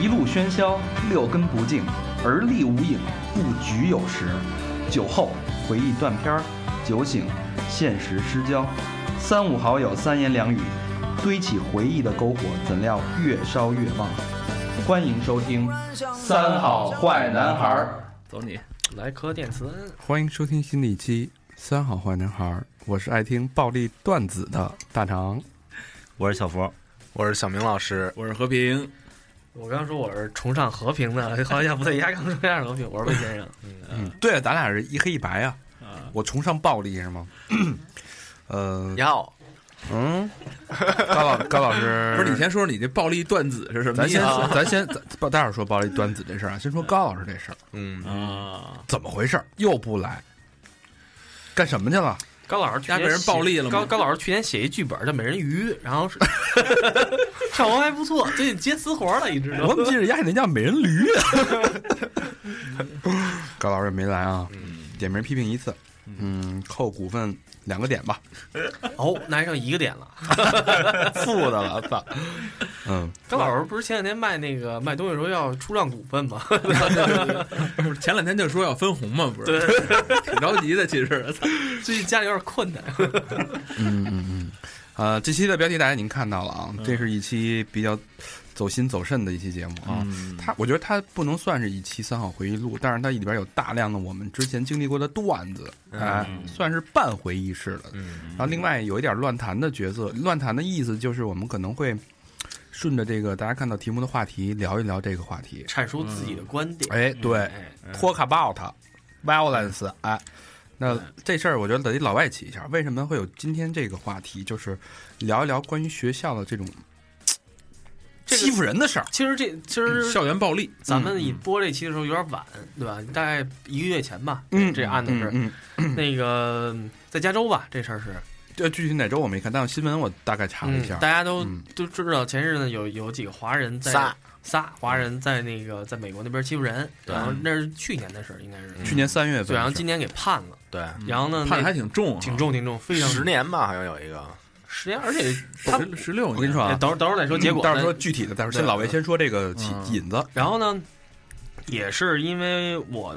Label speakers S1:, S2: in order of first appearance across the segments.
S1: 一路喧嚣，六根不净，而立无影，不局有时。酒后回忆断片儿，酒醒现实失焦。三五好友三言两语，堆起回忆的篝火，怎料越烧越旺。欢迎收听《三好坏男孩儿》。
S2: 走你，来颗电磁恩。
S3: 欢迎收听新的一期《三好坏男孩》，儿》，我是爱听暴力段子的大肠。
S4: 我是小佛，
S5: 我是小明老师，
S2: 我是和平，我刚说我是崇尚和平的， 好像不对，丫刚说丫是和平，我是魏先生。
S3: 嗯，对啊，咱俩是一黑一白啊。我崇尚暴力是吗？呃，
S5: 要
S3: 嗯，高老高老师，
S6: 不是你先说说你这暴力断子是什么
S3: 咱
S6: 意思
S3: 先
S6: 啊？
S3: 咱先咱待会儿说暴力端子这事儿啊，先说高老师这事儿，
S5: 嗯，
S2: 啊，
S3: 怎么回事儿？又不来，干什么去了？
S2: 高老师去
S6: 丫
S2: 年
S6: 被人
S2: 写
S6: 暴力了吗
S2: 高高老师去年写一剧本叫《美人鱼》，然后是 票房还不错，最近接私活了，你知道
S3: 我
S2: 吗
S3: 怎？么记着丫那叫美人驴？啊高老师也没来啊，点名批评一次，嗯，扣股份两个点吧。
S2: 哦，那还剩一个点了。
S3: 负的了，操！嗯，
S2: 高老师不是前两天卖那个卖东西的时候要出让股份吗？
S6: 不是前两天就说要分红嘛，不是？ 挺着急的，其实。
S2: 最近家里有点困难。
S3: 啊，这期的标题大家已经看到了啊，这是一期比较走心走肾的一期节目啊。它，我觉得它不能算是一期三好回忆录，但是它里边有大量的我们之前经历过的段子，哎，算是半回忆式的。然后另外有一点乱谈的角色，乱谈的意思就是我们可能会顺着这个大家看到题目的话题聊一聊这个话题。
S2: 阐述自己的观点。
S3: 哎，对，
S2: 哎，
S3: talk about
S2: 嗯
S3: violence，哎，那这事儿我觉得得老外起一下。为什么会有今天这个话题？就是聊一聊关于学校的这种
S2: 这个
S3: 欺负人的事儿。
S2: 其实这其实
S6: 校园暴力，
S2: 咱们一播这期的时候有点晚，对吧？大概一个月前吧，
S3: 嗯
S2: 这案子是、
S3: 嗯，嗯
S2: 那个在加州吧，这事儿是，
S3: 这具体哪周我没看，但新闻我大概查了一下
S2: 大。家都、
S3: 嗯
S2: 都知道，前日呢有有几个华人在
S5: 仨
S2: 仨华人在那个在美国那边欺负人，
S5: 对
S2: 然后那是去年的事儿，应该是、
S3: 去年三月份的事
S2: 对，
S3: 儿，
S2: 然后今年给判了，
S5: 对，
S2: 然后呢
S6: 判的
S2: 那
S6: 还挺重啊，
S2: 嗯挺重挺重，非常
S5: 十年吧，好像有一个，
S2: 十年，而且他
S6: 十十六年。
S3: 我跟你说
S2: 哎
S3: 啊，
S2: 等会儿等会儿再说结果，
S3: 待会儿说具体的，待会儿先
S2: 对
S3: 老魏先说这个起
S6: 嗯
S3: 引子。
S2: 然后呢，也是因为我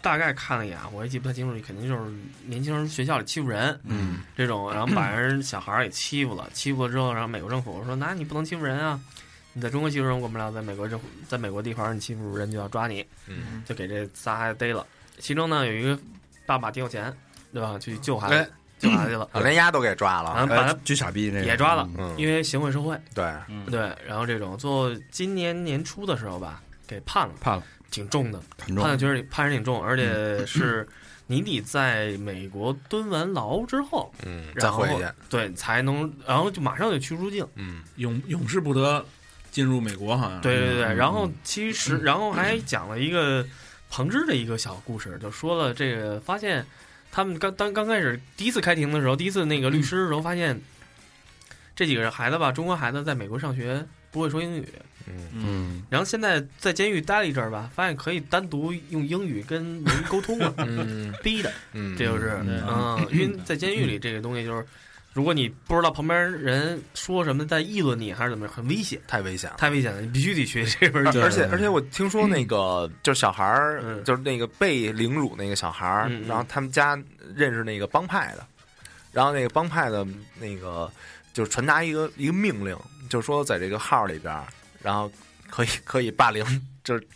S2: 大概看了一眼，啊我也记不太清楚，肯定就是年轻人学校里欺负人
S3: 嗯
S2: 这种，然后把人小孩儿也欺负了，欺负了之后，然后美国政府说：“那你不能欺负人啊！你在中国欺负人，我们俩在美国政府，在美国地方你欺负人就要抓你。”
S5: 嗯，
S2: 就给这仨逮了。其中呢有一个爸爸挺有钱，对吧？去救孩
S3: 哎
S2: 子，救孩子 去了，
S5: 我连鸭都给抓
S2: 然后
S5: 了，
S2: 把
S3: 哎
S2: 他，
S3: 巨傻逼那个
S2: 也抓了
S3: 嗯
S5: 嗯，
S2: 因为行贿受贿，
S5: 对，
S2: 对，然后这种做今年年初的时候吧，给判了，
S3: 判了，
S2: 挺重的。
S3: 很
S2: 判的
S3: 重。嗯
S2: 确实判人挺重，而且是你得在美国蹲完牢之后，
S5: 嗯，再
S2: 然后
S5: 回去，
S2: 对才能，然后就马上就驱逐出境。
S5: 嗯，
S6: 永永世不得进入美国，好像。
S2: 对对对，然后其实然后还讲了一个彭之的一个小故事，就说了这个发现他们刚当刚开始第一次开庭的时候，第一次那个律师的时候发现这几个人孩子吧，中国孩子在美国上学不会说英语，
S5: 嗯，
S3: 嗯，
S2: 然后现在在监狱待了一阵儿吧，发现可以单独用英语跟人沟通了，
S5: 嗯，
S2: 逼的。
S5: 嗯，
S2: 这就是
S3: 嗯
S2: 嗯，因为在监狱里这个东西就是，如果你不知道旁边人说什么，在议论你还是怎么样，很危险，啊
S5: 太危险了。嗯
S2: 太危险了，你必须得学这 门
S5: 而
S2: 语。
S5: 而且而且我听说那个就是小孩儿
S2: 嗯，
S5: 就是那个被凌辱那个小孩儿
S2: 嗯嗯，
S5: 然后他们家认识那个帮派的，然后那个帮派的那个就是传达一个一个命令，就是说在这个号里边儿，然后可以可以霸凌，就是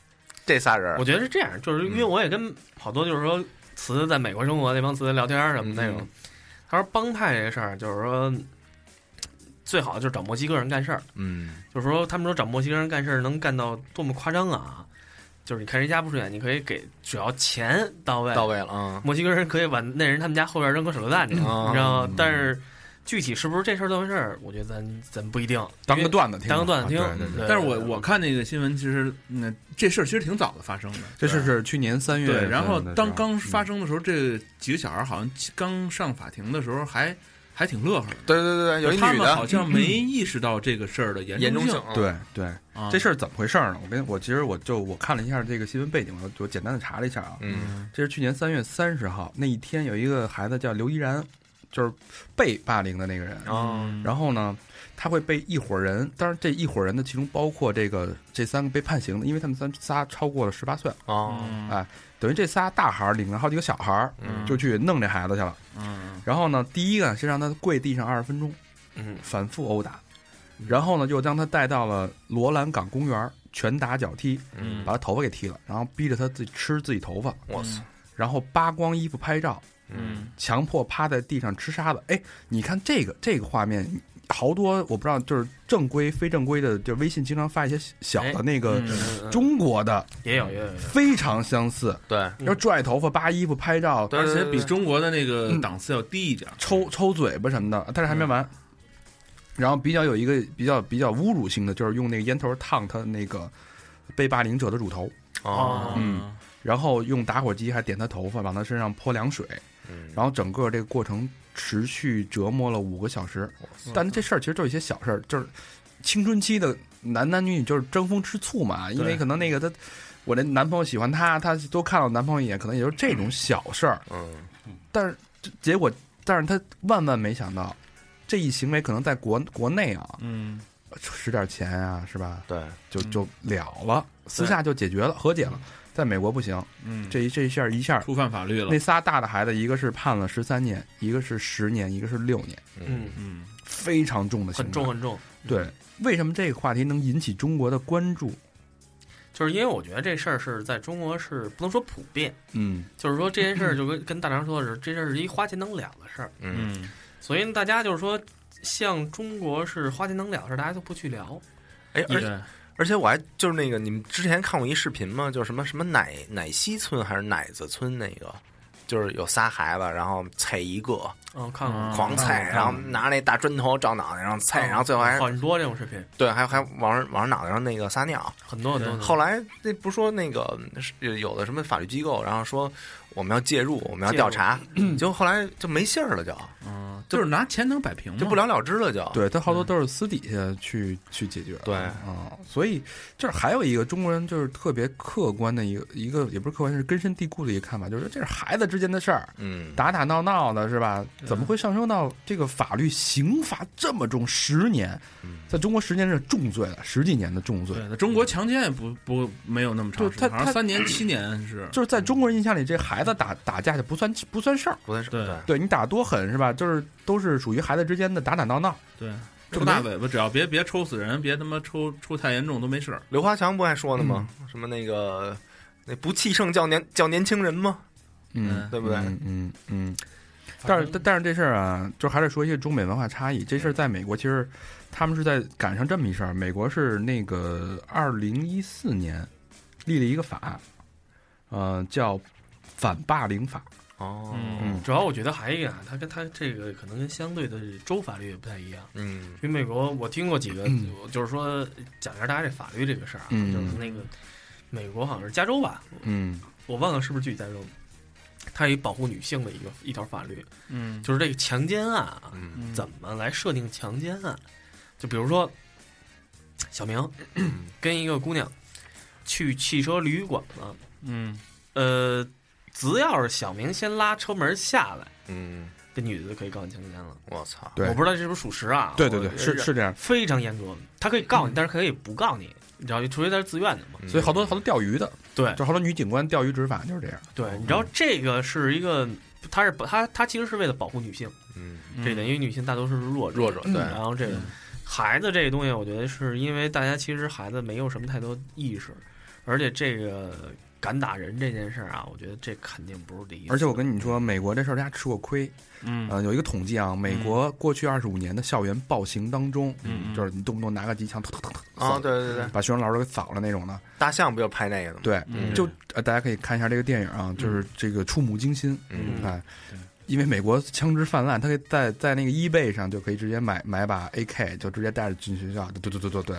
S5: 这仨人儿
S2: 我，觉得是这样，就是因为
S5: 嗯
S2: 我也跟好多就是说词在美国生活那帮词聊天什么那种
S5: 嗯，
S2: 他说帮派这个事儿，就是说最好就是找墨西哥人干事儿，
S5: 嗯
S2: 就是说他们说找墨西哥人干事儿能干到多么夸张啊！就是你看谁家不顺眼，你可以给只要钱到位，
S5: 到位了，嗯。
S2: 墨西哥人可以往那人他们家后边扔个手榴弹去，你知
S5: 嗯
S2: 道吗？但是具体是不是这事儿当回事儿，我觉得咱咱不一定。
S3: 当个段子听吧，
S2: 当个段子听嗯
S3: 啊对对对，
S2: 对
S6: 但是我我看那个新闻，其实那这事儿其实挺早的发生的。
S3: 这事是去年三月份的
S6: 对，
S3: 时候。
S6: 然后当刚发
S3: 嗯
S6: 生的时候，这几个小孩好像刚上法庭的时候还还挺乐呵的，
S5: 对对对对，有一
S6: 他
S5: 女
S6: 们好
S5: 的
S6: 像没意识到这个事儿的
S5: 严
S6: 严
S5: 重
S6: 性
S5: 性。，
S3: 对对，
S6: 啊
S3: 这事儿怎么回事儿呢？我跟我其实我就我看了一下这个新闻背景，我我简单的查了一下啊，
S5: 嗯
S3: 这是去年三月三十号那一天，有一个孩子叫刘依然，就是被霸凌的那个人。
S6: 哦
S5: 嗯
S3: 然后呢，他会被一伙人，当然这一伙人的其中包括这个这三个被判刑的，因为他们三仨超过了十八岁，
S5: 哦，
S3: 等于这仨大孩儿领着好几个小孩儿
S5: 嗯
S3: 就去弄这孩子去了。
S6: 嗯
S3: 然后呢，第一个先让他跪地上二十分钟，
S2: 嗯，
S3: 反复殴打，然后呢又将他带到了罗兰港公园儿，拳打脚踢，
S5: 嗯，
S3: 把他头发给剃了，然后逼着他自己吃自己头发，
S5: 我操，
S3: 然后扒光衣服拍照，
S5: 嗯，
S3: 强迫趴在地上吃沙子。哎，你看这个这个画面，好多我不知道，就是正规非正规的，就微信经常发一些小的那个
S6: 嗯
S2: 嗯
S3: 中国的，
S2: 也有也有，也有
S3: 非常相似，
S5: 对，
S2: 嗯
S3: 要拽头发、扒衣服、拍照、
S5: 对
S6: 而且比
S5: 对
S6: 中国的那个档次要低一点。
S3: 抽抽嘴巴什么的，但是还没完。然后比较有一个比较比较侮辱性的，就是用那个烟头烫他那个被霸凌者的乳头，
S5: 哦，
S3: 嗯，然后用打火机还点他头发，往他身上泼凉水，
S5: 嗯
S3: 然后整个这个过程持续折磨了五个小时。但这事儿其实就是一些小事儿，就是青春期的男男女女就是争风吃醋嘛，因为可能那个他，我那男朋友喜欢她，她多看了男朋友一眼，可能也就是这种小事儿。
S5: 嗯，
S3: 但是这结果，但是他万万没想到，这一行为可能在国国内啊，
S6: 嗯
S3: 使点钱啊，是吧？
S5: 对，
S3: 就
S6: 嗯
S3: 就了了，
S2: 嗯
S3: 私下就解决了，和解了。在美国不行，
S6: 嗯，
S3: 这一这一下一下，
S6: 触犯法
S2: 嗯
S6: 律了
S3: 那。仨大的孩子，一个是判了十三年，一个是十年，一个是六年，
S2: 嗯，
S6: 嗯
S3: 非常重的刑
S2: 很
S3: 罚
S2: 重啊很重，
S3: 对，为什么这个话题能引起中国的关注？
S2: 就是因为我觉得这事儿是在中国是不能说普遍，
S3: 嗯
S2: 就是说这件事儿就跟跟大常说的是，这事儿是一花钱能了的事儿，
S5: 嗯，
S6: 嗯
S2: 所以大家就是说，像中国是花钱能了的事儿，大家都不去聊。
S5: 哎，而
S6: 对，
S5: 而且我还就是那个，你们之前看过一视频吗？就是什么什么奶奶西村还是奶子村那个，就是有仨孩子，然后踩一个，
S2: 嗯，嗯看看
S6: 嗯
S5: 狂踩，
S6: 嗯
S5: 然后拿那大砖头照脑袋上踩，然后最后还
S2: 很多这种视频，
S5: 对还还往上往上脑袋上那个撒尿。
S2: 很多很多。
S5: 后来那不是说那个是有的什么法律机构，然后说我们要介入，我们要
S2: 介入
S5: 调查，结果后来就没信儿了就，
S6: 嗯，就是拿钱能摆平吗？
S5: 就不了了之了就。，
S3: 对他
S2: 嗯
S3: 好多都是私底下去去解决的。
S5: 对
S3: 啊、所以这儿还有一个中国人就是特别客观的一个一个，也不是客观，是根深蒂固的一个看法，就是这是孩子之间的事儿，
S5: 嗯，
S3: 打打闹闹的是吧？怎么会上升到这个法律刑罚这么重？十年
S5: 嗯，
S3: 在中国十年是重罪了，十几年的重罪。
S6: 对，那中国强奸也不不没有那么长时
S3: 对他
S6: 间，好像
S3: 他
S6: 三年七年是。
S3: 就是在中国人印象里，这孩子打打架就不算不算事儿，
S5: 不算是
S6: 对
S3: 对你打多狠是吧？就是都是属于孩子之间的打打闹闹。
S6: 对，
S3: 就
S6: 抽大尾巴，只要别别抽死人，别他妈抽抽太严重都没事儿。
S5: 刘华强不还说呢吗？
S3: 嗯
S5: 什么那个那不气盛叫年叫年轻人吗？
S3: 嗯，
S5: 对不对？
S3: 嗯嗯嗯。
S2: 反
S3: 但是
S2: 正，
S3: 但但是这事儿啊，就还得说一些中美文化差异。这事儿在美国其实他们是在赶上这么一事儿，美国是那个二零一四年立了一个法，呃，叫反霸凌法。
S5: 哦，
S3: 嗯
S2: 主要我觉得还有一个啊，它跟它这个可能跟相对的州法律也不太一样。
S5: 嗯
S2: 因为美国，我听过几个，我就是说讲一下大家这法律这个事儿啊，
S3: 嗯
S2: 就是那个美国好像是加州吧，
S3: 嗯
S2: 我忘了是不是具体加州，它有一保护女性的一个一条法律，
S6: 嗯，
S2: 就是这个强奸案啊，
S5: 嗯
S2: 怎么来设定强奸案？就比如说，小明跟一个姑娘去汽车旅馆了，
S6: 嗯
S2: 呃，只要是小明先拉车门下来，
S5: 嗯，
S2: 这女的就可以告你强奸了。
S5: 我操，
S3: 对
S2: 我不知道这是不是属实啊？
S3: 对嗯对对
S2: 我，
S3: 是是这样。
S2: 非常严格，她可以告你，但是可以不告你，你知道，除非她是自愿的嘛。
S5: 嗯
S3: 所以好多好多钓鱼的，
S2: 对
S3: 就好多女警官钓鱼执法就是这样。
S2: 对，你知道这个是一个，她是她她其实是为了保护女性，
S5: 嗯
S2: 这一点，因为女性大多数是弱者
S5: 弱者对
S2: 然后这个
S6: 嗯
S2: 孩子这个东西，我觉得是因为大家其实孩子没有什么太多意识，而且这个敢打人这件事儿啊，我觉得这肯定不是第一次。
S3: 而且我跟你说，美国这事儿大家吃过亏。
S6: 嗯
S3: 呃，有一个统计啊，美国过去二十五年的校园暴行当中，
S6: 嗯
S3: 就是你动不动拿个机枪，突突突突
S5: 啊，对对对，
S3: 把学生老师给扫了那种的。
S5: 大象不就拍那个的吗？
S3: 对，
S6: 嗯
S3: 就呃，大家可以看一下这个电影啊，就是这个触目惊心，
S5: 嗯
S3: 哎
S6: 对，
S3: 因为美国枪支泛滥，他可以在在那个 eBay 上就可以直接买买把 AK，就直接带着进学校，对对对对对。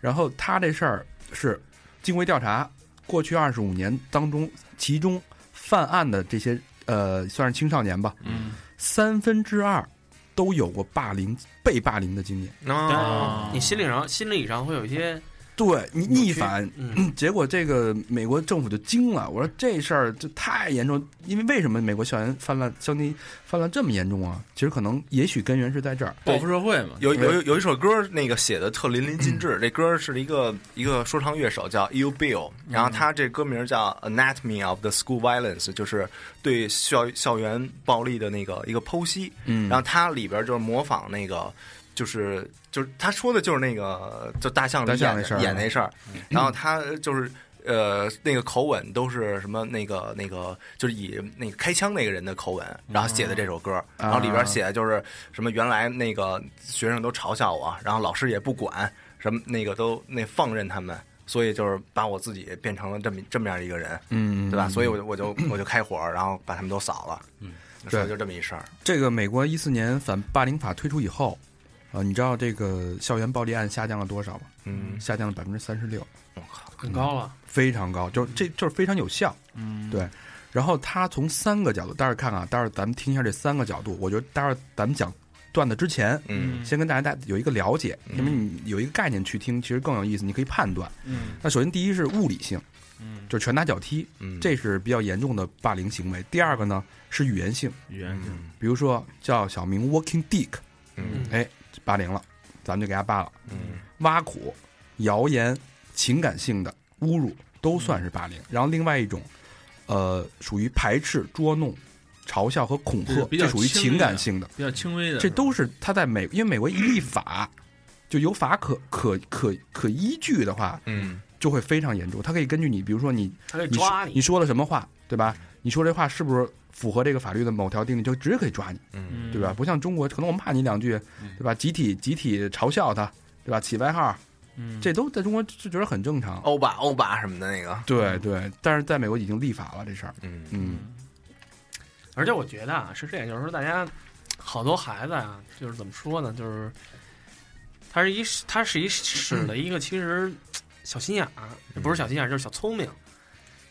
S3: 然后他这事儿是经过调查，过去二十五年当中，其中犯案的这些呃，算是青少年吧，
S6: 嗯
S3: 三分之二都有过霸凌、被霸凌的经验，
S5: 啊，
S2: 你心理上心理上会有一些
S3: 对你
S6: 扭曲
S3: 逆反，
S2: 嗯
S3: 结果这个美国政府就惊了，我说这事儿这太严重，因为为什么美国校园泛滥、校内泛滥这么严重啊？其实可能也许根源是在这儿，
S6: 报复社会嘛，
S5: 有
S3: 嗯
S5: 有有一首歌，那个写的特淋漓尽致。这歌是一个一个说唱乐手叫 U Bill，然后
S3: 嗯
S5: 他这歌名叫《Anatomy of the School Violence》，就是对校校园暴力的那个一个剖析。
S3: 嗯
S5: 然后它里边就是模仿那个，就是就是他说的就是那个就大象里
S3: 大象
S5: 演
S3: 那事儿嗯
S5: 演那事儿，然后他就是。呃，那个口吻都是什么？那个那个，就是以那个开枪那个人的口吻，然后写的这首歌，然后里
S3: 啊
S5: 边写的就是什么原来那个学生都嘲笑我，然后老师也不管，什么那个都那放任他们，所以就是把我自己变成了这么这么样一个人，
S3: 嗯
S5: 对吧？所以我就我就我就开火，然后把他们都扫了，嗯，
S3: 对
S5: 就这么一事儿，
S3: 这个美国一四年反霸凌法推出以后，呃，你知道这个校园暴力案下降了多少吗？
S5: 嗯，
S3: 下降了百分之三十六，
S5: 我靠，
S2: 很高了，
S3: 非常高，就是这就是非常有效。嗯，对。然后他从三个角度，待会儿看看，啊待会儿咱们听一下这三个角度。我觉得待会儿咱们讲段子之前，
S5: 嗯
S3: 先跟大家大有一个了解，因为你有一个概念去听，其实更有意思，你可以判断。
S6: 嗯
S3: 那首先第一是物理性，
S6: 嗯，
S3: 就是拳打脚踢，
S5: 嗯，
S3: 这是比较严重的霸凌行为。第二个呢是语言性，
S6: 语言是
S3: 比如说叫小明 “walking dick”，
S5: 嗯
S3: 哎，霸凌了，咱们就给他霸了。
S5: 嗯
S3: 挖苦、谣言、情感性的侮辱都算是霸
S6: 嗯
S3: 凌。然后另外一种，呃，属于排斥、捉弄、嘲笑和恐
S6: 这是
S3: 吓，
S6: 比较
S3: 这属于
S6: 轻
S3: 情感
S6: 的
S3: 性的，
S6: 比较轻微的，
S3: 这都是他在美，因为美国一立法。就有法可可可可依据的话，
S5: 嗯
S3: 就会非常严重。他可以根据你，比如说你
S2: 他得
S3: 你
S2: 抓
S3: 说你说了什么话，对吧？你说这话是不是符合这个法律的某条定律，就直接可以抓你。
S5: 嗯
S6: 嗯
S3: 对吧？？不像中国，可能我骂你两句
S6: 嗯，
S3: 对吧？集体集体嘲笑他，对吧？起外号，
S6: 嗯，
S3: 这都在中国就觉得很正常。
S5: 欧巴欧巴什么的那个，
S3: 对对，但是在美国已经立法了这事儿。
S5: 嗯
S3: 嗯
S2: 而且我觉得啊，是这样，就是说大家好多孩子啊，就是怎么说呢，就是他是一他是一使了一个其实小心眼儿，也不是小心眼儿，就是小聪明。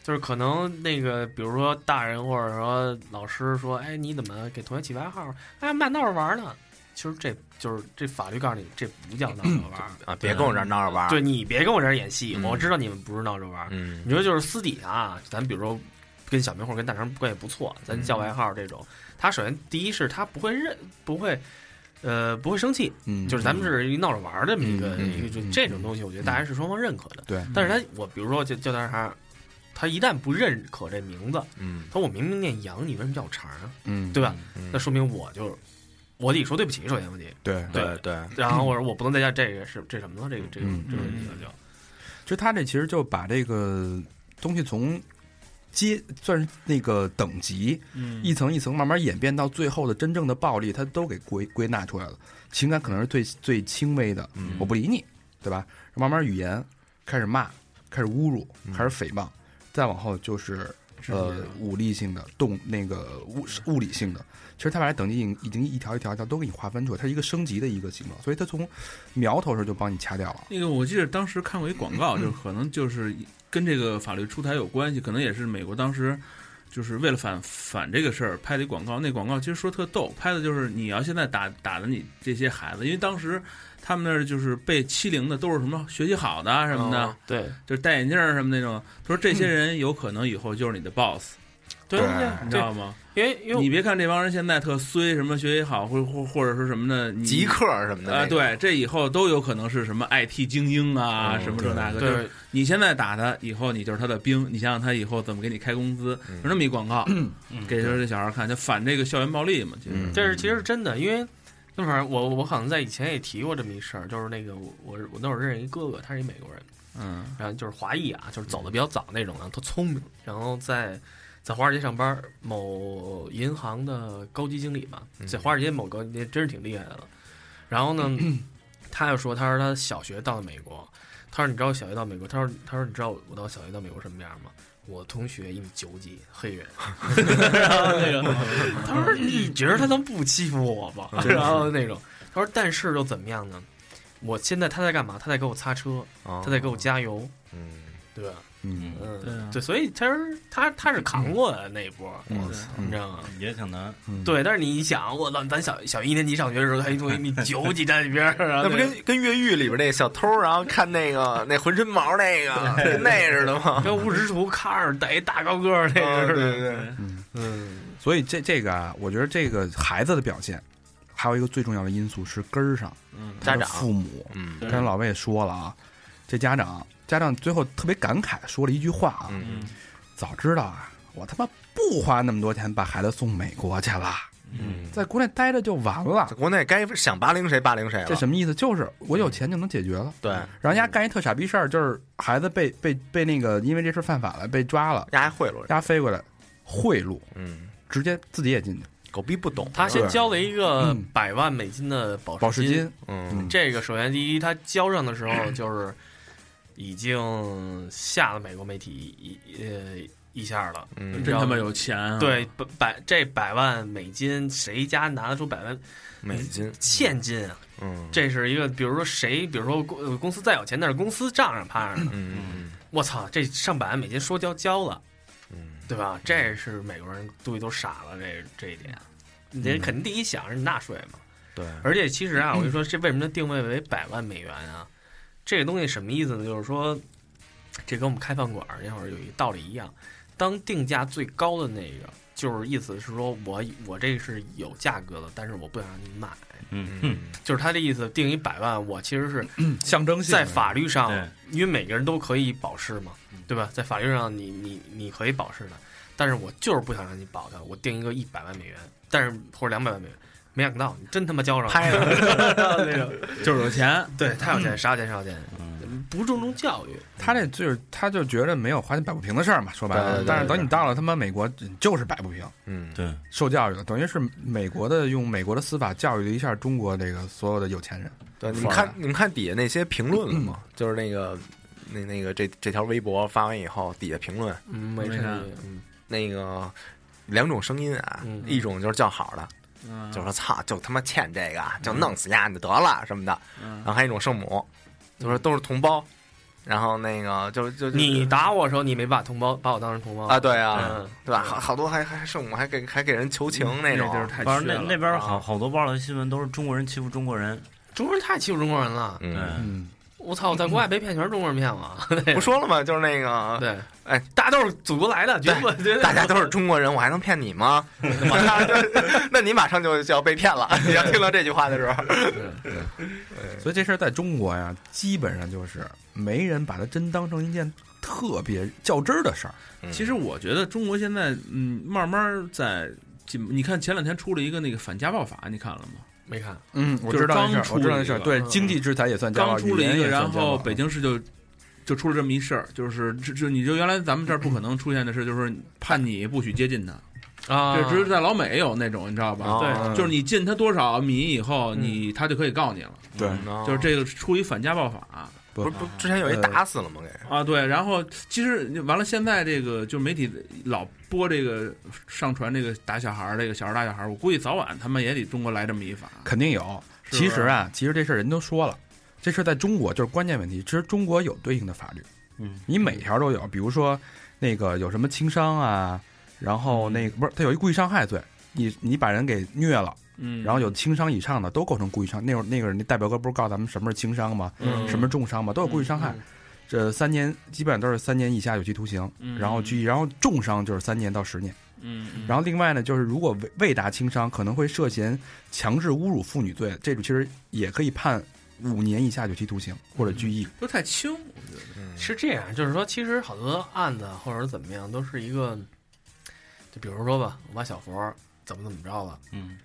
S2: 就是可能那个，比如说大人或者说老师说，哎，你怎么给同学起外号？哎，满闹着玩呢。其实这就是这法律告诉你，这不叫闹着玩儿。
S5: 啊，别跟我这儿闹着玩儿，
S2: 对你别跟我这儿演戏，
S5: 嗯
S2: 我知道你们不是闹着玩儿。
S5: 嗯，
S2: 你说就是私底下啊，咱比如说跟小明或者跟大成关系不错，咱叫外号这种，他首先第一是他不会认，不会，呃，不会生气，
S3: 嗯，
S2: 就是咱们是一闹着玩儿的这么一个、
S5: 嗯嗯
S2: 一个，就
S3: 嗯
S2: 这种东西，我觉得大家是双方认可的。
S3: 对
S2: 但是他我比如说就叫他啥，他一旦不认可这名字，
S5: 嗯
S2: 他说我明明念杨，你为什么叫我肠啊？
S3: 嗯
S2: 对吧？
S5: 嗯
S2: 那说明我就我得说对不起，首先问题，
S3: 对，
S5: 对对，
S2: 然后我说我不能再叫这个是这什么了，这个这个
S3: 嗯
S2: 这个问题了就。
S3: 其实他这其实就把这个东西从阶算是那个等级一
S6: 一
S3: 层一层慢慢演变到最后的真正的暴力，他都给归归纳出来了。情感可能是最最轻微的，
S5: 嗯
S3: 我不理你，对吧？慢慢语言开始骂，开始侮辱，开始诽谤，再往后就是呃武力性的动那个物物理性的。其实他把这等级已经已经一条一条一条都给你划分出来，它是一个升级的一个形状，所以它从苗头上就帮你掐掉了。
S6: 那个，我记得当时看过一广告，就是可能就是跟这个法律出台有关系，可能也是美国当时就是为了反反这个事儿拍的一广告。那广告其实说特逗，拍的就是你要现在打打的你这些孩子，因为当时他们那儿就是被欺凌的都是什么学习好的啊什么的，
S2: 嗯？对
S6: 就是戴眼镜儿什么那种。他说这些人有可能以后就是你的 boss，、
S2: 对
S5: 对
S6: 你知
S2: 对，
S6: 道吗？
S2: 因为因为
S6: 你别看这帮人现在特衰，什么学习好，或或或者说什么的，你
S5: 极客什么的
S6: 啊、
S5: 那个
S6: 对，这以后都有可能是什么 IT 精英啊，什么这那个。就是
S2: 对，
S6: 你现在打他，以后你就是他的兵。你想想他以后怎么给你开工资，
S5: 嗯
S6: 有这么一广告，给这小孩看，就反这个校园暴力嘛。其实，
S5: 嗯
S2: 这是其实是真的，因为那会儿我我好像在以前也提过这么一事儿，就是那个我我我那会儿认识一哥哥，他是一美国人，
S6: 嗯
S2: 然后就是华裔啊，就是走的比较早那种，然后特聪明，然后在在华尔街上班，某银行的高级经理吧，在华尔街某个也真是挺厉害的了。然后呢，他就说，他说他小学到了美国，他说你知道我小学到美国，他说他说你知道我到小学到美国什么样吗？我同学一米九几，黑人， 然后那个他说你觉得他能不欺负我吗？ 然后那种他说但是又怎么样呢？我现在他在干嘛？他在给我擦车，
S5: 哦
S2: 他在给我加油，
S5: 嗯
S2: 对吧？
S3: 嗯，
S6: 对啊
S2: 对，所以其实他他是扛过的那一波，
S3: 我
S6: 对
S3: 操，
S2: 你
S3: 嗯
S2: 知道吗？
S4: 也挺难，
S3: 嗯
S2: 对，但是你一想，我操，咱小小一年级上学的时候，还一堆一米九几站里边儿，那
S5: 那不跟跟越狱里边那个小偷，然后看那个那浑身毛那个跟那似的 吗？
S2: 跟无耻厨看着逮一大高个儿那个似的。
S5: 啊对对，
S2: 嗯，
S3: 所以这这个啊，我觉得这个孩子的表现，还有一个最重要的因素是根儿上，
S6: 嗯
S3: 他的
S5: 家长
S3: 父母。
S5: 嗯
S3: 刚才老魏也说了啊，这家长家长最后特别感慨说了一句话啊，
S5: 嗯
S3: 早知道啊，我他妈不花那么多钱把孩子送美国去了，
S5: 嗯，
S3: 在国内待着就完了
S5: 在。国内该想霸凌谁霸凌谁了，
S3: 这什么意思？就是我有钱就能解决了。
S5: 对，
S3: 然后人家干一特傻逼事儿，就是孩子被被被那个因为这事儿犯法了，被抓了，
S5: 人家还贿赂
S3: 人
S5: 人，
S3: 家飞过来贿赂，
S5: 嗯，
S3: 直接自己也进去
S5: 狗逼不懂，
S2: 他先交了一个
S3: 嗯
S2: 百万美金的保
S3: 保释
S2: 金
S3: 金，。
S5: 嗯
S3: 嗯
S2: 这个首先第一，他交上的时候就是已经吓了美国媒体一呃一下了。
S5: 嗯
S6: 真他妈有钱啊！
S2: 对，，百百这百万美金，谁家拿得出百万
S5: 美金，
S2: 现金啊？
S5: 嗯
S2: 这是一个，比如说谁，比如说公呃公司再有钱，但是公司账上趴着呢。
S5: 嗯
S2: 我操，这上百万美金说交交了，
S5: 嗯
S2: 对吧？这是美国人估计都傻了，这这一点，
S5: 嗯
S2: 你肯定第一想是纳税嘛。
S5: 对，
S2: 而且其实啊，
S5: 嗯
S2: 我就说这为什么它定位为百万美元啊？这个东西什么意思呢？就是说，这跟我们开饭馆儿那会儿有一道理一样，当定价最高的那个，就是意思是说我我这个是有价格的，但是我不想让你买，
S4: 嗯，
S5: 嗯
S2: 就是他的意思定一百万，我其实是
S3: 象征性
S2: 在法律上
S4: 对，
S2: 因为每个人都可以保释嘛，对吧？在法律上你，你你可以保释的，但是我就是不想让你保它，我定一个一百万美元，但是或者两百万美元，没想到你真他妈交上了，
S5: 拍了，
S2: 那个，
S6: 就是有钱，
S2: 对，太有钱，啥有钱啥有钱，不注重教育，
S3: 他这就是他就觉得没有花钱摆不平的事儿嘛，说白了。
S5: 对对对
S3: 但是等你到了他妈美国，就是摆不平，
S5: 嗯
S4: 对，
S3: 受教育了，等于是美国的用美国的司法教育了一下中国这个所有的有钱人。
S5: 对，你们看你们看底下那些评论
S3: 嗯
S5: 了吗？就是那个那那个这这条微博发完以后，底下评论
S2: 嗯，没
S6: 没
S2: 啥
S6: 啥，
S2: 嗯
S5: 那个两种声音啊，
S2: 嗯
S5: 一种就是叫好的，
S6: 嗯
S5: 就说操，就他妈欠这个，就弄死丫你就得了什么的。
S6: 嗯
S5: 然后还有一种圣母，就说都是同胞，然后那个就就就
S2: 你打我的时候，你没把同胞把我当成同胞
S5: 啊，，对啊，
S2: 嗯，
S5: 对吧？好好多还还圣母还给还给人求情那种，
S6: 嗯就是太
S4: 反
S6: 缺
S4: 正那那
S6: 了。
S4: 边儿好好多报道新闻都是中国人欺负中国人，
S2: 中国人太欺负中国人了，
S5: 嗯，
S4: 嗯，
S3: 嗯，
S2: 我操，我在国外被骗全是中国人骗我，
S5: 不说了吗？就是那个
S2: 对，
S5: 哎，
S2: 大家都是祖国来的，绝不绝 对
S5: 大家都是中国人，我还能骗你吗？那你马上就就要被骗了。你要听到这句话的时候，
S3: 所以这事儿在中国呀，基本上就是没人把它真当成一件特别较真儿的事儿。
S6: 其实我觉得中国现在，嗯，慢慢在进步。你看前两天出了一个那个反家暴法，你看了吗？
S2: 没看，
S3: 嗯，我
S6: 就是
S3: 知道那事
S6: 刚
S3: 儿，
S6: 出
S3: 我知道
S6: 了
S3: 那
S6: 一
S3: 事儿。
S6: 个
S3: 对，
S2: 嗯
S3: 经济制裁也算家暴，
S6: 刚出了
S3: 语言
S6: 一个，
S3: 也算
S6: 然
S3: 家暴
S6: 后北京市就就出了这么一事儿，就是这这你就原来咱们这儿不可能出现的事，就是判你不许接近他，
S2: 啊
S6: 这只是在老美有那种，你知道
S3: 啊
S6: 吧？
S3: 嗯
S2: 对
S6: 就是你进他多少米以后，
S2: 嗯
S6: 你他就可以告你了。
S3: 对，
S6: 就是
S5: 这
S6: 这个出于反家暴
S3: 啊
S6: 法
S5: 不是不是之前有一打死了吗？给
S6: 啊，对。然后其实完了，现在这个就媒体老播这个上传这个打小孩儿，这个小孩儿打小孩儿，我估计早晚他们也得中国来这么一法。
S3: 肯定有。
S6: 是
S3: 其实啊，其实这事儿人都说了，这事儿在中国就是关键问题。其实中国有对应的法律，
S4: 嗯，
S3: 你每条都有，比如说那个有什么轻伤啊，然
S6: 嗯
S3: 后那个不是他有一故意伤害罪，你你把人给虐了，
S6: 嗯，
S3: 然后有轻伤以上的都构成故意伤。那会儿那个人那代表哥不是告诉咱们什么是轻伤吗？
S6: 嗯
S3: 什么是重伤吗？都有故意伤害，这三年基本上都是三年以下有期徒刑，
S6: 嗯
S3: 然后拘役，然后重伤就是三年到十年。
S6: 嗯，嗯
S3: 然后另外呢，就是如果未未达轻伤，可能会涉嫌强制侮辱妇女罪，这种其实也可以判五年以下有期徒刑或者拘役。
S6: 都太轻，
S2: 是这样，就是说，其实好多案子或者怎么样，都是一个，就比如说吧，我把小佛怎么怎么着了，
S4: 嗯，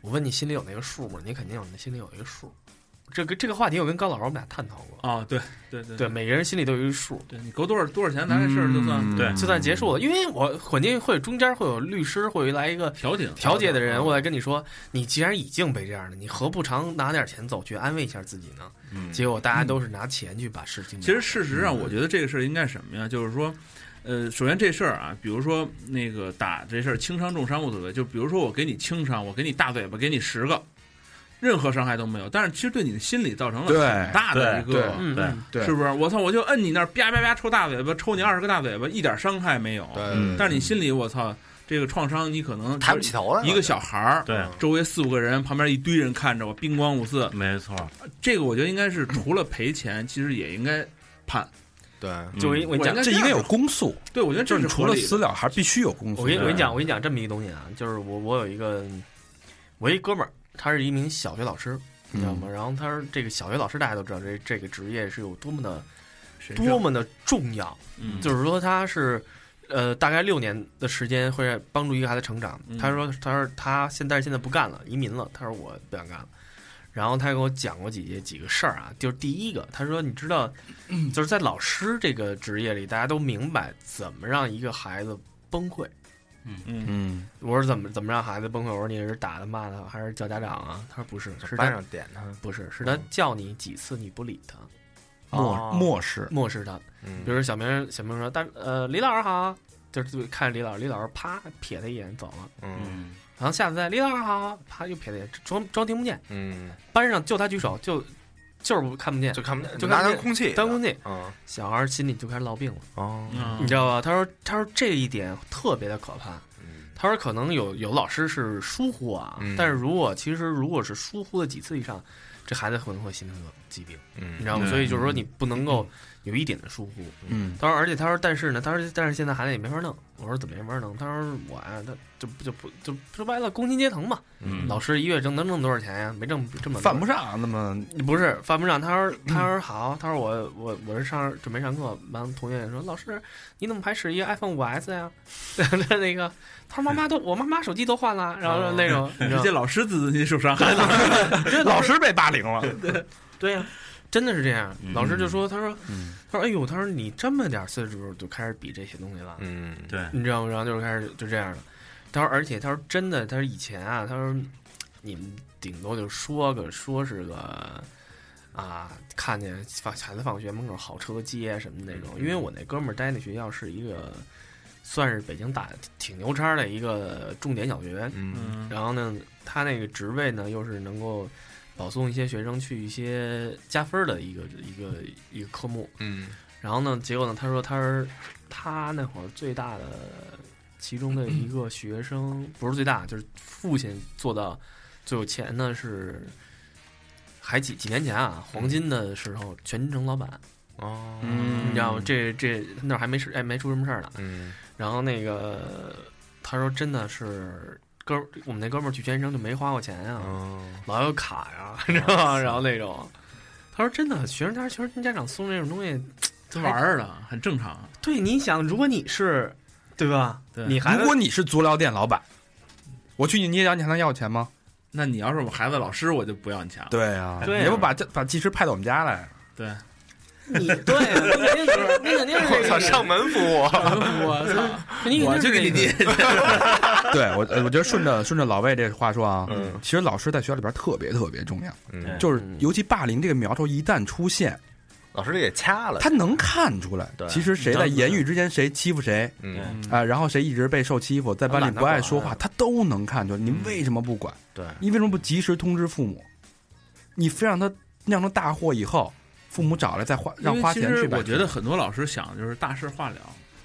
S2: 我问你心里有那个数吗？你肯定有，你心里有一个数。这个这个话题，我跟高老师我们俩探讨过，
S6: 啊，对对对
S4: 嗯
S2: 对，每个人心里都有一个数，
S6: 对，你够多少多少钱，咱这事儿就
S3: 嗯
S6: 算
S4: 对
S2: 就算结束了。因为我肯定会中间会有律师，会来一个
S6: 调停啊
S2: 调解的人，
S4: 嗯
S2: 我来跟你说，你既然已经被这样了，你何不常拿点钱走去安慰一下自己呢？
S4: 嗯
S2: 结果大家都是拿钱去把事情。
S6: 其实事实上，我觉得这个事儿应该是什么呀？就是说，呃，首先这事儿啊，比如说那个打这事儿轻伤重伤无所谓，就比如说我给你轻伤，我给你大嘴巴，给你十个，任何伤害都没有，但是其实对你的心理造成了
S3: 对
S6: 很大的一
S4: 对
S6: 个，
S2: 嗯，
S4: 对
S2: 嗯
S3: 对
S6: 是不是？我操，我就摁你那儿，啪啪啪抽大嘴巴，抽你二十个大嘴巴，一点伤害没有。
S5: 对，
S6: 但是你心里，我操，这个创伤你可能
S5: 嗯抬不起头来了，
S6: 一个小嗯孩儿，
S4: 对，
S6: 周围四五个人，旁边一堆人看着我，兵光五四。
S4: 没错，
S6: 这个我觉得应该是除了赔钱，其实也应该判。
S5: 对，
S2: 就我跟你
S4: 嗯
S2: 我跟你讲
S6: 我应该
S3: 这应该有公诉，
S6: 对，我觉得
S3: 就
S6: 这是
S3: 除
S6: 合
S3: 了
S6: 理的
S3: 私了，还必须有公诉。
S2: 我跟你我跟你
S4: 对
S2: 讲，我跟你讲这么一个东西啊，就是我我有一个，我一哥们儿，他是一名小学老师，
S3: 嗯
S2: 你知道吗？然后他是这个小学老师，大家都知道这这个职业是有多么的多么的重要，
S6: 嗯
S2: 就是说他是。呃，大概六年的时间会帮助一个孩子成长。
S6: 嗯
S2: 他说，他说他现但是现在不干了，移民了。他说我不想干了。然后他给我讲过几几个事儿啊，就是第一个，他说你知道，就是在老师这个职业里，大家都明白怎么让一个孩子崩溃。
S3: 嗯，
S2: 我说怎么怎么让孩子崩溃？我说你是打他骂他，还是叫家长啊？他说不是，是
S5: 班
S2: 他
S5: 上嗯点他，
S2: 不是，是他叫你几次你不理他，
S3: 漠
S5: 哦
S3: 漠视，
S2: 漠视他。
S5: 嗯
S2: 比如说小明，小明说大呃李老师好，就是就看着李老师，李老师啪瞥他一眼走了，
S5: 嗯
S2: 然后下次再李老师好，啪又瞥他一眼，装装听不见。
S5: 嗯，
S2: 班上就他举手，就就是不看不见
S5: 就，看不见，
S2: 就看
S5: 拿
S2: 不
S5: 当
S2: 见
S5: 空气，
S2: 当空气，
S5: 嗯
S2: 小孩心里就开始落病了，
S5: 哦，
S6: 嗯
S2: 你知道吧？他说他说这一点特别的可怕。
S5: 嗯
S2: 他说可能有有老师是疏忽啊，
S5: 嗯
S2: 但是如果其实如果是疏忽了几次以上，这孩子可能会形成疾病，你
S5: 嗯
S2: 知道吗？
S6: 嗯
S2: 所以就是说你不能够有一点的疏忽。
S3: 嗯
S2: 他说，而且他说，但是呢，他说，但是现在孩子也没法弄。我说怎么没法弄？他说我呀，他就就不就说白了，工薪阶层嘛，
S4: 嗯，
S2: 老师一月挣能挣多少钱呀？没挣这么多
S3: 犯不上啊那么
S2: 不是犯不上，他说他说好，他说我我我是上准备上课，完同学也说老师你怎么还使一个 iPhone 五 S 呀？那那个他说妈妈都我妈妈手机都换了，然后那种你知
S6: 直
S2: 道
S6: 接老师自尊心受伤害了。
S3: 老师被霸凌了，
S2: 对呀、真的是这样。
S4: 嗯
S2: 老师就说他说
S3: 嗯
S2: 他说哎呦他说你这么点岁数就开始比这些东西了，
S5: 嗯，
S4: 对，
S2: 你知道吗？然后就是开始就这样了。他说而且他说真的他说以前啊他说你们顶多就说个说是个啊，看见放孩子放学门口好车接什么那种。因为我那哥们儿待那学校是一个算是北京打挺牛叉的一个重点小学，
S5: 嗯
S2: 然后呢，他那个职位呢又是能够保送一些学生去一些加分儿的一个一个一个科目。
S5: 嗯
S2: 然后呢，结果呢，他说他是他那会儿最大的其中的一个学生，不是最大，就是父亲做到最有钱呢是，还几几年前啊，黄金的时候，全城老板，
S5: 哦，
S2: 你知道吗？这这那会儿还没事，哎，没出什么事儿呢。
S5: 嗯
S2: 然后那个他说真的是哥们儿，我们那哥们儿去全生就没花过钱啊，
S5: 哦，
S2: 老有卡呀，你知道吗？然后那种，他说真的，学生家学生家长送这种东西。
S6: 他玩儿的很正常，
S2: 对，你想，如果你是，对吧？
S6: 对
S2: 你孩
S3: 如
S2: 子
S3: 果你是足疗店老板，我去你捏脚，你还能要钱吗？
S6: 那你要是我孩子老师，我就不要你钱了。
S3: 对呀
S2: 对啊
S3: 你不把这把技师派到我们家来？
S6: 对，
S2: 你对啊，你肯定是，你肯定是这
S5: 我
S2: 个
S5: 操，上门服务，
S6: 我操，
S2: 你
S6: 我
S2: 肯定
S6: 就是给你
S2: 这个
S6: 捏。
S3: 对我，呃我觉得顺着顺着老魏这话说啊，
S5: 嗯
S3: 其实老师在学校里边特别特别重要，
S5: 嗯，
S3: 就是
S2: 嗯
S3: 尤其霸凌这个苗头一旦出现，
S5: 老师给掐了，
S3: 他能看出来，
S5: 对
S3: 其实谁在言语之间谁欺负谁
S5: 嗯
S3: 啊、然后谁一直被受欺负，在班里不爱说话，
S2: 懒
S3: 他都能看出来。您为什么不管？
S5: 对，
S3: 你为什么不及时通知父母？你非让他酿成大祸以后，父母找来再花让花
S6: 因
S3: 钱
S6: 为
S3: 去
S6: 其实
S3: 买
S6: 我觉得很多老师想的就是大事化了。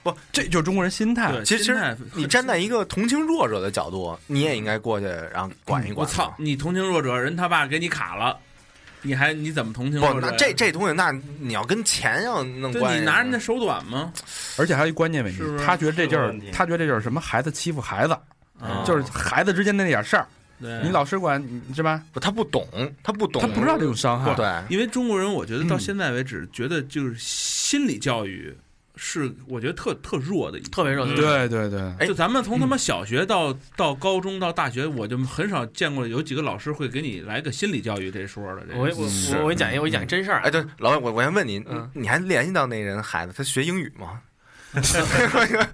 S5: 不，
S3: 这就是中国人心态。
S6: 对，
S5: 其实
S6: 心态
S5: 你站在一个同情弱者的角度，你也应该过去，然后管一
S6: 我
S5: 管。啊
S6: 操，！你同情弱者，人他爸给你卡了，你还你怎么同情弱
S5: 不，
S6: 者
S5: 那
S6: 呀？
S5: 这这东西，那你要跟钱要弄关
S6: 对
S5: 系，
S6: 你拿人家手短吗？
S3: 而且还有一关键问题
S6: 是不，是
S3: 他觉得这
S4: 是
S3: 就
S4: 个
S3: 是
S4: 问题
S3: 他觉得这就是什么孩子欺负孩子，
S5: 啊
S3: 就是孩子之间的那点事儿，
S6: 对
S3: 你老师管你是吧？
S5: 不他不懂，他不懂，啊
S3: 他不知道这种伤害。
S5: 对，
S6: 因为中国人，我觉得到
S3: 嗯
S6: 现在为止，觉得就是心理教育是我觉得特特弱的一，
S2: 特别热
S4: 嗯
S2: 情，
S3: 对对对，
S5: 哎
S6: 就咱们从他妈小学到到高中到大学，我就很少见过有几个老师会给你来个心理教育这说的。这
S2: 我我
S3: 是
S2: 我我给你讲一个，我给你讲一真事儿啊。
S5: 哎，对，老板，我我先问你，
S2: 嗯
S5: 你你还联系到那人孩子，他学英语吗？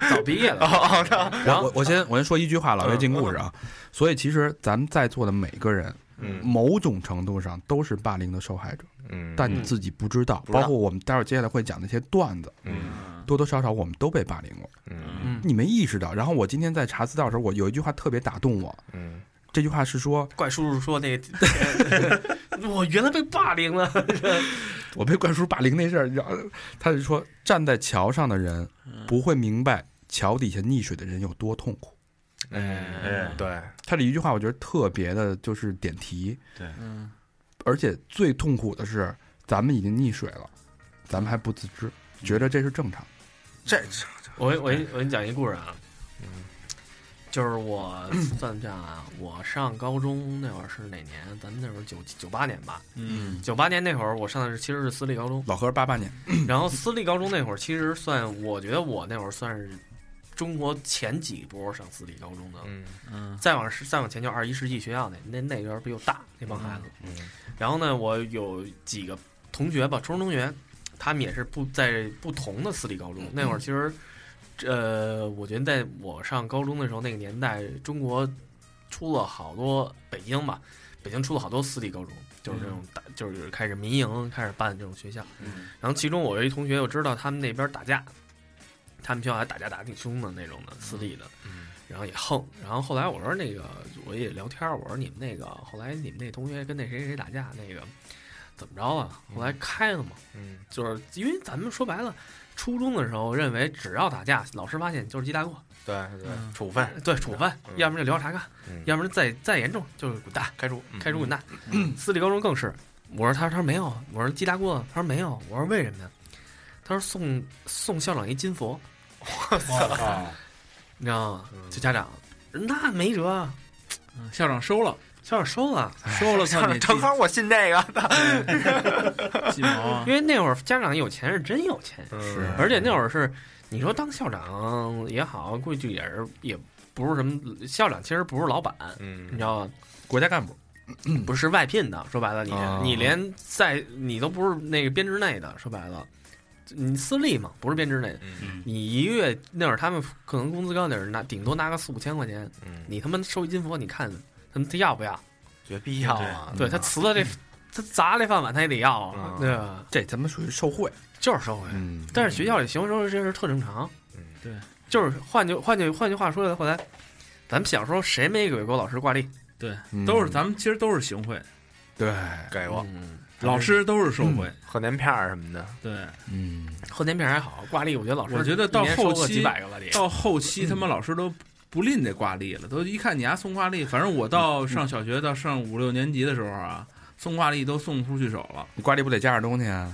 S2: 早毕业了，然后
S3: 我我我先我先说一句话，老
S5: 嗯
S3: 魏进故事啊。所以其实咱们在座的每个人，
S5: 嗯
S3: 某种程度上都是霸凌的受害者，
S5: 嗯，
S3: 但你
S2: 嗯
S3: 自己不知道。
S5: 不知道
S3: 包括我们待会儿接下来会讲那些段子，
S5: 嗯
S3: 多多少少我们都被霸凌过，
S5: 嗯
S2: 嗯
S3: 你没意识到。然后我今天在查资料的时候，我有一句话特别打动我，
S5: 嗯
S3: 这句话是说
S2: 怪叔叔说那个， 我原来被霸凌 了，
S3: 我被灌输霸凌那事儿，然后他就说站在桥上的人
S5: 嗯
S3: 不会明白桥底下溺水的人有多痛苦。
S5: 哎，对，
S3: 他这一句话我觉得特别的，就是点题，
S6: 嗯，
S3: 而且最痛苦的是咱们已经溺水了，咱们还不自知，
S6: 嗯
S3: 觉得这是正常。
S5: 这
S2: 我我给你我给你讲一故事啊，
S5: 嗯
S2: 就是我算账啊，我上高中那会儿是哪年？咱们那会儿九九八年吧，
S6: 嗯
S2: 九八年那会儿我上的是其实是私立高中，
S3: 老何八八年，
S2: 然后私立高中那会儿其实算，我觉得我那会儿算是中国前几波上私立高中的，
S5: 嗯
S6: 嗯
S2: 再往是再往前就二十一世纪学校那那那边儿比我大那帮孩子，
S5: 嗯
S2: 然后呢，我有几个同学吧，初中同学，他们也是不在不同的私立高中。那会儿其实，呃，我觉得在我上高中的时候，那个年代，中国呃出了好多北京吧，北京出了好多私立高中，就是这种大，就是开始民营开始办这种学校。
S6: 嗯
S2: 然后其中我有一同学，我知道他们那边打架，他们学校还打架打挺凶的那种的，私立的。
S5: 嗯
S2: 然后也横，然后后来我说那个我也聊天儿，我说你们那个后来你们那同学跟那谁谁打架那个怎么着啊？后来开了嘛，
S5: 嗯
S2: 就是因为咱们说白了，初中的时候认为只要打架，老师发现就是记大过，
S5: 对对，
S6: 嗯
S5: 处分
S2: 对处分，
S5: 嗯
S2: 要么就留校查看，
S5: 嗯
S2: 要么再再严重就是滚蛋，
S5: 开除嗯
S2: 开除滚蛋。私立高中更是，我说他他说没有，我说记大过，他说没有，我说为什么呀？他说送送校长一金佛，你知道
S5: 嗯
S2: 吗？就家长那没辙啊，
S6: 嗯校长收了，
S2: 校长收了。
S6: 收了，操你
S5: 正正好我信这个，
S6: 鸡毛 啊
S2: 因！为那会儿家长有钱是真有钱，
S5: 是
S2: 而且那会儿是你说当校长也好，估计也是也不是什么校长，其实不是老板，你
S5: 嗯
S2: 知道吗？
S3: 国家干部，
S2: 不是外聘的，说白了你、
S3: 哦
S2: 你连在你都不是那个编制内的，说白了。你私立嘛，不是编制内的。
S5: 嗯
S2: 你一个月那会儿，他们可能工资高点儿，拿顶多拿个四五千块钱。
S5: 嗯，
S2: 你他妈收一金佛，你看他们他要不要？
S5: 绝必要啊，
S2: 对他嗯辞了这，他砸这饭碗，他也得要啊
S5: 嗯，
S2: 对吧？
S3: 这他妈属于受贿。
S2: 就是收回。
S3: 嗯，
S2: 但是学校里行为收拾这事儿特正常，
S5: 嗯
S2: 就是换句换句换句话说回来，咱们小时候谁没给过老师挂历？
S6: 都是咱们其实都是行贿，
S3: 嗯对，
S5: 给我
S2: 嗯，
S6: 老师都是受贿，
S5: 贺年片儿什么的，
S6: 对。
S3: 嗯，
S2: 后天片还好，挂历我觉得老师
S6: 我觉得到
S2: 一年收
S6: 后
S2: 过
S6: 期
S2: 几百个吧得。
S6: 到后期他
S3: 嗯
S6: 们老师都不吝这挂历了，都一看你丫送挂历，反正我
S3: 嗯
S6: 到上小学到上五六年级的时候啊，送挂历都送不出去手了，
S3: 你挂历不得加点东西啊？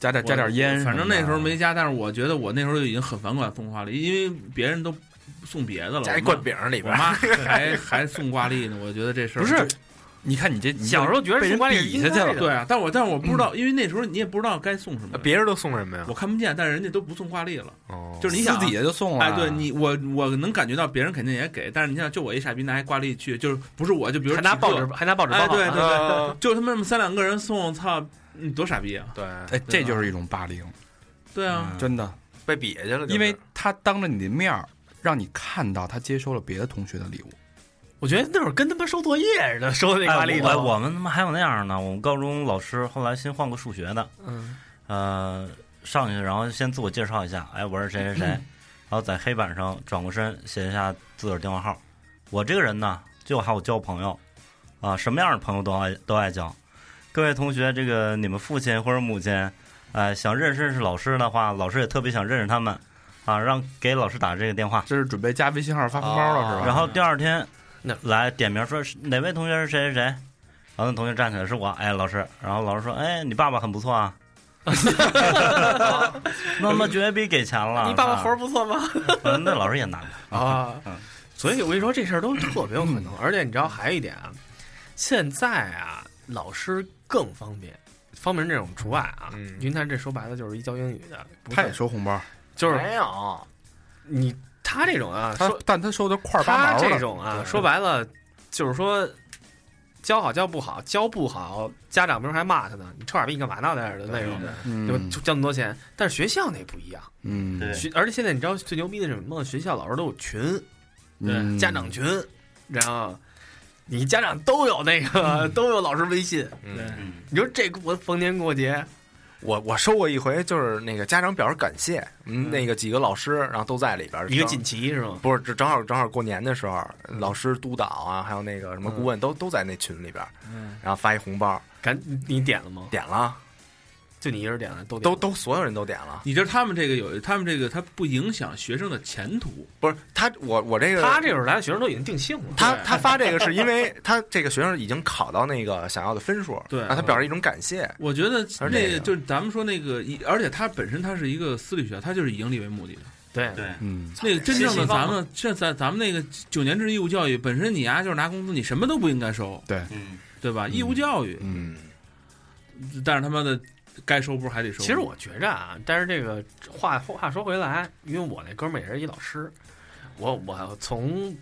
S3: 加点
S6: 我
S3: 加点烟什么
S6: 反
S3: 的，啊
S6: 正那时候没加，但是我觉得我那时候就已经很反感送挂历，因为别人都送别的了，
S5: 加一
S6: 我妈
S5: 灌饼儿里
S6: 我
S5: 边儿，
S6: 妈 还还送挂历呢，我觉得这事儿
S3: 不是。你看你这
S2: 小时候觉得
S3: 被人
S2: 送挂历是
S3: 比下去
S2: 应该
S3: 了
S2: 的，
S6: 对啊，但我但是我不知
S3: 嗯
S6: 道，因为那时候你也不知道该送什么，
S5: 啊别人都送什么呀
S6: 我？看不见，但是人家都不送挂历了，
S5: 哦
S6: 就是你想啊
S3: 私底下就送了。
S6: 哎，对你，我我能感觉到别人肯定也给，但是你想，就我一傻逼拿一挂历去，就是不是我就比如
S2: 还拿
S6: 几个
S2: 报纸，还拿报纸包
S6: 哎，
S2: 好
S6: 对对
S2: 啊
S6: 对，就他妈三两个人送，操，你多傻逼啊！
S5: 对，
S3: 哎，这就是一种霸凌，
S6: 对啊，
S3: 真的，
S5: 被比下去了就是，
S3: 因为他当着你的面儿让你看到他接收了别的同学的礼物。
S2: 我觉得那会儿跟他妈收作业似的，收那挂历
S4: 哎，
S2: 的。
S4: 我我们他妈还有那样呢，我们高中老师后来新换个数学的，
S2: 嗯，
S4: 呃，上去然后先自我介绍一下，哎，我是谁谁谁，然后在黑板上转过身写一下自个儿电话号。我这个人呢，就好交朋友，啊，什么样的朋友都爱都爱交。各位同学，这个你们父亲或者母亲，呃，想认识认识老师的话，老师也特别想认识他们，啊，让给老师打这个电话。
S3: 这是准备加微信号发
S5: 嗯
S3: 红包了
S5: 哦
S3: 是吧？
S4: 然后第二天
S2: 那
S4: 来点名说是哪位同学是谁谁谁，然后那同学站起来是我，哎，老师，然后老师说，哎，你爸爸很不错啊， 那么绝逼给钱了，
S6: 嗯
S2: 你爸爸活儿不错吗？
S4: 是吧那老师也难了，
S2: 啊，
S6: 嗯
S2: 所以我跟你说这事儿都特别有可能，而且你知道还有一点啊，现在啊老师更方便，方便这种除外啊，
S5: 嗯
S2: 云南这说白了就是一教英语的，不是
S3: 他也收红包，
S2: 就是
S5: 没有，
S2: 你他这种啊，
S3: 他
S2: 说
S3: 但他收的块儿八
S2: 他
S3: 毛
S2: 这
S3: 的，
S2: 种啊，
S5: 对
S2: 说白了就是说教好教不好，教不好家长明儿还骂他呢，你臭傻逼你干嘛呢在这儿的那种，对吧
S3: 嗯
S2: 就交那么多钱，但是学校那不一样，
S3: 嗯，
S4: 对
S2: 学而且现在你知道最牛逼的是什么吗？学校老师都有群，
S3: 嗯
S2: 家长群，然后。你家 长都有那个，都有老师微信。
S5: 嗯
S2: 你说这过逢年过节，
S5: 我我收过一回，就是那个家长表示感谢，嗯，那个几个老师，然后都在里边儿，
S2: 一个
S5: 正
S2: 锦旗是吗？
S5: 不是，这正好正好过年的时候，老师督导啊，还有那个什么
S4: 嗯
S5: 顾问都都在那群里边儿，
S2: 嗯，
S5: 然后发一红包，
S2: 赶你点了吗？
S5: 点了，
S2: 就你一人点了，都点
S5: 都
S2: 了
S5: 都所有人都点了，
S6: 你知道他们这个有，他们这个他不影响学生的前途，
S5: 不是他，我我这个
S2: 他这会儿来的学生都已经定性了，
S5: 他他发这个是因为他这个学生已经考到那个想要的分数，
S6: 对
S5: 然后他表示一种感谢，
S6: 我觉得
S5: 而且
S6: 那个就是咱们说那个，一而且他本身他是一个私立学校，他就是以盈利为目的的。
S2: 对
S4: 对
S3: 嗯，
S6: 那个真正的
S2: 信息棒
S6: 咱们这咱咱们那个九年制义务教育本身，你呀、就是拿工资，你什么都不应该收，
S4: 嗯，
S6: 对吧？义务教育，
S5: 嗯，
S6: 但是他妈的该收不是还得收。
S2: 其实我觉着啊，但是这个话话说回来，因为我那哥们儿也是一老师，我我从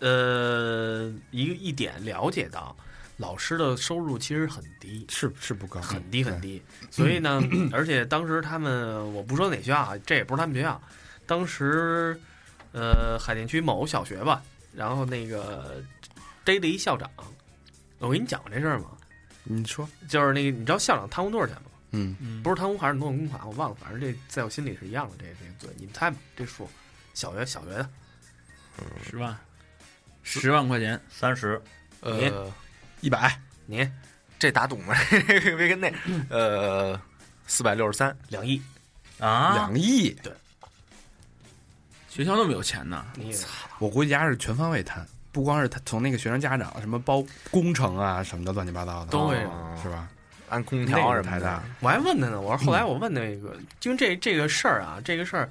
S2: 呃一一点了解到，老师的收入其实很低，
S3: 是是不高，
S2: 很低很
S3: 低。
S2: 低。所以呢，而且当时他们，我不说哪学校啊，这也不是他们学校，当时呃海淀区某小学吧，然后那个逮了一校长，我跟你讲过这事儿吗？
S3: 你说，
S2: 就是那个你知道校长贪污多少钱吗？
S3: 嗯，
S6: 嗯
S2: 不是贪污还是挪用公款，我忘了，反正这在我心里是一样的。这这罪，你们猜吧，这数，小学小学的，
S6: 十万，十万块钱，
S4: 三十
S2: 你
S5: 呃，
S3: 一百
S2: 你
S5: 这打赌吗？ 别跟那呃四百六十三，
S2: 两亿，
S4: 啊，
S3: 两亿，
S6: 学校那么有钱呢？
S2: 你
S3: 我估计家是全方位贪，不光是他从那个学生家长什么包工程啊什么的乱七八糟的，
S2: 都会有
S5: 哦
S3: 是吧？
S5: 按空调
S3: 那
S5: 什
S3: 个
S5: 么
S3: 太
S5: 的
S3: 大，
S2: 我还问他呢，我说后来我问那个，因为这这个事儿啊，这个事儿，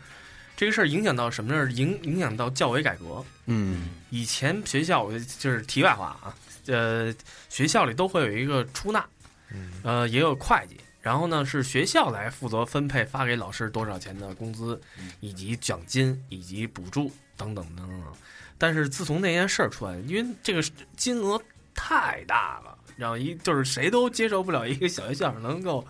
S2: 这个事儿影响到什么呢？影影响到教委改革。
S3: 嗯
S2: 以前学校就是题外话啊，呃，学校里都会有一个出纳，
S5: 嗯
S2: 呃，也有会计。然后呢，是学校来负责分配发给老师多少钱的工资，以及奖金，以及补助等等等等。但是自从那件事儿出来，因为这个金额太大了，然后一就是谁都接受不了一个小学校长能够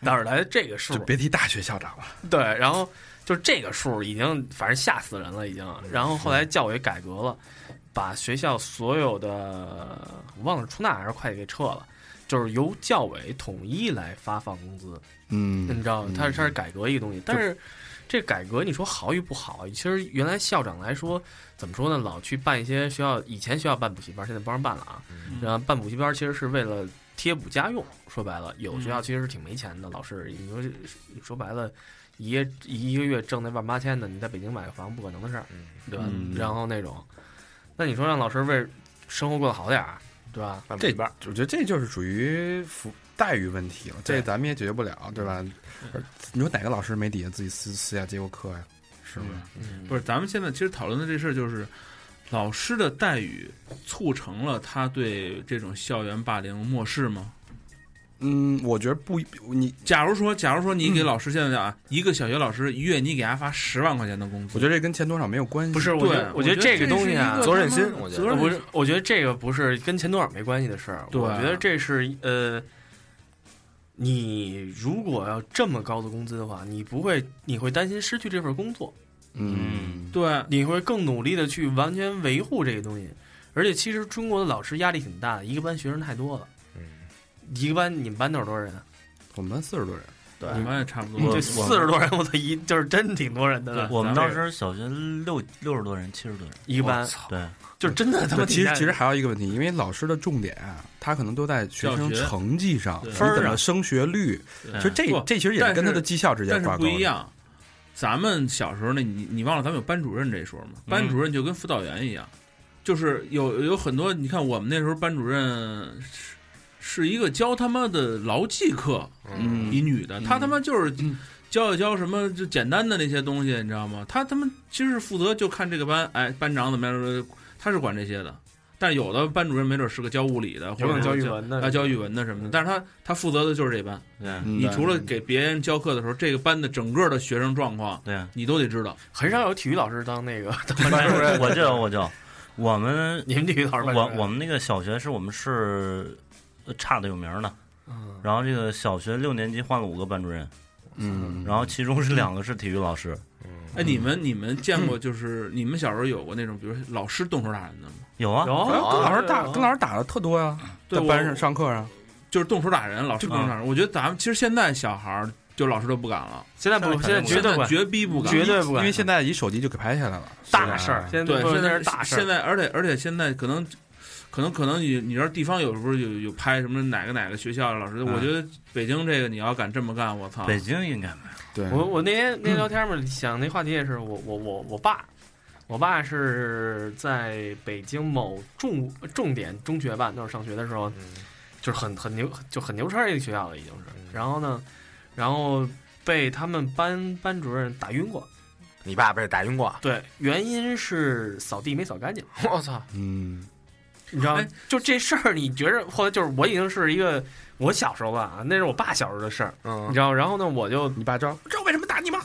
S2: 哪儿来这个数啊
S3: 就，别提大学校长了。
S2: 对，然后就是这个数已经反正吓死人了，已经。然后后来教委改革了，把学校所有的我忘了出纳还是会计给撤了。就是由教委统一来发放工资，
S3: 嗯，
S2: 你知道，它是它是
S3: 嗯
S2: 改革一个东西，但是这改革你说好与不好，其实原来校长来说，怎么说呢？老去办一些学校，以前学校办补习班，现在不让办了啊。然后办补习班其实是为了贴补家用，说白了，有学校其实是挺没钱的，老师，你说你说白了，一夜一个月挣那万八千的，你在北京买个房不可能的事儿，
S5: 嗯，
S2: 对吧？
S3: 嗯
S2: 然后那种，那你说让老师为生活过得好点儿，啊对吧？
S5: 半
S3: 这
S5: 一半儿，
S3: 我觉得这就是属于服待遇问题了，这
S2: 对嗯
S3: 咱们也解决不了，对吧？而你说哪个老师没底下自己私私下接过课呀？是不是？
S2: 嗯
S6: 不是，咱们现在其实讨论的这事儿就是，老师的待遇促成了他对这种校园霸凌漠视吗？
S3: 嗯，我觉得不，你
S6: 假如说，假如说你给
S2: 嗯
S6: 老师现在讲啊，一个小学老师一月你给他发十万块钱的工资，
S3: 我觉得这跟钱多少没有关系。
S2: 不是，我觉
S6: 对
S2: 得，我觉得这个东西啊，
S6: 是一个
S5: 责任
S6: 他妈
S5: 心我觉得
S6: 责任
S2: 不是，啊我觉得这个不是跟钱多少没关系的事儿。
S6: 对
S2: 我觉得这是呃，你如果要这么高的工资的话，你不会，你会担心失去这份工作，
S3: 嗯，
S6: 对，
S2: 你会更努力的去完全维护这个东西。而且，其实中国的老师压力挺大的，一个班学生太多了，
S5: 嗯，
S2: 一个班你们班都有多少人啊？
S3: 我们班四十多人，
S4: 对
S6: 你们也差不
S4: 我
S6: 多
S2: 就。四十多人，我操，一就是真挺多人的了，
S4: 嗯我们
S6: 咱
S4: 当
S6: 们
S4: 时小学六六十多人，七十多人，
S2: 一个班
S4: 对，
S2: 就是真的他妈
S3: 对其实其实还有一个问题，因为老师的重点啊，他可能都在学生
S6: 教学
S3: 成绩上、
S6: 对
S3: 你
S2: 分儿
S3: 怎
S2: 啊
S3: 么升学率，
S4: 对
S3: 其实这
S6: 不
S3: 这其实也
S6: 但
S3: 跟他
S6: 是
S3: 的绩效之
S6: 但
S3: 间
S6: 是
S3: 挂钩。
S6: 不一，样。咱们小时候呢，你你忘了咱们有班主任这一说吗？班主任就跟辅导员一样，就是有有很多，你看我们那时候班主任是是一个教他妈的劳技课，
S5: 嗯
S6: 一女的，她他妈就是
S2: 嗯
S6: 教一教什么就简单的那些东西，你知道吗？她他妈其实是负责就看这个班，哎，班长怎么样，她是管这些的。但有的班主任没准是个教物理的，或
S2: 有可
S6: 者
S2: 能教
S6: 是
S2: 语文的
S6: 啊教语文的什么的，但是他他负责的就是这班。
S4: 对
S3: 嗯
S6: 你除了给别人教课的时候，这个班的整个的学生状况，
S4: 对。
S6: 你都得知道。
S2: 很少有体育老师当那个，当
S5: 班主任
S4: 我就我就我们
S2: 你们体育老师班主
S4: 我
S2: 任
S4: 我们那个小学是我们市呃差的有名儿的，
S2: 嗯
S4: 然后这个小学六年级换了五个班主任，
S3: 嗯，
S4: 然后其中是两个是体育老师，
S5: 嗯
S6: 哎，
S2: 嗯
S6: 你们你们见过就是你们小时候有过那种，比如说老师动手打人的吗？
S4: 有啊，
S2: 有
S3: 跟老师
S2: 对
S3: 打
S2: 有
S3: 跟老师打的特多呀，
S6: 对
S3: 在
S6: 我
S3: 班上上课啊，
S6: 就是动手打人，老师动手打人。
S2: 嗯
S6: 我觉得咱们其实现在小孩儿就老师都不敢了，
S2: 现在不，现在嗯绝对
S6: 现在
S2: 不敢，
S6: 绝逼不敢，
S2: 绝对不敢，
S3: 因为现在一手机就给拍下来了，
S2: 大事儿，现在
S6: 对，
S2: 不
S6: 现在
S2: 是大事
S6: 现
S2: 儿，
S6: 在而且而且现在可能，可能可能你你知道地方有时候有有拍什么哪个哪个学校的老师，
S2: 嗯
S6: 我觉得北京这个你要敢这么干，我操！
S4: 北京应该没
S3: 对，
S4: 有。
S2: 我我那天那天聊天嘛，想那话题也是我我我我爸，我爸是在北京某重重点中学吧，那会儿上学的时候，
S5: 嗯
S2: 就是很很牛就很牛叉一个学校了已经
S3: 嗯
S2: 是。然后呢，然后被他们班班主任打晕过。
S5: 你爸被打晕过，
S2: 对，原因是扫地没扫干净，
S5: 我操！
S3: 嗯，
S2: 你知道吗
S6: 哎？
S2: 就这事儿，你觉着后来就是我已经是一个我小时候吧，啊那是我爸小时候的事儿，你
S5: 嗯，
S2: 知道？然后呢，我就
S3: 你爸招，
S2: 啊知道为什么打你吗？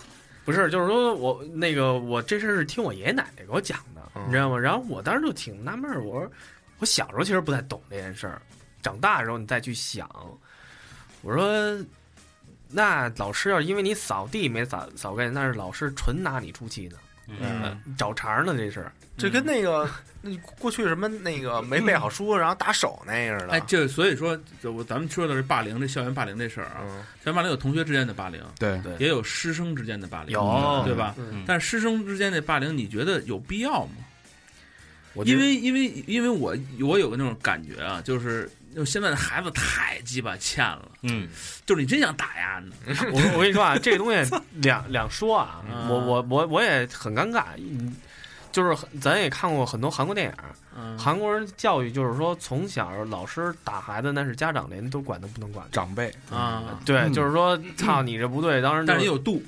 S2: 不是，就是说我那个我这事儿是听我爷爷奶奶给我讲的，
S5: 嗯
S2: 你知道吗？然后我当时就挺纳闷儿，我说我小时候其实不太懂这件事儿，长大的时候你再去想，我说那老师要是因为你扫地没扫扫干净，那是老师纯拿你出气呢，呃
S5: 嗯
S2: 找茬儿呢这是。
S5: 这跟那个那过去什么那个没背好书，然后打手那似的。
S6: 哎，这所以说，就我咱们说的是霸凌，这校园霸凌这事儿啊，
S5: 嗯，
S6: 校园霸凌有同学之间的霸凌，
S3: 对，
S2: 对
S6: 也有师生之间的霸凌，
S2: 有
S6: 对吧？
S2: 嗯
S6: 但师生之间的霸凌，你觉得有必要吗？
S2: 我觉
S6: 因
S2: 得
S6: 为因为因为我我有个那种感觉啊，就是就现在的孩子太鸡巴欠了，
S4: 嗯，
S6: 就是你真想打呀，
S2: 我我跟你说啊，这个东 西两两说啊
S6: 嗯，
S2: 我我我我也很尴尬，嗯就是很咱也看过很多韩国电影儿。
S6: 嗯，
S2: 韩国人教育就是说，从小老师打孩子，那是家长连都管都不能管。
S3: 长辈，
S6: 啊，
S2: 对，
S3: 嗯
S2: 就是说，操你这不对，当时
S6: 但
S2: 就
S6: 是也有度，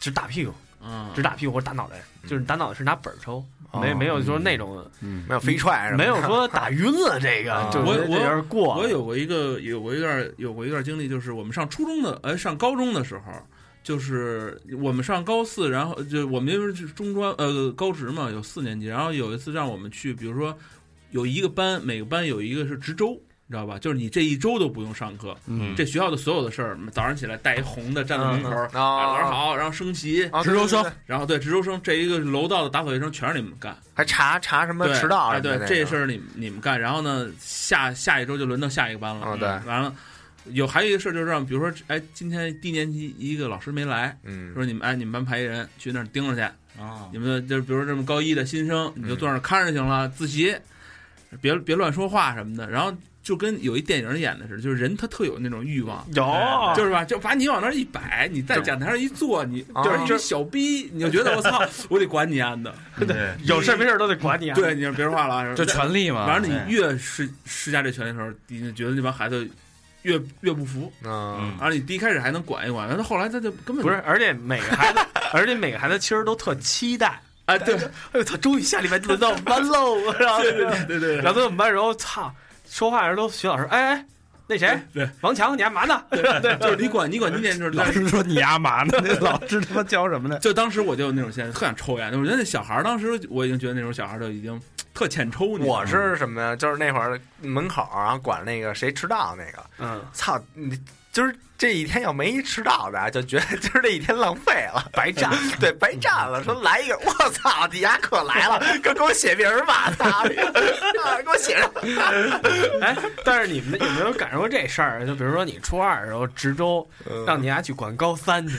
S2: 只打屁股，
S6: 嗯，
S2: 只打屁股或者打脑袋，就是打脑袋是拿本儿抽，
S5: 哦
S2: 没没有说那种
S3: 嗯
S5: 没有飞踹是吧？
S2: 没有说打晕了这个
S5: 啊，
S2: 就是
S6: 我
S2: 这
S6: 我
S2: 有点过了。
S6: 我有过一个有过一段有过一段经历，就是我们上初中的，呃，上高中的时候，就是我们上高四，然后就我们因为是中专呃高职嘛，有四年级，然后有一次让我们去，比如说有一个班，每个班有一个是值周。你知道吧？就是你这一周都不用上课，
S3: 嗯
S6: 这学校的所有的事儿，早上起来带一红的站在门
S5: 嗯
S6: 口，
S5: 嗯
S6: 打早上好，然后升旗，
S5: 啊，
S3: 直
S5: 对
S3: 周生，
S5: 对对对
S6: 然后对值周生这一个楼道的打扫卫生全是你们干，
S5: 还查查什么
S6: 对，
S5: 迟到
S6: 哎
S5: 什么
S6: 对
S5: 的。，
S6: 这事儿你们你们干，然后呢，下下一周就轮到下一个班了。
S5: 啊对
S6: 嗯完了，有还有一个事儿就是让，比如说，哎，今天低年级一个老师没来，
S5: 嗯
S6: 说你们哎你们班派一人去那儿盯着去，
S4: 啊
S6: 你们就是比如说这么高一的新生，你就坐那儿看着行了，自习，别别乱说话什么的。然后就跟有一电影演的似的，就是人他特有那种欲望。
S5: 哦
S2: 有，
S6: 就是吧，就把你往那儿一摆，你在讲台上一坐，你
S5: 啊
S6: 就是一小逼，你就觉得我操，我得管你啊 的。
S4: 对，
S2: 有事儿没事儿都得管你啊。
S6: 对，你就别说话了，
S3: 这权利嘛，
S6: 反正你越施施加这权利的时候，你就觉得这帮孩子越越不服。
S5: 嗯
S4: 嗯
S6: 而你第一开始还能管一管，但是后来他就根本
S2: 不是，而且每个 孩子，而且每个孩子其实都特期待。
S6: 哎，对
S2: 哎呦，操！终于下礼拜轮到我们班 喽，然后
S6: 对对
S2: 然后我们班，然后操，说话的时候都徐老师，哎哎，那谁，
S6: 对
S2: 王强，你干嘛呢？
S6: 对，就是你管你管你点就是
S3: 老
S6: 但是
S3: 师说你丫嘛呢？那老师他妈教什么呢？
S6: 就当时我就有那种现在特想抽烟，我觉得那小孩儿当时我已经觉得那种小孩儿就已经特欠抽你。
S5: 嗯我是什么呀？就是那会儿门口，然后管那个谁迟到那个，
S2: 嗯，
S5: 操你！就是这一天要没迟到的，啊就觉得 今儿这一天浪费了，白站，对，白站了。说来一个，我操，你丫可来了，给给我写名儿吧，操，啊给我写上。
S2: 哎，但是你们有没有感受过这事儿？就比如说你初二的时候值周，
S6: 嗯
S2: 让你丫去管高三 去，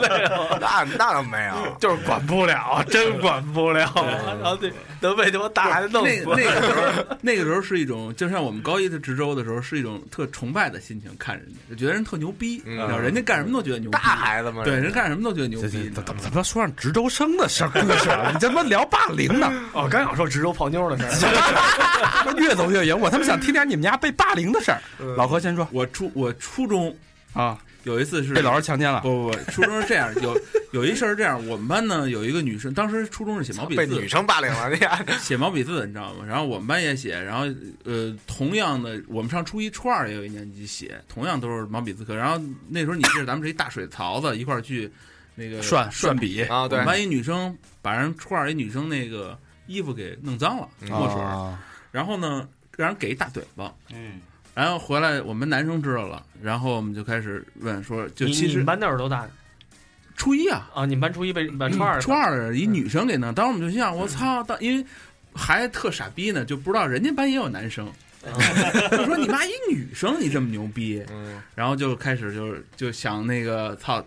S5: 那那倒没有，
S2: 就是管不了， 真管不了，然后得能被他妈大孩子弄
S6: 那
S2: 死
S6: 个。那个时候，那个时候是一种，就像我们高一的值周的时候，是一种特崇拜的心情看人家，就觉得人特牛逼，
S5: 嗯
S6: 你知道，人家干什么都觉得牛逼
S5: 大。孩子嘛，
S6: 对，人干什么都觉得牛
S3: 这
S6: 逼
S3: 这
S6: 你知道
S3: 怎
S6: 吗
S3: 怎。怎么说上值周生的事儿故事了？你他妈聊霸凌呢？
S2: 哦，刚想说值周泡妞的事儿，
S3: 他妈越走越远，我他妈想听点你们家被霸凌的事儿。老何先说
S6: 我初我初中
S3: 啊，
S6: 有一次是
S3: 被老师强奸了，
S6: 不不不，初中是这样，有有一事儿是这样，我们班呢有一个女生，当时初中是写毛笔
S5: 被
S6: 字
S5: 女，生霸凌了，你看，
S6: 写毛笔字，你知道吗？然后我们班也写，然后呃，同样的，我们上初一、初二也有一年级写，同样都是毛笔字课。然后那时候你记得咱们是一大水槽子，一块儿去那个
S3: 涮涮笔，
S5: 啊，
S6: 我
S5: 对
S6: 们，班一女生把人初二一女生那个衣服给弄脏了，
S5: 嗯
S6: 墨水儿，
S3: 啊
S6: 然后呢让人给一大嘴巴，
S4: 嗯，
S6: 然后回来，我们男生知道了，然后我们就开始问说，就
S2: 你
S6: 其
S2: 你们
S6: 实
S2: 班那会儿多大
S6: 初一啊，
S2: 啊？你们班初一被把初二
S6: 嗯
S2: 嗯
S6: 初二的一女 生给弄，当时我们就心想，我操，当因为还特傻逼呢，就不知道人家班也有男生，就说你妈一女生，你这么牛逼，
S5: 嗯，
S6: 然后就开始就是就想那个操，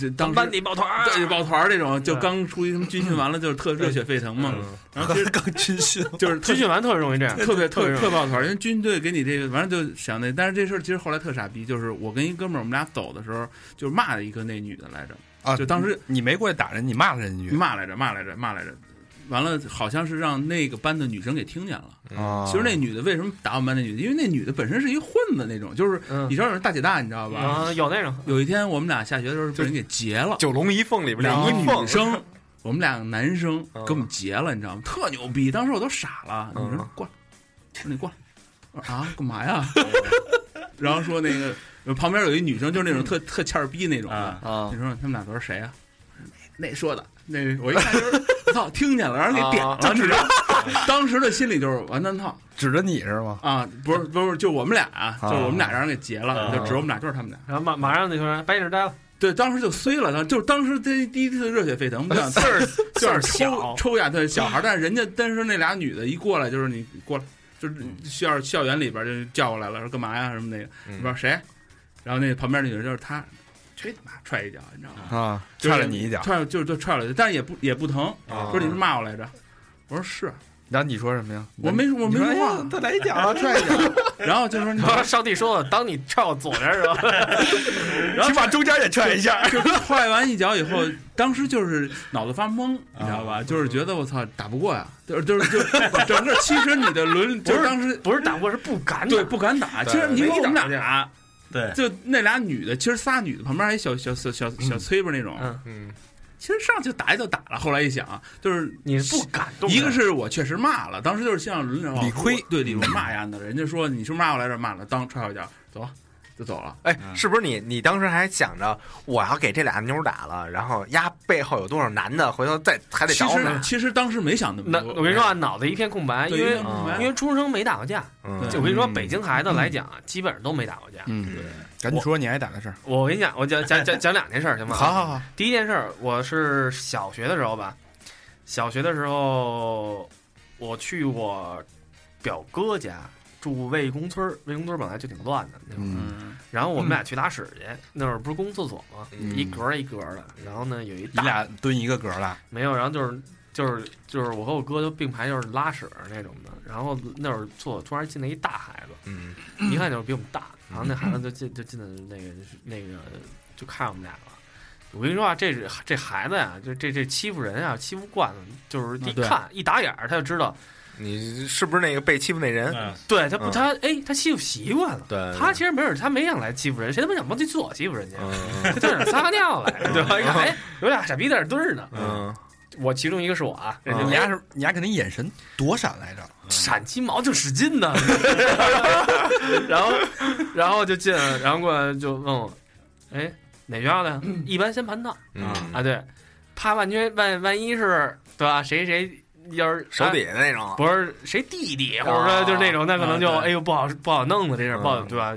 S6: 就当时
S2: 班底抱团儿，
S6: 对抱团儿这种，就
S2: 对
S6: 刚出去什么军训完了，就是特热血沸腾嘛，然后其实
S4: 刚军训，
S6: 就是特
S2: 嗯 军训完特容易这 样，
S6: 特别
S2: 特
S6: 特
S2: 别
S6: 特抱团儿，因为军队给你这个，完了就想那，但是这事儿其实后来特傻逼，就是我跟一哥们儿，我们俩走的时候就骂了一个那女的来着，
S3: 啊，
S6: 就当时
S3: 你没过去打人，你骂了人家一句
S6: 骂来着，骂来着，骂来着，完了好像是让那个班的女生给听见了。
S3: 啊，
S5: 嗯
S6: 其实
S5: 哦
S6: 那女的为什么打我们班那女的？因为那女的本身是一混子那种，就是
S2: 嗯
S6: 你知道有人大姐大，你知道吧？
S2: 啊，有那种
S6: 有一天我们俩下学的时候被人给劫了，
S5: 九龙一凤里边
S6: 两个
S5: 一凤
S6: 女，生， 我们俩男生
S5: 嗯
S6: 给我们劫了，你知道吗？特牛逼，当时我都傻了。
S5: 嗯
S6: 女生过来，我说你过来，我说啊，干嘛呀？ 然后说那个旁边有一女生，就是那种特特欠儿逼那种的。
S1: 啊
S6: 你，说他们俩都是谁啊？那说的，那我一看就是，啊我操，听见了，让人给点了，你知道吗？ 当时的心里就是完蛋套
S3: 指着你是吗？
S6: 啊，不是不是，就我们俩啊，就是我们俩让人给劫了，
S2: 啊
S6: 就指我们俩就是他们俩。
S2: 然后马马上那就说白眼 呆了，
S6: 对，当时就衰了，当就是当时这第一次热血 沸腾，我们想
S2: 岁儿
S6: 就
S2: 岁
S6: 是
S2: 儿
S6: 抽
S2: 小，
S6: 抽呀，对小孩儿，但是人家但是那俩女的一过来就是你过来，就是
S3: 嗯
S6: 校校园里边就叫过来了，说干嘛呀什么那个，不
S5: 嗯
S6: 知道谁，然后那旁边那女的就是她，去你妈踹一脚，你知道吗？
S3: 啊，
S6: 就是
S3: 踹了你一脚，
S6: 踹就是就踹了一脚，但是也不也不疼，
S5: 啊
S6: 说你是骂我来着，我说是
S3: 然后你说什么呀？
S6: 我没我
S3: 你
S6: 没
S3: 说，哎
S6: 说
S3: 呀
S6: 话，
S3: 再来一脚啊，踹一脚，
S6: 然后就 说你
S2: 然后上帝说了，当你踹我左边的时候，
S3: 起码中间也踹一下。
S6: 就踹完一脚以后，当时就是脑子发懵，你知道
S2: 啊
S6: 吧？就是觉得我操打不过呀，就是就是 就整个其实你的伦就是当时。
S2: 不是打过，是不敢打
S6: 对，不敢打。其实你说我们俩打，
S4: 对，
S6: 就那俩女的，其实仨女的，旁边还一小小小小小崔吧那种。
S2: 嗯
S5: 嗯
S6: 其实上去打也就打了，后来一想，就是
S2: 你是不敢动的，
S6: 一个是我确实骂了，当时就是像轮流
S3: 理亏
S6: 对理亏
S2: 嗯
S6: 骂丫的，人家说你是骂我来着，骂了，当踹我一脚，走就走了。
S5: 哎，是不是你？你当时还想着我要给这俩妞打了，然后丫背后有多少男的，回头再还得
S6: 其
S5: 找我们
S6: 实。其实当时没想那么
S2: 那
S6: 多，
S2: 我跟你说啊，脑子一片空白，
S6: 对，
S2: 因为嗯
S5: 啊
S2: 因为出生没打过架。
S5: 嗯
S2: 就我跟你说，
S3: 嗯
S2: 北京孩子来讲，啊基本上都没打过架。
S3: 嗯，赶紧说你挨打的事儿。
S2: 我跟你讲，我讲讲讲讲两件事儿行吗？
S3: 好好好，
S2: 第一件事儿，我是小学的时候吧，小学的时候我去我表哥家住魏公村儿，魏公村儿本来就挺乱的那会儿，
S3: 嗯，
S6: 嗯，
S2: 然后我们俩去拉屎去，那会儿不是公共厕所吗？
S3: 嗯
S2: 一格儿一格儿的，然后呢有一
S3: 你
S2: 大
S3: 俩蹲一个格儿了，
S2: 没有，然后就是就是就是我和我哥就并排就是拉屎那种的，然后那会儿厕所突然进来一大孩子，
S5: 嗯
S2: 一看就是比我们大，然后那孩子就进就进的那个那个就看我们俩了。我跟你说啊，这是这孩子呀、这这这欺负人啊，欺负惯了，就是一
S6: 啊对
S2: 看一打眼儿他就知道，
S5: 你是不是那个被欺负那人？
S4: 嗯
S2: 对他不
S5: 嗯
S2: 他哎他欺负习惯了，
S5: 对
S2: 他其实没准他没想来欺负人，谁他妈想往这厕所欺负人去？
S5: 嗯
S2: 他在那儿撒个尿来， 对吧？一看哎，有俩傻逼在那儿蹲着呢。
S5: 嗯，
S2: 我其中一个是我啊，人家
S3: 你
S2: 俩
S3: 俩是你俩肯定眼神躲闪来着，
S2: 闪鸡毛就使劲呢， 然后然后就进来了，然后过来就问我，哎，哪学校的呀？一般先盘道
S5: 嗯
S2: 啊，对，怕万缺万万一是对吧？谁谁要是
S5: 手底
S2: 啊
S5: 下那种，
S2: 不是谁弟弟，或者说就是那种，那可能就
S6: 啊
S2: 哎
S6: 对
S2: 呦不好不好弄了，这事儿
S5: 嗯
S2: 不好对吧？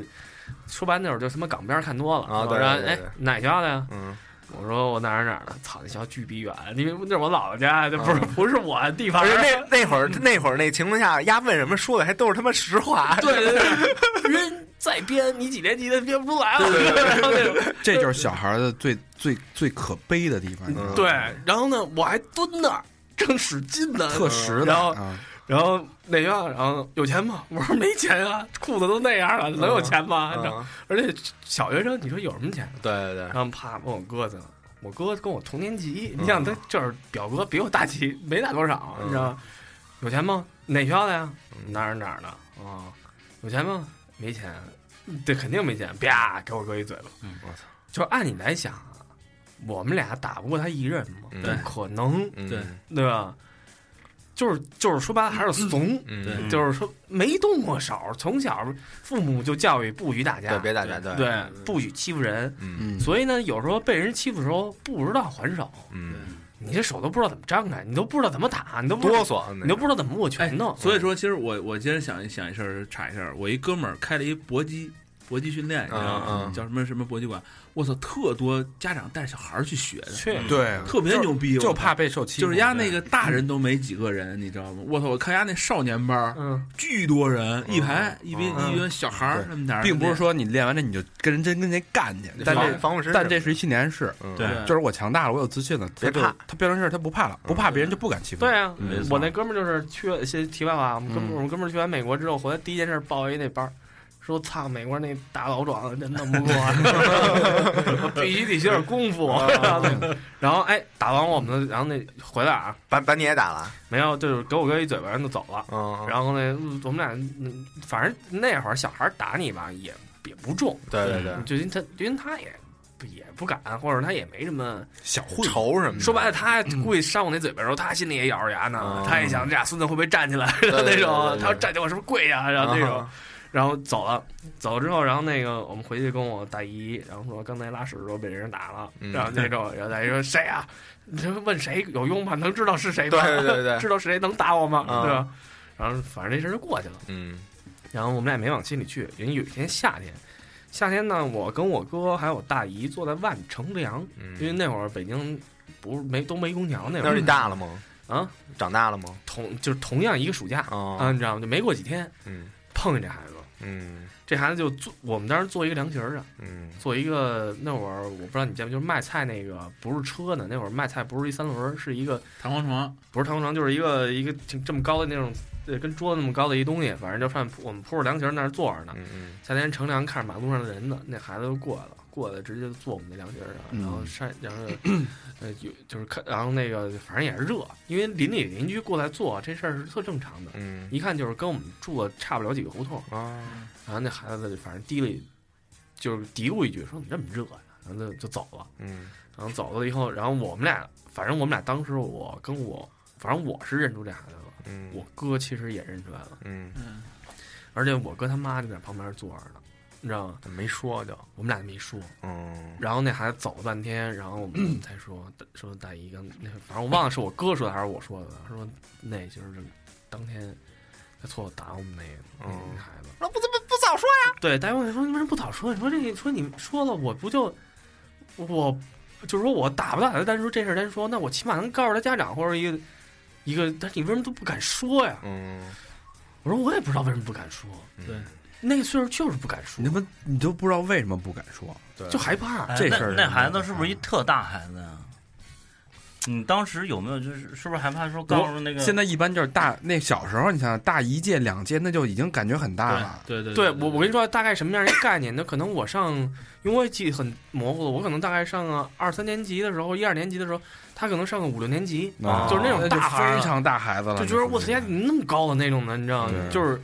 S2: 说白了那会儿就他妈港边儿看多了
S5: 啊对
S2: 我说
S5: 对对
S2: 哎
S5: 对
S2: 哪学校的呀？
S5: 嗯
S2: 我说我哪儿哪儿的，操那学校巨逼远，因为那是我姥姥家，那不是不是我的地
S5: 嗯
S2: 方
S5: 而，且那那会儿那会儿那情况下，丫问什么说的还都是他妈实 话。
S2: 对对对，人再编，你几年级的编不出来了。 然后那种
S3: 这就是小孩儿的最最最可悲的地方，你知道吗
S2: 对，然后呢，我还蹲那儿正使劲呢，
S3: 特实的
S2: 然后
S3: 啊，
S2: 然后哪样？然后有钱吗？我说没钱啊，裤子都那样了，能有钱吗？你知道
S5: 嗯
S2: 而且小学生，你说有什么钱？
S5: 对对对
S2: 然，后啪问我哥去了，我哥跟我同年级，你想他就是表哥比我大几，没大多少，
S5: 嗯
S2: 你知道吗？有钱吗？哪学校的呀？哪儿哪儿的啊？有钱吗？没钱，对，肯定没钱，啪给我哥一嘴巴。
S5: 嗯我操，
S2: 就是按你来想啊，我们俩打不过他一人嘛，
S5: 嗯
S2: 不可能，
S5: 嗯
S6: 对
S2: 对吧？就是就是说白了还是怂，
S5: 嗯
S6: 对
S2: 就是说没动过手，从小父母就教育不许打架，
S5: 对，别打架，对
S2: 对，不许欺负人。
S5: 嗯
S3: 嗯，
S2: 所以呢，有时候被人欺负的时候不知道还手，
S5: 嗯，
S2: 你这手都不知道怎么张开，你都不知道怎么打，你都不知道
S5: 哆嗦，
S2: 你都不知道怎么握
S6: 哎
S2: 拳头。
S6: 所以说，其实我我今天想一想一事儿，查一下儿，我一哥们儿开了一搏击，搏击训练，你知道
S5: 嗯
S6: 吗
S5: 嗯？
S6: 叫什么什么搏击馆？我操，特多家长带着小孩儿去学的，
S2: 确实
S3: 对，
S6: 特别牛逼，
S3: 就
S6: 我操
S3: 怕被受欺负。
S6: 就是丫那个大人都没几个人，你知道吗？我操！我看丫那少年班儿
S2: 嗯，
S6: 巨多人，一排一边
S2: 嗯
S6: 一边小孩儿
S3: 对
S6: 那么点儿，
S3: 并不是说你练完这你就跟人真跟人干去，但
S5: 防
S3: 这
S5: 防护身
S3: 但这是一心理暗示，
S5: 嗯
S4: 对
S3: 就是我强大了，我有自信了，他
S5: 别
S3: 就
S5: 怕
S3: 他变成事儿他不怕了，不怕别人就不敢欺负你。
S2: 对啊
S3: 嗯
S4: 没，错
S2: 我那哥们儿就是去先题外话，我们哥们儿、
S3: 嗯
S2: 我们哥们儿去完美国之后回来第一件事报一那班儿。说操，美国那大老壮真弄不过，我必须得学点功夫。 然后那然后哎，打完我们的，然后那回来啊，
S5: 把把你也打了，
S2: 没有，就是给我哥一嘴巴，然后就走了。
S5: 嗯，
S2: 然后呢，嗯我们俩嗯反正那会儿小孩儿打你吧，也也不重，
S5: 对对对，
S2: 就因为他因为他也也不敢，或者他也没什么。
S3: 小混
S5: 仇什么的，
S2: 说白了，他估计扇我那嘴巴的时候，他心里也咬着牙呢
S5: 嗯，
S2: 他也想这俩孙子会不会站起来
S5: 对对对
S2: 那
S5: 对
S2: 种
S5: 对，
S2: 他要站起来我是不是跪下，
S5: 啊
S2: 然后那种，然后走了，走了之后，然后那个我们回去跟我大姨，然后说刚才拉屎的时候被人打了，
S5: 嗯
S2: 然后那 种，然后大姨说谁啊？你这问谁有用吗？能知道是谁吗？
S5: 对对对对
S2: 知道是谁能打我吗？
S5: 嗯
S2: 对吧？然后反正这事儿就过去了。
S5: 嗯
S2: 然后我们俩也没往心里去。人有一天夏天，夏天呢，我跟我哥还有我大姨坐在外面乘凉，
S5: 嗯，
S2: 因为那会儿北京不是没都没空调那
S5: 那会
S2: 会
S5: 儿你
S2: 儿
S5: 大了吗？
S2: 啊，
S5: 长大了吗？
S2: 同就是同样一个暑假啊，
S5: 啊，
S2: 你知道吗？就没过几天
S5: 嗯
S2: 碰见这孩子，
S5: 嗯
S2: 这孩子就坐我们当时坐一个凉席儿上，
S5: 嗯
S2: 坐一个那会儿我不知道你见没，就是卖菜那个不是车呢，那会儿卖菜不是一三轮儿，是一个
S6: 弹簧床，
S2: 不是弹簧床，就是一个一个挺这么高的那种，呃，跟桌子那么高的一东西，反正就上我们铺着凉席儿那儿坐着呢。
S5: 嗯
S2: 夏天乘凉看着马路上的人呢，那孩子就过来了，过来直接就坐我们那凉席儿上，然后晒，然后呃有就是看，然后那个反正也是热，因为邻里邻居过来坐啊这事儿是特正常的，
S5: 嗯
S2: 一看就是跟我们住的差不了几个胡同。
S5: 嗯啊，
S2: 然后那孩子反正嘀了一，就是嘀咕一句说你这么热呀、然后就就走了。
S5: 嗯
S2: 然后走了以后，然后我们俩，反正我们俩当时我跟我，反正我是认出这孩子了，
S5: 嗯
S2: 我哥其实也认出来了，
S5: 嗯
S6: 嗯，
S2: 而且我哥他妈就在旁边坐着呢，你知道吗？
S5: 没说就
S2: 我们俩没说。
S5: 嗯
S2: 然后那孩子走了半天，然后我们 才说说大姨跟那反正我忘了是我哥说的还是我说的，说那就是当天他错打我们那个、
S5: 嗯
S2: 那孩子。
S5: 那不怎么不早说
S2: 对，大姨问说你为什么不早说？你说这说你说了，我不就我就是说我打不打他单说这事儿单说，那我起码能告诉他家长或者一个一个，但是你为什么都不敢说呀？
S5: 嗯
S2: 我说我也不知道为什么不敢说，
S6: 对，
S2: 那个岁数就是不敢说
S3: 你，他妈你都不知道为什么不敢说，
S5: 对
S2: 就害怕。
S4: 哎
S3: 这事儿
S4: 那那
S3: 是
S4: 孩子是不是一特大孩子呀？你当时有没有就是是不是害怕说告诉那个？
S3: 现在一般就是大那小时候，你想想大一届两届，那就已经感觉很大了。
S6: 对对
S2: 对我，我跟你说大概什么样一个概念？那可能我上，因为我也记得很模糊了，我可能大概上个二三年级的时候，一二年级的时候，他可能上个五六年级，
S3: 啊
S2: 就是那种大孩儿
S3: 非常大孩子了，
S2: 就觉得我操，家
S3: 那
S2: 怎
S3: 属于
S2: 么那么高的那种的，你知道吗
S3: 对？
S2: 就是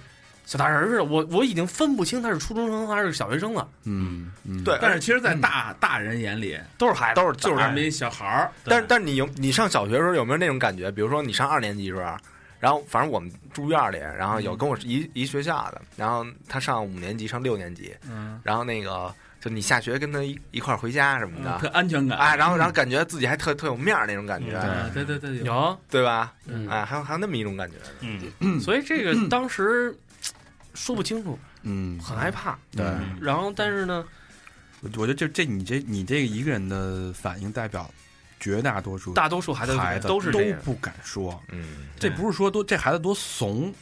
S2: 小大人儿似的，我我已经分不清他是初中生还是小学生了，
S3: 嗯嗯，
S5: 对，
S6: 但是其实，在大大人眼里，
S2: 都是孩子。
S5: 都是哎就
S6: 就是
S5: 是
S6: 这么一小孩儿，
S5: 但但是你有你上小学的时候有没有那种感觉？比如说你上二年级的时候，啊然后反正我们住院里，然后有跟我一一学校的，然后他上五年级，上六年级，
S6: 嗯，
S5: 然后那个就你下学跟他一一块儿回家什么
S6: 特
S5: 的，
S6: 安全 感，
S5: 哎，然后然后感觉自己还特特有面儿那种感觉，
S6: 嗯对对对，有
S2: 有，
S5: 对吧？
S2: 嗯，
S5: 哎，还有还有那么一种感觉，
S4: 嗯，
S2: 所以这个当时说不清楚，
S3: 嗯，
S2: 很害怕。
S3: 对，
S4: 嗯
S2: 然后但是呢，
S3: 我觉得这这你这你这一个人的反应代表绝大多数
S2: 大多数孩子
S3: 孩子
S2: 都是这样。
S3: 不敢说，
S5: 嗯
S3: 这不是说多这孩子多怂，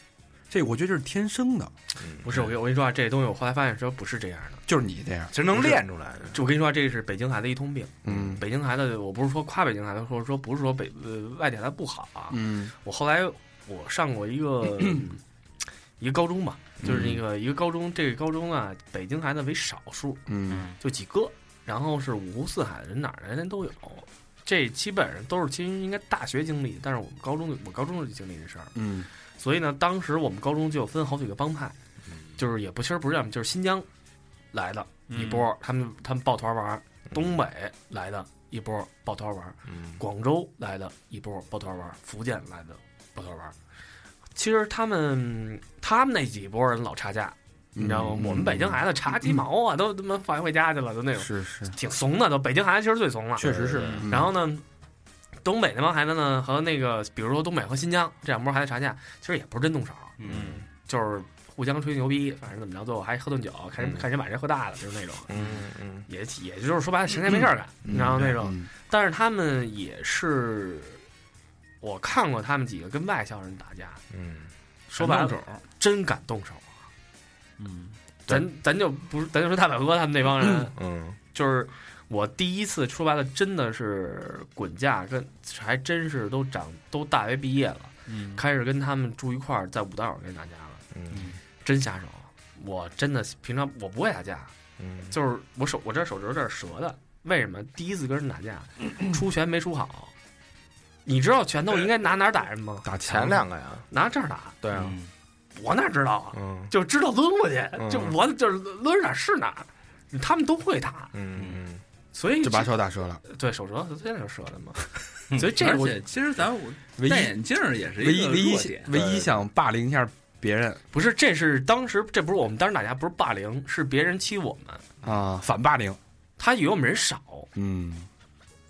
S3: 这我觉得这是天生的，
S5: 嗯
S2: 不是，我跟我跟你说啊，这东西我后来发现说不是这样的。
S3: 就是你这样，
S5: 其实能练出来的，
S2: 就我跟你说啊，这是北京孩子一通病。
S3: 嗯
S2: 北京孩子，我不是说夸北京孩子，或者说不是说北呃外地孩子不好啊。
S3: 嗯
S2: 我后来我上过一 个一个高中吧，就是那个一个高中，这个高中啊，北京孩子为少数，
S3: 嗯
S2: 就几个，然后是五湖四海的人，哪儿的人都有。这基本上都是其实应该大学经历，但是我们高中就我高中就经历这事儿，
S3: 嗯
S2: 所以呢，当时我们高中就有分好几个帮派，
S3: 嗯
S2: 就是也不其实不是这样，就是新疆来的
S3: 嗯
S2: 一
S6: 嗯
S2: 波，他们他们抱团玩儿；东北来的一波抱团玩儿，
S5: 嗯
S2: 广州来的一波抱团玩儿，福建来的抱团玩儿。其实他们他们那几波人老差价，你知道吗？
S3: 嗯
S2: 我们北京孩子差鸡毛啊，都他妈返回家去了，都那种
S3: 是是，
S2: 挺怂的，都北京孩子其实最怂了。
S3: 确实是。嗯
S2: 然后呢，东北那帮孩子呢，和那个比如说东北和新疆这两波孩子差价，其实也不是真动手，
S4: 嗯，
S2: 就是互相吹牛逼，反正怎么着，最后还喝顿酒，
S3: 嗯
S2: 看谁看谁把谁喝大了，就是那种，
S5: 嗯嗯
S2: 也也就是说白了，闲着没事儿干，然后那种，
S3: 嗯
S2: 但是他们也是，我看过他们几个跟外校人打架，
S5: 嗯，
S2: 说白
S6: 敢
S2: 了
S6: 动手，
S2: 真敢动手，
S6: 嗯，
S2: 咱咱就不是，咱就说大表哥他们那帮人，
S5: 嗯
S2: 就是我第一次说白了，真的是滚架跟还真是都长都大学毕业了，
S6: 嗯
S2: 开始跟他们住一块儿，在五道口跟打架了，
S5: 嗯
S2: 真下手。我真的平常我不会打架，
S5: 嗯，
S2: 就是我手我这手指头这是折的，为什么？第一次跟人打架，出拳没出好。你知道拳头应该拿哪儿打人吗？
S3: 打
S5: 前两个呀，
S2: 拿这儿打，
S5: 对啊，
S4: 嗯
S2: 我哪知道啊？
S5: 嗯
S2: 就知道抡过去，
S5: 嗯
S2: 就我就是抡哪儿是哪儿，他们都会打，
S5: 嗯
S2: 所以
S3: 就把手打折了，
S2: 对手折，现在就折的嘛。所以这个
S6: 而
S2: 我
S6: 且其实咱我
S3: 唯
S6: 戴
S3: 一
S6: 眼镜儿也是
S3: 唯一
S6: 个
S3: 唯一
S6: 弱点，
S3: 唯一想霸凌一下别人
S2: 不是，这是当时这不是我们当时打架，不是霸凌，是别人欺负我们。
S3: 啊，反霸凌，
S2: 他以为我们人少，
S3: 嗯，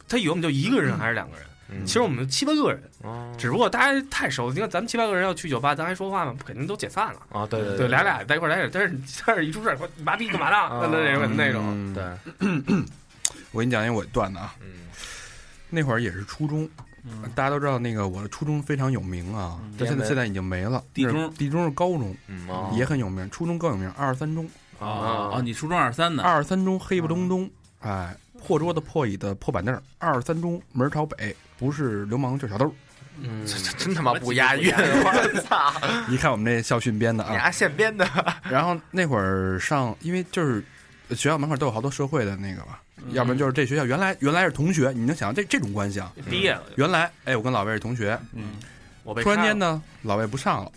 S2: 他以为我们就一个人还是两个人，
S5: 嗯，
S2: 其实我们七八个人，
S5: 哦
S2: 只不过大家太熟了。你看咱们七八个人要去酒吧，咱还说话吗？肯定都解散了。
S5: 啊，对对
S2: 对，俩俩在一块儿待着，但是但是一出事儿，我你妈逼干嘛呢？那那种那种，
S3: 啊嗯
S5: 对，，
S3: 我给你讲一个我段子啊，
S5: 嗯
S3: 那会儿也是初中，
S6: 嗯
S3: 大家都知道那个我的初中非常有名啊，
S6: 嗯
S3: 但
S5: 连
S3: 现在
S5: 门
S3: 现在已经没了。
S6: 地
S3: 那是
S6: 中
S3: 地中是高中，
S5: 嗯哦
S3: 也很有名，初中更有名，二三中，
S5: 啊
S6: 哦哦，你初中二三呢？
S3: 二三中黑不隆咚，
S6: 嗯
S3: 哎，破桌子、破椅子、破板凳儿，二三中门朝北，不是流氓就是 小偷。
S2: 嗯，
S5: 这真他妈不押韵，我操！
S3: 一看我们这校训编的
S6: 哎
S5: 你
S3: 啊。
S5: 还现编的，
S3: 然后那会儿上，因为就是学校门口都有好多社会的那个吧，
S6: 嗯
S3: 要不然就是这学校原来原来是同学，你能想到这这种关系啊？
S2: 毕业了，
S3: 原来哎，我跟老魏是同学，
S6: 嗯，
S2: 我被
S3: 突然间
S2: 呢，
S3: 呢，老魏不上了，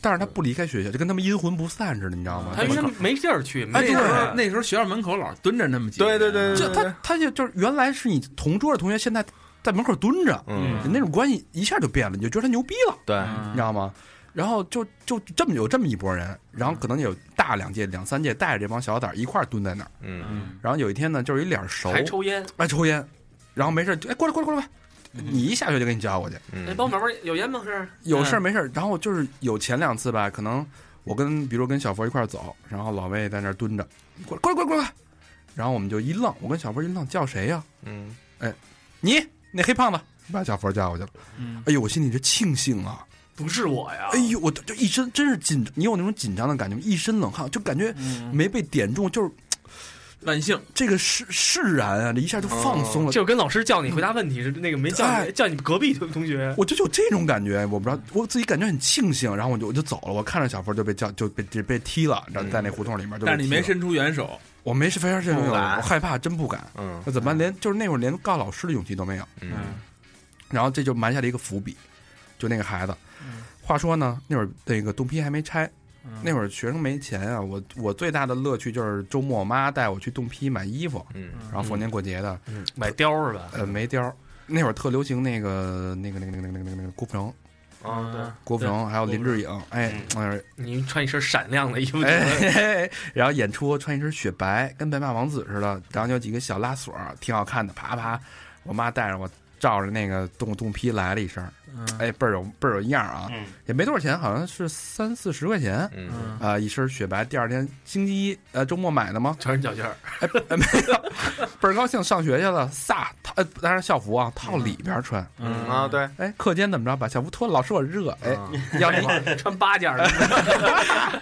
S3: 但是他不离开学校，就跟他们阴魂不散似的，你知道吗？
S2: 他因为没地儿去，
S3: 哎
S6: 那
S2: 没
S6: 时
S2: 地
S6: 候
S2: 儿去，
S6: 那时候学校门口老是蹲着那么几个
S5: 对
S6: 人，
S5: 对对
S3: 就他他就就是原来是你同桌的同学，现在在门口蹲着，
S5: 嗯，
S3: 那种关系一下就变了，你就觉得他牛逼了，
S5: 对，
S6: 啊
S3: 你知道吗？然后就就这么有这么一拨人，然后可能有大两届、两三届带着这帮小崽儿一块儿蹲在那儿。
S5: 嗯
S6: 嗯，
S3: 然后有一天呢，就是一脸熟，
S2: 还抽烟。
S3: 哎抽烟，然后没事就哎过来过来过来过来，你一下学就给你叫过去，
S2: 哎，
S5: 嗯
S2: 帮我买包有烟吗？嗯是
S3: 有
S6: 嗯
S3: 事儿没事儿。然后就是有前两次吧，可能我跟比如跟小佛一块儿走，然后老魏在那儿蹲着，过来过来过来过来，然后我们就一愣，我跟小佛一愣叫谁呀、
S5: 嗯
S3: 你那黑胖子把小佛叫过去了。
S6: 嗯
S3: 哎呦，我心里这庆幸啊！
S2: 不是我呀？
S3: 哎呦，我就一身真是紧，你有那种紧张的感觉吗？一身冷汗，就感觉
S6: 嗯，
S3: 没被点中，就是
S6: 万幸，
S3: 这个释释然啊，这一下就放松了。
S6: 哦
S2: 就跟老师叫你回答问题是那个没叫
S3: 哎
S2: 你叫你隔壁同同学，
S3: 我就有这种感觉，我不知道，我自己感觉很庆幸，然后我就我就走了。我看着小佛就被叫，就被被被踢了，然后在那胡同里面就被踢了。
S6: 但是你没伸出援手，
S3: 我没事，非常这种，
S5: 不敢
S3: 我害怕，真不敢。
S5: 嗯
S3: 那怎么办？连就是那会儿连告老师的勇气都没有。
S5: 嗯
S3: 然后这就埋下了一个伏笔，就那个孩子。话说呢，那会儿那个东皮还没拆，那会儿学生没钱啊。我我最大的乐趣就是周末我妈带我去东皮买衣服，
S5: 嗯
S3: 然后逢年过节的，
S2: 买貂是吧？
S3: 呃，没貂儿。那会儿特流行那个那个那个那个那个那个那个那个郭富城，
S5: 啊
S3: 郭富城还有林志颖，哎，哎
S2: 你穿一身闪亮的衣服，
S3: 哎，嘿嘿 然后演出穿一身雪白，跟白马王子似的，然后有几个小拉锁，挺好看的，啪啪。我妈带着我照着那个洞洞皮来了一声，哎，倍儿有倍儿有样儿啊，也没多少钱，好像是三四十块钱
S5: 对，嗯
S3: 啊、一身雪白。第二天星期一，呃，周末买的吗？
S2: 全是脚尖儿，
S3: 哎，哎没有，倍儿高兴，上学去了，撒套，呃，当然校服啊，套里边儿穿。
S6: 嗯
S5: 啊，对，
S3: 哎，课间怎么着，把校服脱了，老师我热，哎，要那
S2: 穿八件儿
S3: 哎
S2: 的，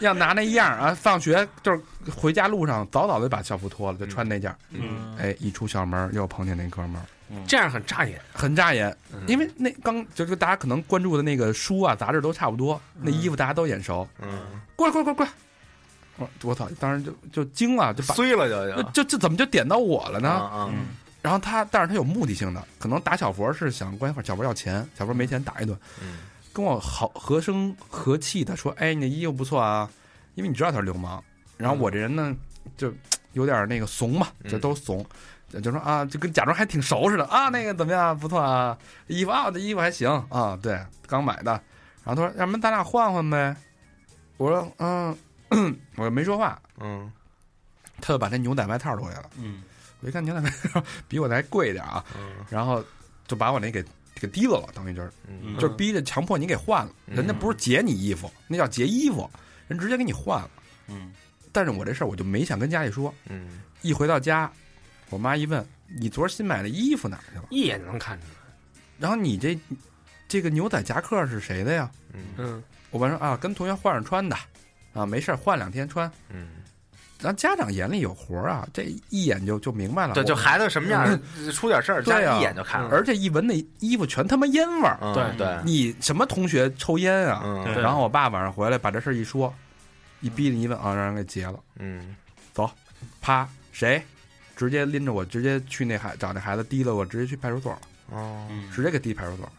S3: 要拿那样儿啊，放学就是回家路上早早的把校服脱了，就穿那件儿。
S4: 嗯
S3: 哎，一出校门儿又碰见那哥们儿，
S2: 这样很扎眼。
S3: 很扎眼，
S5: 嗯
S3: 因为那刚就是大家可能关注的那个书啊、杂志都差不多，那衣服大家都眼熟。
S5: 嗯，
S3: 过来，过来，过来，过来！我我操，当时就就惊了，就把
S5: 碎了就就
S3: 就就怎么就点到我了呢？
S5: 啊
S3: 然后他，但是他有目的性的，可能打小佛是想关一会儿小佛要钱，小佛没钱打一顿，
S5: 嗯
S3: 跟我好和声和气的说：“哎，你的衣服不错啊，因为你知道他是流氓。”然后我这人呢，就有点那个怂嘛，
S5: 嗯
S3: 就都怂，就说啊，就跟假装还挺熟似的啊，那个怎么样？不错啊，衣服啊，我的衣服还行啊，对，刚买的。然后他说：“要不然咱俩换换呗？”我说：“嗯，我没说话。
S5: 嗯”
S3: 他就把那牛仔外套脱下来了。
S4: 嗯
S3: 我一看牛仔外套比我的还贵一点
S5: 嗯
S3: 啊，然后就把我那给给提溜了，等于就是。
S5: 嗯
S3: 就是逼着强迫你给换了，人家不是劫你衣服，那叫劫衣服，人直接给你换了。
S4: 嗯
S3: 但是我这事儿我就没想跟家里说，
S5: 嗯，
S3: 一回到家，我妈一问你昨儿新买的衣服哪儿去了，
S2: 一眼就能看出来。
S3: 然后你这这个牛仔夹克是谁的呀？
S5: 嗯
S2: 嗯，
S3: 我爸说啊，跟同学换上穿的，啊没事儿换两天穿。
S5: 嗯，
S3: 然后家长眼里有活儿啊，这一眼就就明白了。
S5: 对，
S3: 我
S5: 就孩子什么样儿，出点事儿，家
S3: 对啊
S5: 里一眼就看了。
S3: 而且一闻那衣服全他妈烟味儿，
S5: 嗯
S2: 对
S5: 对，
S3: 你什么同学抽烟啊？
S5: 嗯
S2: 对
S3: 然后我爸晚上回来把这事儿一说，一逼着一问啊，让人给劫了。
S5: 嗯
S3: 啪，谁直接拎着我，直接去那孩找那孩子提了我，直接去派出所了，
S5: 哦
S4: 嗯
S3: 直接给提派出所了。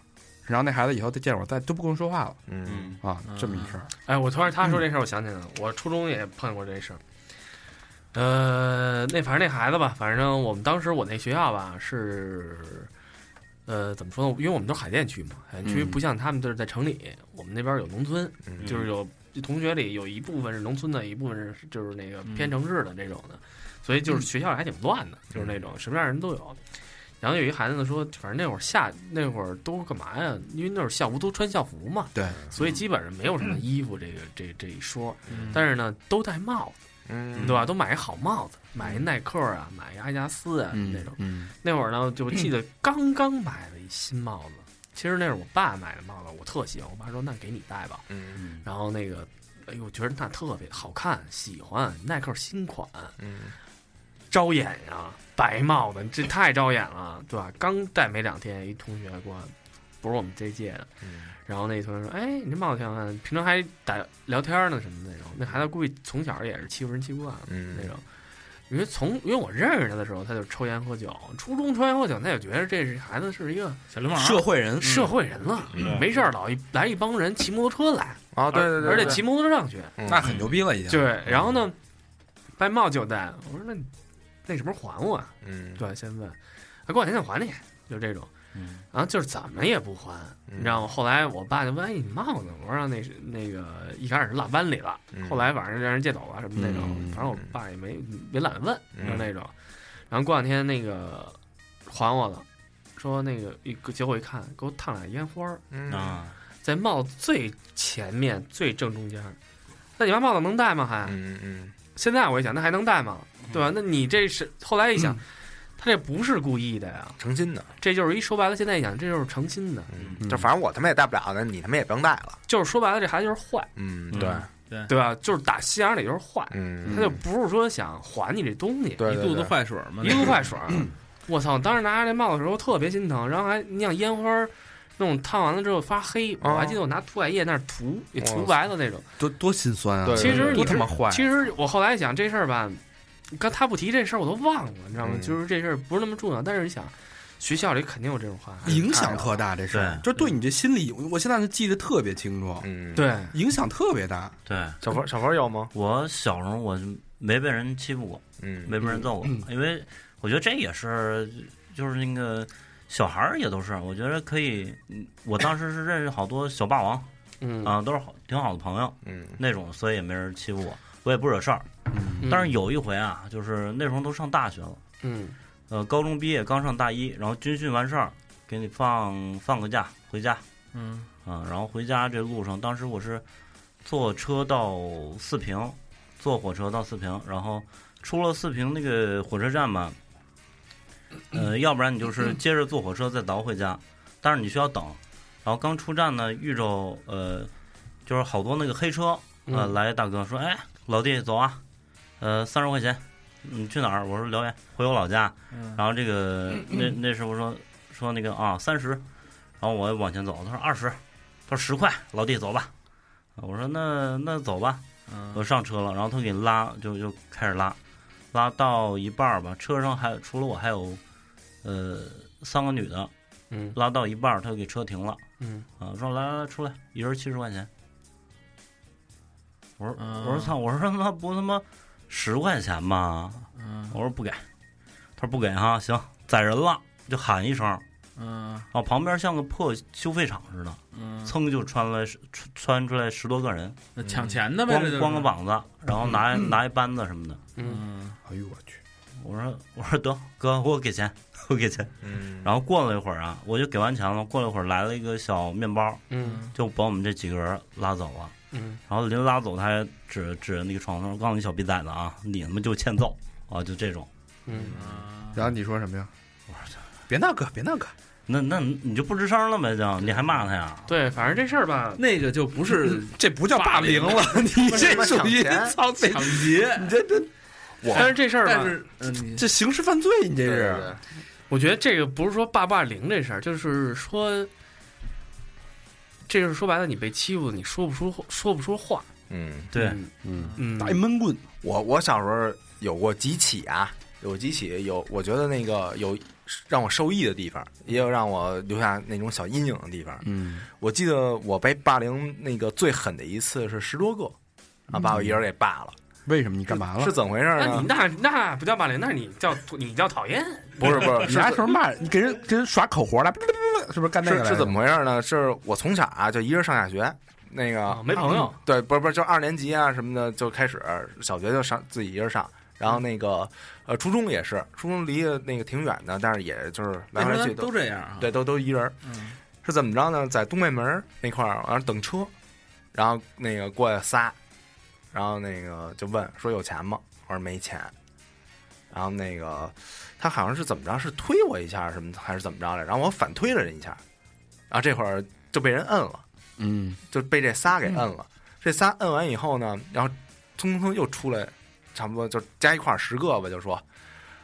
S3: 然后那孩子以后再见我，再都不跟我说话了
S5: 嗯
S4: 嗯
S3: 啊，这么一事儿。
S2: 哎，我突然他说这事儿，我想起来了，我初中也碰见过这事儿。呃，那反正那孩子吧，反正我们当时我那学校吧是，呃，怎么说呢？因为我们都是海淀区嘛，海淀区
S3: 嗯
S2: 不像他们就是在城里，我们那边有农村，
S5: 嗯
S2: 就是有同学里有一部分是农村的，一部分是就是那
S3: 嗯
S2: 个偏城市的这种的，所以就是学校里还挺乱的，就是那
S3: 嗯
S2: 种什么样的人都有。然后有一孩子呢说，反正那会儿夏那会儿都干嘛呀？因为那会儿校服都穿校服嘛，
S3: 对，
S2: 所以基本上没有什么衣服这个、这这一说。
S3: 嗯
S2: 但是呢，都戴帽子，
S5: 嗯
S2: 对吧？都买一好帽子，买一耐克啊，买一阿迪达斯啊、那种。
S3: 嗯，
S2: 那会儿呢，就记得刚刚买了一新帽子，其实那是我爸买的帽子，我特喜欢。我爸说：“那给你戴吧。”
S5: 嗯
S2: 然后那个，哎呦，我觉得那特别好看，喜欢耐克新款，
S5: 嗯
S2: 招眼呀、白帽子，这太招眼了，对吧？刚戴没两天，一同学给我，不是我们这届的，
S5: 嗯
S2: 然后那同学说：“哎，你这帽子挺好看的，平常还打聊天呢什么那种。”那孩子估计从小也是欺负人欺负惯了
S5: 嗯
S2: 那种。因为从因为我认识他的时候，他就抽烟喝酒。初中抽烟喝酒，他就觉得这是孩子是一个
S5: 嗯
S6: 小流氓啊
S3: 社会人
S2: 社会人了，
S4: 嗯
S2: 没事儿老一来一帮人骑摩托车来，
S5: 啊，对嗯对对，
S2: 而且
S5: 对
S2: 骑摩托车上学。
S3: 那很牛逼了已经。
S2: 对，然后呢，把帽就戴。我说那你那什么时候还我啊？
S5: 嗯
S2: 对，先问，啊，过两天再还你，就这种。
S4: 嗯
S2: 然后就是怎么也不还，
S5: 嗯
S2: 你知道吗？后来我爸就问：“哎，你帽子？”我说：“让那是那个一开始是落班里了，
S5: 嗯
S2: 后来晚上让人借走了什么那种。
S3: 嗯
S2: 反正我爸也没没懒得问，
S5: 嗯
S2: 就那种。然后过两天那个还我了，说那个一结果一看，给我烫俩烟花儿，
S5: 嗯
S4: 啊
S2: 在帽子最前面最正中间儿。那你妈帽子能戴吗？还？
S5: 嗯嗯
S2: 现在我一想，那还能戴吗？对吧？那你这是后来一想，他这不是故意的呀，
S5: 成心的，
S2: 这就是一说白了，现在一想，这就是诚心的，
S5: 嗯，就反正我他妈也带不了的，你他妈也甭带了，
S2: 就是说白了，这孩子就是坏，
S5: 嗯，
S4: 嗯
S5: 对，
S2: 对吧？就是打心眼里就是坏，
S5: 嗯，
S2: 他就不是说想还你这东西，
S5: 对
S6: 一
S5: 对
S6: 肚子
S5: 对
S6: 坏水儿嘛，
S2: 一肚子坏水儿。啊我操！当时拿下这帽子的时候特别心疼，然后还你想烟花儿那种烫完了之后发黑，我还记得我拿涂改液那儿涂，也涂白了那种。
S3: 多多心酸啊！
S5: 对
S2: 其实你
S3: 多他
S2: 知
S3: 妈坏。
S2: 其实我后来想这事儿吧，刚他不提这事儿我都忘了，你知道吗？
S5: 嗯
S2: 就是这事儿不是那么重要，但是你想，学校里肯定有这种话，
S3: 影响特大，这事儿
S4: 对
S3: 就对你这心理，我现在就记得特别清楚，
S5: 嗯，
S2: 对，
S3: 影响特别大。
S4: 对，
S5: 小佛小佛有吗？
S4: 我小时候我就没被人欺负过，
S5: 嗯，
S4: 没被人揍过，因为我觉得这也是，就是那个小孩儿也都是，我觉得可以。嗯我当时是认识好多小霸王
S2: 嗯
S4: 啊，都是好挺好的朋友
S5: 嗯
S4: 那种，所以也没人欺负我，我也不惹事儿。
S2: 嗯
S4: 但是有一回啊，就是那时候都上大学了，
S2: 嗯
S4: 呃，高中毕业刚上大一，然后军训完事儿，给你放放个假回家
S6: 嗯
S4: 啊，然后回家这路上，当时我是坐车到四平，坐火车到四平，然后出了四平那个火车站吧，呃，要不然你就是接着坐火车再倒回家，但是你需要等。然后刚出站呢，遇着呃，就是好多那个黑车，呃，
S2: 嗯
S4: 来一大哥说，哎，老弟，走啊，呃，三十块钱，你去哪儿？我说辽源，回我老家。
S6: 嗯
S4: 然后这个那那师傅说说那个啊三十，然后我往前走，他说二十，他说十块，老弟走吧。我说那那走吧，我
S6: 嗯
S4: 上车了，然后他给拉，就就开始拉，拉到一半儿吧，车上还除了我还有，呃，三个女的，
S2: 嗯
S4: 拉到一半儿他就给车停了，
S2: 嗯
S4: 啊，说来来来出来，一人七十块钱。我说
S6: 嗯
S4: 我说操，我说他妈不他妈十块钱吗？
S6: 嗯
S4: 我说不给，他说不给哈、行，宰人了就喊一声，
S6: 嗯
S4: 然后旁边像个破修废厂似的，
S6: 嗯，
S4: 噌就穿来穿穿出来十多个人，
S6: 那抢钱的呗，这就
S4: 光
S6: 是
S4: 光个，膀子，然后拿拿一扳子什么的。
S2: 嗯
S6: 嗯
S3: 哎呦我去，
S4: 我说我说得哥，我给钱，我给钱。
S5: 嗯，
S4: 然后过了一会儿啊，我就给完钱了。过了一会儿来了一个小面包，
S2: 嗯
S4: 就把我们这几个人拉走了。
S5: 嗯
S4: 然后临拉走他还指指那个床头，我告诉你小逼崽子啊，你他妈就欠 揍啊，就这种。
S5: 嗯，
S3: 然后你说什么呀？别闹哥，别闹哥，
S4: 那那你就不吱声了呗，就
S3: 嗯
S4: 你还骂他呀？
S2: 对，反正这事儿吧，
S6: 那个就不是
S3: 这不叫霸凌了，你这
S5: 不是
S3: 属于
S5: 抢钱
S3: 操贼，
S6: 抢劫，
S3: 你这这
S2: 但是这事儿吧
S6: 但，是嗯，你
S3: 这刑事犯罪，你
S5: 对
S3: 这
S5: 对
S3: 是
S5: 对，
S2: 我觉得这个不是说霸霸凌这事儿，就是说，这就是说白了，你被欺负，你说不出说不出话。
S5: 嗯，
S4: 对，
S2: 嗯
S3: 嗯，
S2: 嗯，
S3: 打一闷棍，
S5: 我我小时候有过几起啊，有几起有，我觉得那个有让我受益的地方，也有让我留下那种小阴影的地方。
S3: 嗯，
S5: 我记得我被霸凌那个最狠的一次是十多个，啊，把我一人给霸了。
S3: 为什么你干嘛了？
S5: 是怎么回事
S2: 那你
S5: 呢？
S2: 那那不叫霸凌，那你叫你叫讨厌。
S5: 不是不是，
S3: 你
S5: 是
S3: 拿什么骂？你给人给人耍口活了， 是不是干那
S5: 是
S3: 个？
S5: 是怎？么回事呢？是我从小啊就一人上下学，那个、
S2: 啊没朋友
S5: 对，不是不是，就二年级啊什么的就开始，小学就上自己一人上，然后那个呃初中也是，初中离得那个挺远的，但是也就是来
S6: 那
S5: 回来
S3: 哎
S6: 时
S5: 去
S6: 候都这样啊，
S5: 对，都都一人儿。
S6: 嗯
S5: 是怎么着呢？在东北门儿那块儿，完了等车，然后那个过来仨，然后那个就问说有钱吗？我说没钱。然后那个他好像是怎么着，是推我一下什么，还是怎么着来？然后我反推了人一下，然后这会儿就被人摁了，
S3: 嗯，
S5: 就被这仨给摁了。这仨摁完以后呢，然后匆匆又出来，差不多就加一块儿十个吧，就说，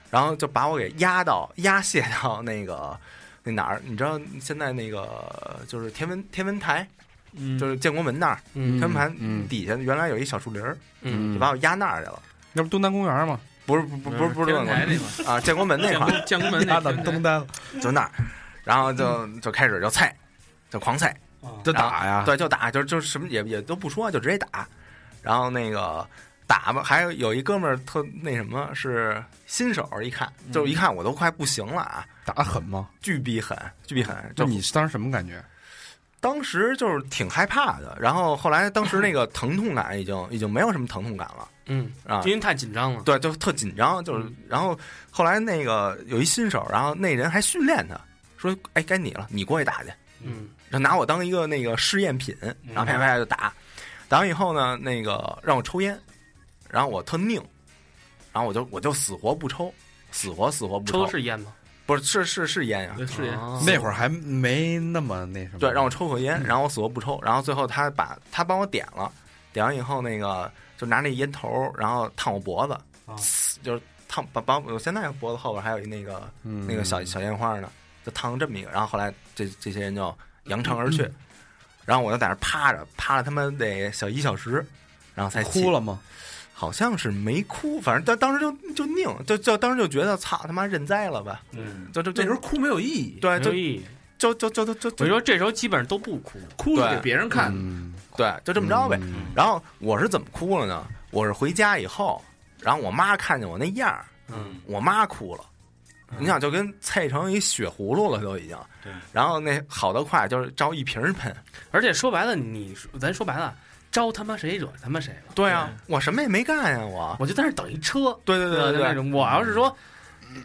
S5: 然后就把我给压到压卸到那个 那哪儿？你知道现在那个就是天文天文台，
S6: 嗯，
S5: 就是建国门那儿，
S2: 嗯
S5: 天文台
S3: 嗯
S5: 底下原来有一小树林儿，
S2: 嗯，
S5: 就把我压那儿去了。
S3: 那不东单公园吗？
S5: 不是不不不是不是
S6: 天文台那块
S5: 那个啊，建国门那块
S6: 儿，
S5: 儿
S6: 建国门那天文台
S3: 单了，
S5: 就那儿，然后就就开始就菜，就狂菜。
S3: 这打
S2: 啊
S3: 呀，
S5: 对，就打，就就什么也也都不说，就直接打。然后那个打吧，还有有一哥们儿特那什么，是新手，一看就
S2: 嗯
S5: 一看我都快不行了啊，
S3: 打得狠吗？
S5: 巨逼狠，巨逼狠。就
S2: 嗯
S3: 就你当时什么感觉？
S5: 当时就是挺害怕的，然后后来当时那个疼痛感已经已经没有什么疼痛感了
S2: 嗯，
S5: 啊，
S2: 因为嗯太紧张了。
S5: 对，就特紧张，就是然后后来那个有一新手，然后那人还训练他说，哎，该你了，你过去打去。
S2: 嗯，
S5: 就拿我当一个那个试验品，然后啪啪就打，打完以后呢，那个让我抽烟，然后我特拧，然后我就我就死活不抽，死活死活不
S2: 抽
S5: 抽，
S2: 的是烟吗？
S5: 不是是是是烟呀、
S6: 对是呀，
S2: 啊
S3: 那会儿还没那么那什
S5: 嗯
S3: 么，
S5: 对，让我抽口
S2: 嗯
S5: 烟，然后我死活不抽，然后最后他把他帮我点了，点完以后那个就拿那烟头，然后烫我脖子，
S2: 啊
S5: 呲就是烫把把我现在脖子后边还有一那个
S3: 嗯
S5: 那个小小烟花呢，就烫这么一个，然后后来这这些人就扬长而去，然后我就在那趴着趴了他妈得小一小时，然后才起
S3: 哭，了吗？
S5: 好像是没哭，反正当当时就就拧，就就当时就觉得操他妈认栽了吧，
S2: 嗯，
S5: 就就
S6: 那
S5: 就
S6: 时候哭没有意义，
S5: 对
S2: 所
S5: 就
S2: 以
S5: 就就就就就就
S2: 我说这时候基本上都不哭。
S6: 哭了给别人看，
S3: 嗯，
S5: 对就这么着呗
S3: 嗯，。
S5: 然后我是怎么哭了呢？我是回家以后，然后我妈看见我那样儿，
S2: 嗯，
S5: 我妈哭了。你想，就跟菜成一血葫芦了，都已经。
S4: 对。
S5: 然后那好的快就是照一瓶儿喷。
S2: 而且说白了，你咱说白了，招他妈谁惹他妈谁了？
S5: 对啊，我什么也没干呀、我。
S2: 我就在那儿等一车。
S5: 啊对对对嗯
S2: 就那
S5: 对对
S2: 种，我要是说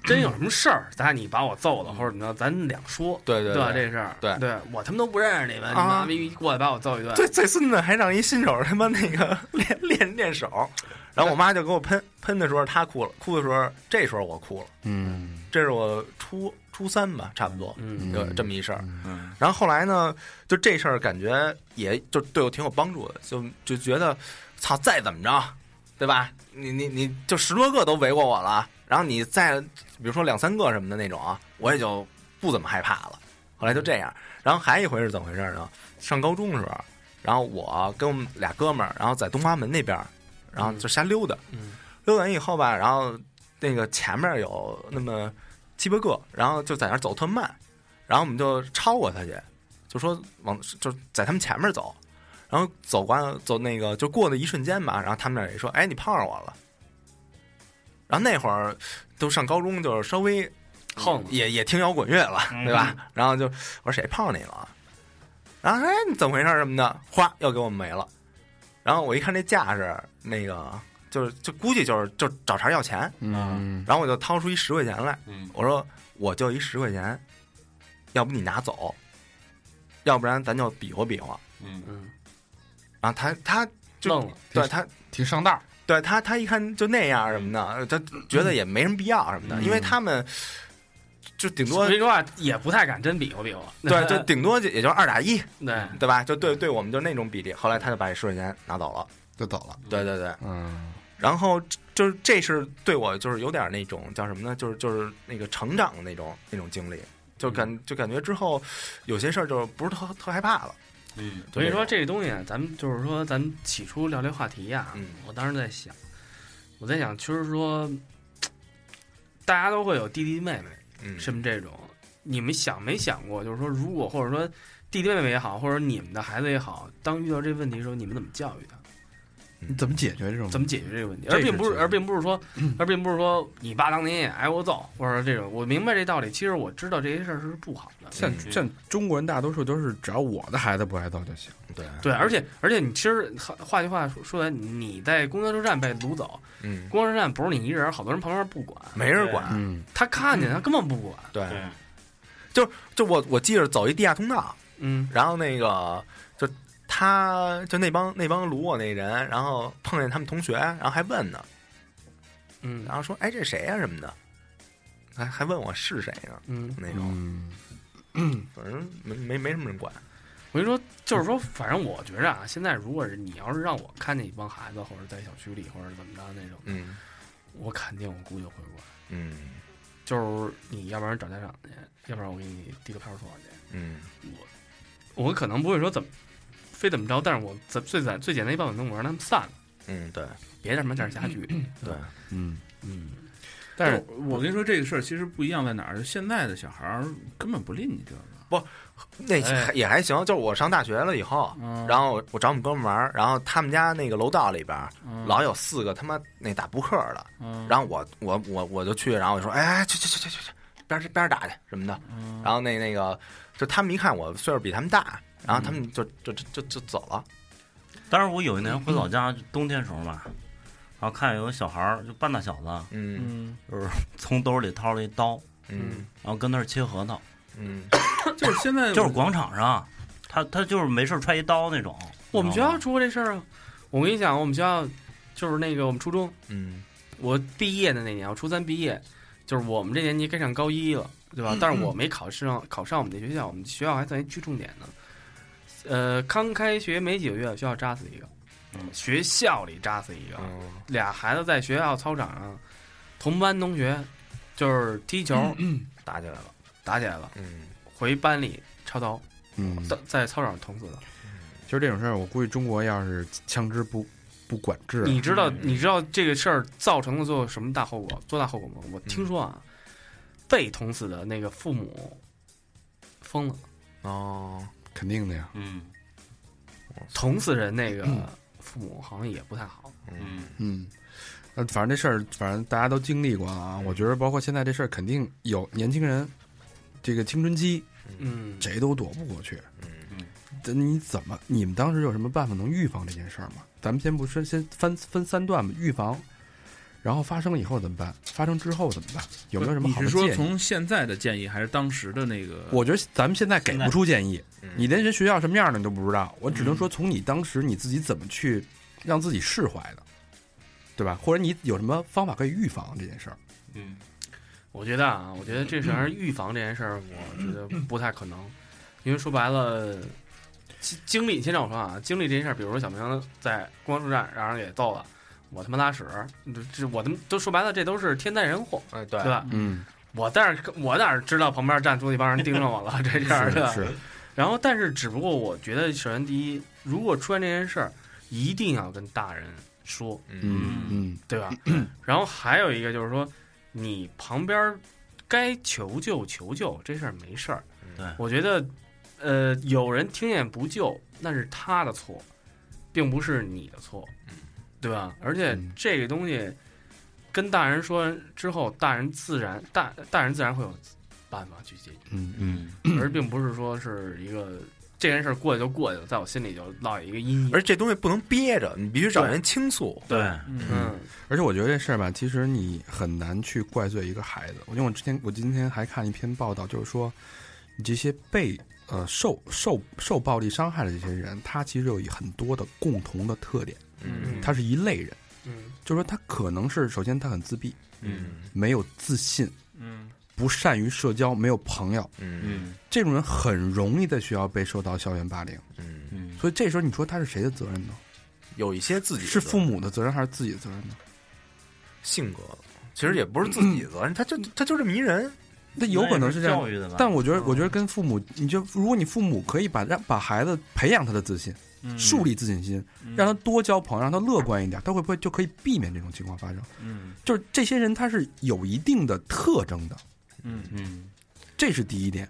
S2: 真有什么事儿，咱你把我揍了或者怎么着，咱两说。
S5: 对嗯对
S2: 对吧？啊这事儿，
S5: 对
S2: 对我他妈都不认识你们，你
S5: 啊
S2: 妈逼过来把我揍一顿。
S5: 最最孙子还让一新手他妈那个 练练练手，然后我妈就给我喷喷的时候，她哭了，哭的时候，这时候我哭了，
S3: 嗯，
S5: 这是我初初三吧，差不多，
S2: 嗯
S5: 有这么一事儿。
S4: 嗯，
S5: 然后后来呢，就这事儿感觉也就对我挺有帮助的，就就觉得，操，再怎么着，对吧？你你你就十多个都围过我了，然后你再比如说两三个什么的那种啊，我也就不怎么害怕了。后来就这样，然后还一回是怎么回事呢？上高中的时候，然后我跟我们俩哥们儿，然后在东华门那边儿，然后就瞎溜达，
S2: 嗯
S5: 溜达完以后吧，然后那个前面有那么七八个，然后就在那儿走特慢，然后我们就超过他去，就说往就在他们前面走，然后走完走那个就过的一瞬间吧，然后他们俩也说：“哎，你碰上我了。”然后那会儿都上高中，就是稍微
S2: 横了嗯
S5: 也也听摇滚乐了，对吧？然后就我说谁碰上你了？然后哎，你怎么回事儿什么的，哗又给我们没了。然后我一看这架势，那个就是就估计就是就找茬要钱，
S3: 嗯，
S5: 然后我就掏出一十块钱来，
S2: 嗯
S5: 我说我就一十块钱，要不你拿走，要不然咱就比划比划。
S2: 嗯
S5: 然后他他就
S2: 愣了，
S5: 对他
S3: 挺上道儿。
S5: 对他，他一看就那样什么的，他觉得也没什么必要什么
S2: 嗯
S5: 的，因为他们就顶多
S2: 说实话也不太敢真比划比划。
S5: 对， 就顶多就也就二打一，
S2: 对，
S5: 对吧？就对对我们就那种比例。后来他就把这十块钱拿走了，
S3: 就走了，
S5: 对对对。
S3: 嗯，
S5: 然后就是这是对我就是有点那种叫什么呢？就是就是那个成长的那种那种经历，就
S2: 嗯
S5: 感就感觉之后有些事儿就不是特特害怕了。
S2: 嗯，所以说这个东西啊，咱们就是说，咱们起初聊这话题呀、
S5: 嗯
S2: 我当时在想，我在想，其实说，大家都会有弟弟妹妹，
S5: 嗯，
S2: 什么这种，你们想没想过，就是说，如果或者说弟弟妹妹也好，或者你们的孩子也好，当遇到这问题的时候，你们怎么教育他？
S3: 你怎么解决这种？
S2: 怎么解决这个问题？
S3: 嗯这
S2: 而
S3: 是
S2: 并不
S3: 解
S2: 是，
S3: 决
S2: 而并不是说，而并不是说你爸当年也挨过揍，或者说这种。我明白这道理，其实我知道这些事儿是不好的。
S3: 像像中国人大多数都是，只要我的孩子不挨揍就行。
S5: 嗯对，
S2: 对，而且而且你其实话话句话说说来，你在公交车站被掳走，
S5: 嗯，
S2: 公交车站不是你一人，好多人旁边不管，
S5: 没人管。
S3: 嗯，
S2: 他看见他根本不管。
S5: 对，
S7: 对，
S5: 就我我记着走一地下通道，
S2: 嗯，
S5: 然后那个就他就那帮那帮掳我那人，然后碰见他们同学，然后还问呢，
S2: 嗯
S5: 然后说哎这谁呀、什么的，还还问我是谁呢
S2: 嗯，
S5: 那种，
S3: 嗯，
S5: 反正没没没什么人管，
S2: 我跟你说，就是说，反正我觉着啊，现在如果是你要是让我看见一帮孩子，或者在小区里，或者怎么着那种，
S5: 嗯
S2: 我肯定我估计会管。
S5: 嗯
S2: 就是你要不然找家长去，要不然我给你递个派出所去。
S5: 嗯
S2: 我可能不会说怎么非怎么着，但是我最最最最简单一办法能我让他们散了，
S5: 嗯，对
S2: 别在什么点加 剧。
S5: 对，
S3: 嗯，
S2: 嗯，
S6: 但是我跟你说这个事儿其实不一样在哪儿，就现在的小孩儿根本不吝你这个。
S5: 那
S2: 哎
S5: 也还行，就是我上大学了以后。
S6: 嗯，
S5: 然后我我找我们哥们玩儿，然后他们家那个楼道里边儿
S6: 嗯
S5: 老有四个他妈那打扑克的，
S6: 嗯，
S5: 然后我我我我就去，然后我就说，哎，去去去去去去，边儿边儿打去什么的，
S6: 嗯
S5: 然后那那个就他们一看我岁数比他们大，然后他们就就就就就走了。
S4: 当时我有一年回老家，冬天时候嘛，然后看有个小孩儿就半大小子，
S5: 嗯
S6: 嗯，
S4: 从兜里掏了一刀，
S5: 嗯
S4: 然后跟那儿切核桃，
S5: 嗯
S6: 就是现
S3: 嗯
S6: 在
S4: 就是广场上，他他就是没事儿揣一刀那种。
S2: 我们
S4: 你
S2: 学
S4: 知道
S2: 校
S4: 吗
S2: 出过这事儿啊，我跟你讲，我们学校就是那个我们初中，
S5: 嗯
S2: 我毕业的那年，我初三毕业，就是我们这年级该上高一了，对吧？但是我没考上，考上我们这学校，我们学校还算一居重点呢。呃，刚开学没几个月，学校扎死一个，学校里扎死一个，
S5: 嗯
S2: 俩孩子在学校操场上，同班同学就是踢球、
S5: 打起来了。
S2: 打起来了，
S5: 嗯
S2: 回班里抄刀，
S3: 嗯，
S2: 在在操场上捅死的。
S3: 就是这种事儿，我估计中国要是枪支不不管制，
S2: 你知道
S5: 嗯
S2: 你知道这个事儿造成了最后什么大后果？多大后果吗？我
S5: 嗯
S2: 听说啊，被捅死的那个父母疯了，
S5: 哦，
S3: 肯定的呀。
S7: 嗯
S2: 捅死人那个
S5: 嗯
S2: 父母好像也不太好。
S7: 嗯
S3: 嗯，呃，反正这事儿，反正大家都经历过啊。我觉得，包括现在这事儿，肯定有年轻人，这个青春期
S2: 嗯，
S3: 谁都躲不过去。
S5: 嗯
S3: 这你怎么？你们当时有什么办法能预防这件事儿吗？咱们先不说，先分分三段吧，预防，然后发生了以后怎么办？发生之后怎么办？有没有什么
S6: 你
S3: 好的
S6: 是说
S3: 建议？
S6: 从现在的建议还是当时的那个？
S3: 我觉得咱们现在给不出建议，
S5: 嗯
S3: 你连人学校什么样的你都不知道。我
S6: 嗯
S3: 只能说，从你当时你自己怎么去让自己释怀的，对吧？或者你有什么方法可以预防这件事儿？
S7: 嗯
S2: 我觉得啊，我觉得这事儿预防这件事儿，我觉得
S5: 嗯
S2: 不太可能，因为说白了。经经历，先让我说啊，经历这件事儿，比如说小明在光速站让人给揍了，我他妈拉屎，这这我他妈都说白了，这都是天灾人祸，
S5: 哎对
S2: 对吧？
S3: 嗯，
S2: 我哪我哪知道旁边站出一帮人盯着我了这事儿
S3: 是
S2: 吧
S3: 是，
S2: 然后，但是只不过我觉得，首先第一，如果出现这件事儿，一定要跟大人说，
S3: 嗯嗯
S2: 对吧？然后还有一个就是说，你旁边该求救求救，这事儿没事儿。
S4: 对
S2: 我觉得，呃，有人听见不救，那是他的错，并不是你的错，对吧？而且
S3: 嗯
S2: 这个东西跟大人说之后，大人自然大大人自然会有办法去解 决。
S3: 嗯嗯，
S4: 嗯，
S2: 而并不是说是一个这件事儿过去就过去了，在我心里就落一个阴影。
S5: 而这东西不能憋着，你必须找人倾诉。
S4: 对，
S2: 嗯
S3: 而且我觉得这事儿吧，其实你很难去怪罪一个孩子。因为我之前我今天还看一篇报道，就是说你这些被呃受受受暴力伤害的这些人，他其实有很多的共同的特点，
S5: 嗯
S3: 他是一类人，
S2: 嗯
S3: 就是说他可能是首先他很自闭，
S5: 嗯
S3: 没有自信，
S6: 嗯
S3: 不善于社交，没有朋友，
S5: 嗯
S4: 嗯
S3: 这种人很容易在学校被受到校园霸凌，
S5: 嗯，
S4: 嗯，
S3: 所以这时候你说他是谁的责任呢？
S5: 有一些自己的
S3: 是父母的责任还是自己的责任呢？
S5: 性格，其实也不是自 己的责任，他就他就这么一人，
S3: 那有可能是这样
S4: 教，育的吧？
S3: 但我觉
S6: 嗯
S3: 得，我觉得跟父母，你就如果你父母可以把让把孩子培养他的自信，
S6: 嗯
S3: 树立自信心，
S6: 嗯
S3: 让他多交朋友，让他乐观一点，他会不会就可以避免这种情况发生？
S6: 嗯
S3: 就是这些人他是有一定的特征的，
S6: 嗯
S4: 嗯
S3: 这是第一点。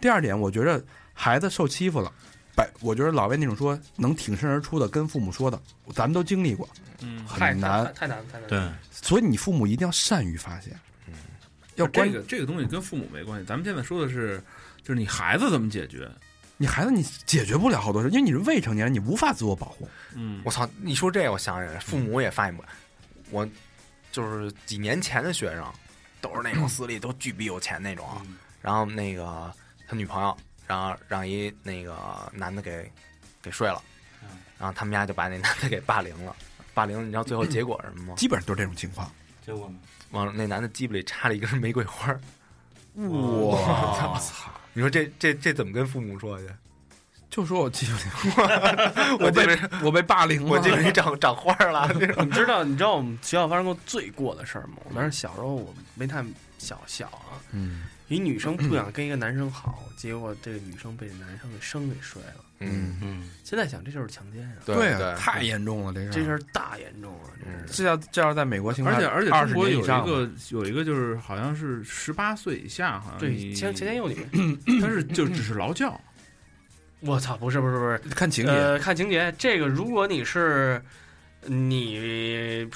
S3: 第二点，我觉得孩子受欺负了，百，我觉得老魏那种说能挺身而出的，跟父母说的，咱们都经历过，
S6: 嗯
S2: 太
S3: 很难
S2: 太太难了太难了。
S4: 对，
S3: 所以你父母一定要善于发现，要关
S6: 嗯这个这个东西跟父母没关系，咱们现在说的是，就是你孩子怎么解决？
S3: 你孩子你解决不了好多事，因为你是未成年人，你无法自我保护。
S6: 嗯
S5: 我操！你说这，我想起来，父母也发现不了。我就是几年前的学生，都是那种私立，都巨逼有钱那种。然后那个他女朋友，然后让一那个男的给给睡了，然后他们家就把那男的给霸凌了。霸凌，你知道最后结果是什么 吗？
S3: 基本上都是这种情况。
S4: 结果呢？
S5: 往那男的鸡巴里插了一根玫瑰花儿。
S3: 哦
S4: 啊
S3: 哇，
S5: 你说这这这怎么跟父母说去？
S3: 就说我欺负
S5: 我这边
S3: 你，我被霸凌了。
S5: 我这边长长花儿了，这种
S2: 你知道你知道我们学校发生过最过的事儿吗？我当时小时候我没太小小啊，
S3: 嗯
S2: 一女生不想跟一个男生好，结果这个女生被这男生给生给摔了。
S5: 嗯，
S4: 嗯，
S2: 现在想这就是强奸啊，
S5: 对
S3: 啊，太严重了这事儿。
S2: 这事儿大严重啊，这
S5: 嗯
S2: 是。
S3: 这要这要是在美国刑法，
S6: 而且而且
S3: 二
S6: 中
S3: 十
S6: 国
S3: 年
S6: 有
S3: 以
S6: 一
S3: 上
S6: 个有一个就是好像是十八岁以下，好像
S2: 对，
S6: 你
S2: 前前年幼女，
S6: 他是就只是劳教，
S2: 我操，不是不是不是，
S3: 看情节，
S2: 呃，看情节，这个如果你是你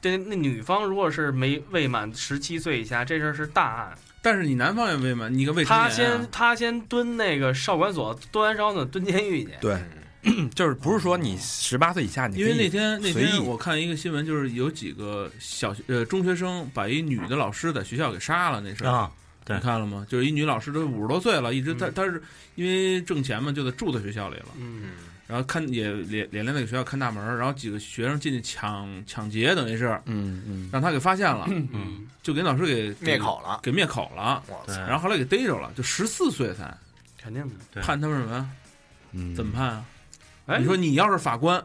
S2: 这那女方如果是没未满十七岁以下，这事儿是大案。
S6: 但是你男方也未满，你个未成年啊
S2: 他先他先蹲那个少管所，蹲完少管所蹲监狱去。
S3: 对，
S5: 嗯
S3: 就是不是说你十八岁以下你可以
S6: 因为那天那
S3: 随
S6: 天
S3: 意
S6: 我看一个新闻，就是有几个小学呃中学生把一女的老师在学校给杀了，那事儿、
S4: 啊，对
S6: 你看了吗？就是一女老师都五十多岁了，一直
S3: 嗯
S6: 她她是因为挣钱嘛，就在住在学校里了，
S2: 嗯，
S6: 然后看也连连连那个学校看大门儿，然后几个学生进去抢抢劫，等于是
S3: 嗯嗯，
S6: 让他给发现了，
S4: 嗯
S6: 就给老师给给
S5: 灭口了。
S6: 给灭口了，
S5: 我
S4: 对
S5: 操！，
S3: 嗯
S6: 然后后来给逮着了，就十四岁才
S2: 肯定的。
S4: 对
S6: 判他们什么呀？
S3: 嗯
S6: 怎么判啊？
S2: 哎，
S6: 你说你要是法官，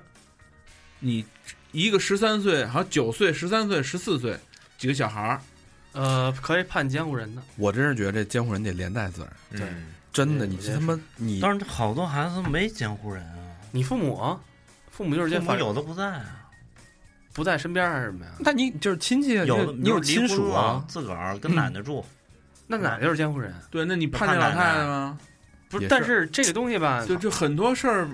S6: 你一个十三岁，好像九岁、十三岁、十四岁几个小孩儿，
S2: 呃，可以判监护人的，
S3: 我真是觉得这监护人得连带责任，
S5: 对，
S3: 真的，
S2: 对
S3: 你
S2: 我
S3: 这
S2: 也
S3: 他妈你
S4: 但是好多孩子没监护人啊，
S2: 你父母啊，父母就是
S4: 父
S2: 这
S4: 母
S2: 法
S4: 有的不在啊，
S2: 不在身边还是什么呀？
S3: 那你就是亲戚啊，
S4: 有
S3: 你
S4: 的
S3: 有你有
S4: 比如
S3: 亲
S4: 离婚
S3: 属
S4: 了
S3: 啊，
S4: 自个儿跟奶奶住，
S2: 那哪就是监护人？
S6: 对，那你判那老太太吗？
S2: 不
S3: 也是
S2: 但是这个东西吧，
S6: 就就很多事儿，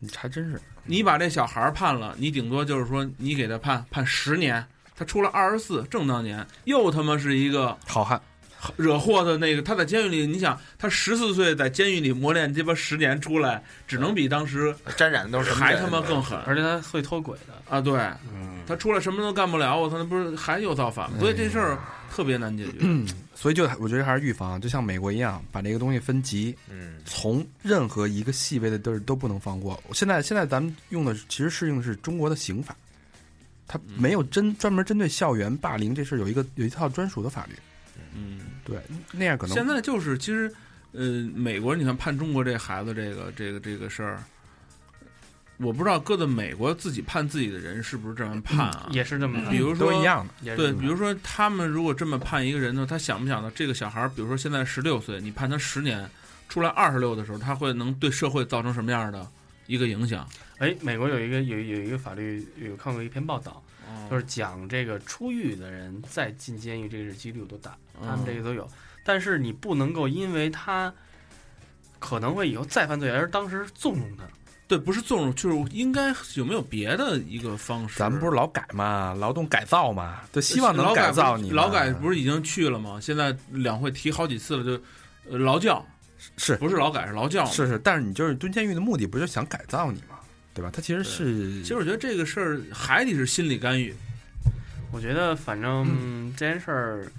S3: 你还真是
S6: 你把这小孩儿判了，你顶多就是说你给他判判十年，他出来二十四正当年，又他妈是一个
S3: 好汉，
S6: 惹祸的那个，他在监狱里，你想他十四岁在监狱里磨练鸡巴十年出来，只能比当时
S5: 沾染的都是什么
S6: 还
S5: 人嗯
S6: 他妈更狠
S2: 而且他会脱轨的。
S6: 啊！对
S4: 嗯，
S6: 他出来什么都干不了，我操，那不是还又造反吗？所以这事儿特别难解决。
S3: 所以就我觉得还是预防，就像美国一样，把这个东西分级，
S5: 嗯
S3: 从任何一个细微的地儿都不能放过。现在现在咱们用的是其实适应的是中国的刑法，它没有针专门针对校园霸凌这事儿有一个有一套专属的法律。
S6: 嗯。
S3: 对，那样可能
S6: 现在就是其实，呃，美国你看判中国这孩子这个这个这个事儿，我不知道搁在美国自己判自己的人是不是这么判啊？
S2: 也是这么的，
S6: 比如
S3: 嗯都
S6: 说
S3: 一，样的。
S2: 也是
S6: 对，
S2: 这么
S6: 比如说他们如果这么判一个人呢，他想不想到这个小孩儿，比如说现在十六岁，你判他十年，出来二十六的时候，他会能对社会造成什么样的一个影响？
S2: 哎，美国有一个有有一个法律有看过一篇报道，就
S6: 就是
S2: 是讲这个出狱的人再进监狱这个几率有多大，他
S6: 嗯
S2: 们这个都有。但是你不能够因为他可能会以后再犯罪，而当时纵容他。
S6: 对，不是纵容，就是应该有没有别的一个方式？
S3: 咱们不是老改嘛，劳动改造嘛，就希望能
S6: 劳改
S3: 改
S6: 不
S3: 造你嘛。
S6: 劳改不是已经去了吗？现在两会提好几次了，就呃劳教
S3: 是
S6: 不是劳改是劳教。
S3: 是是，但是你就是蹲监狱的目的，不就想改造你嘛，对吧？它其实是
S6: 其实我觉得这个事儿还得是心理干预，
S2: 我觉得反正这件事儿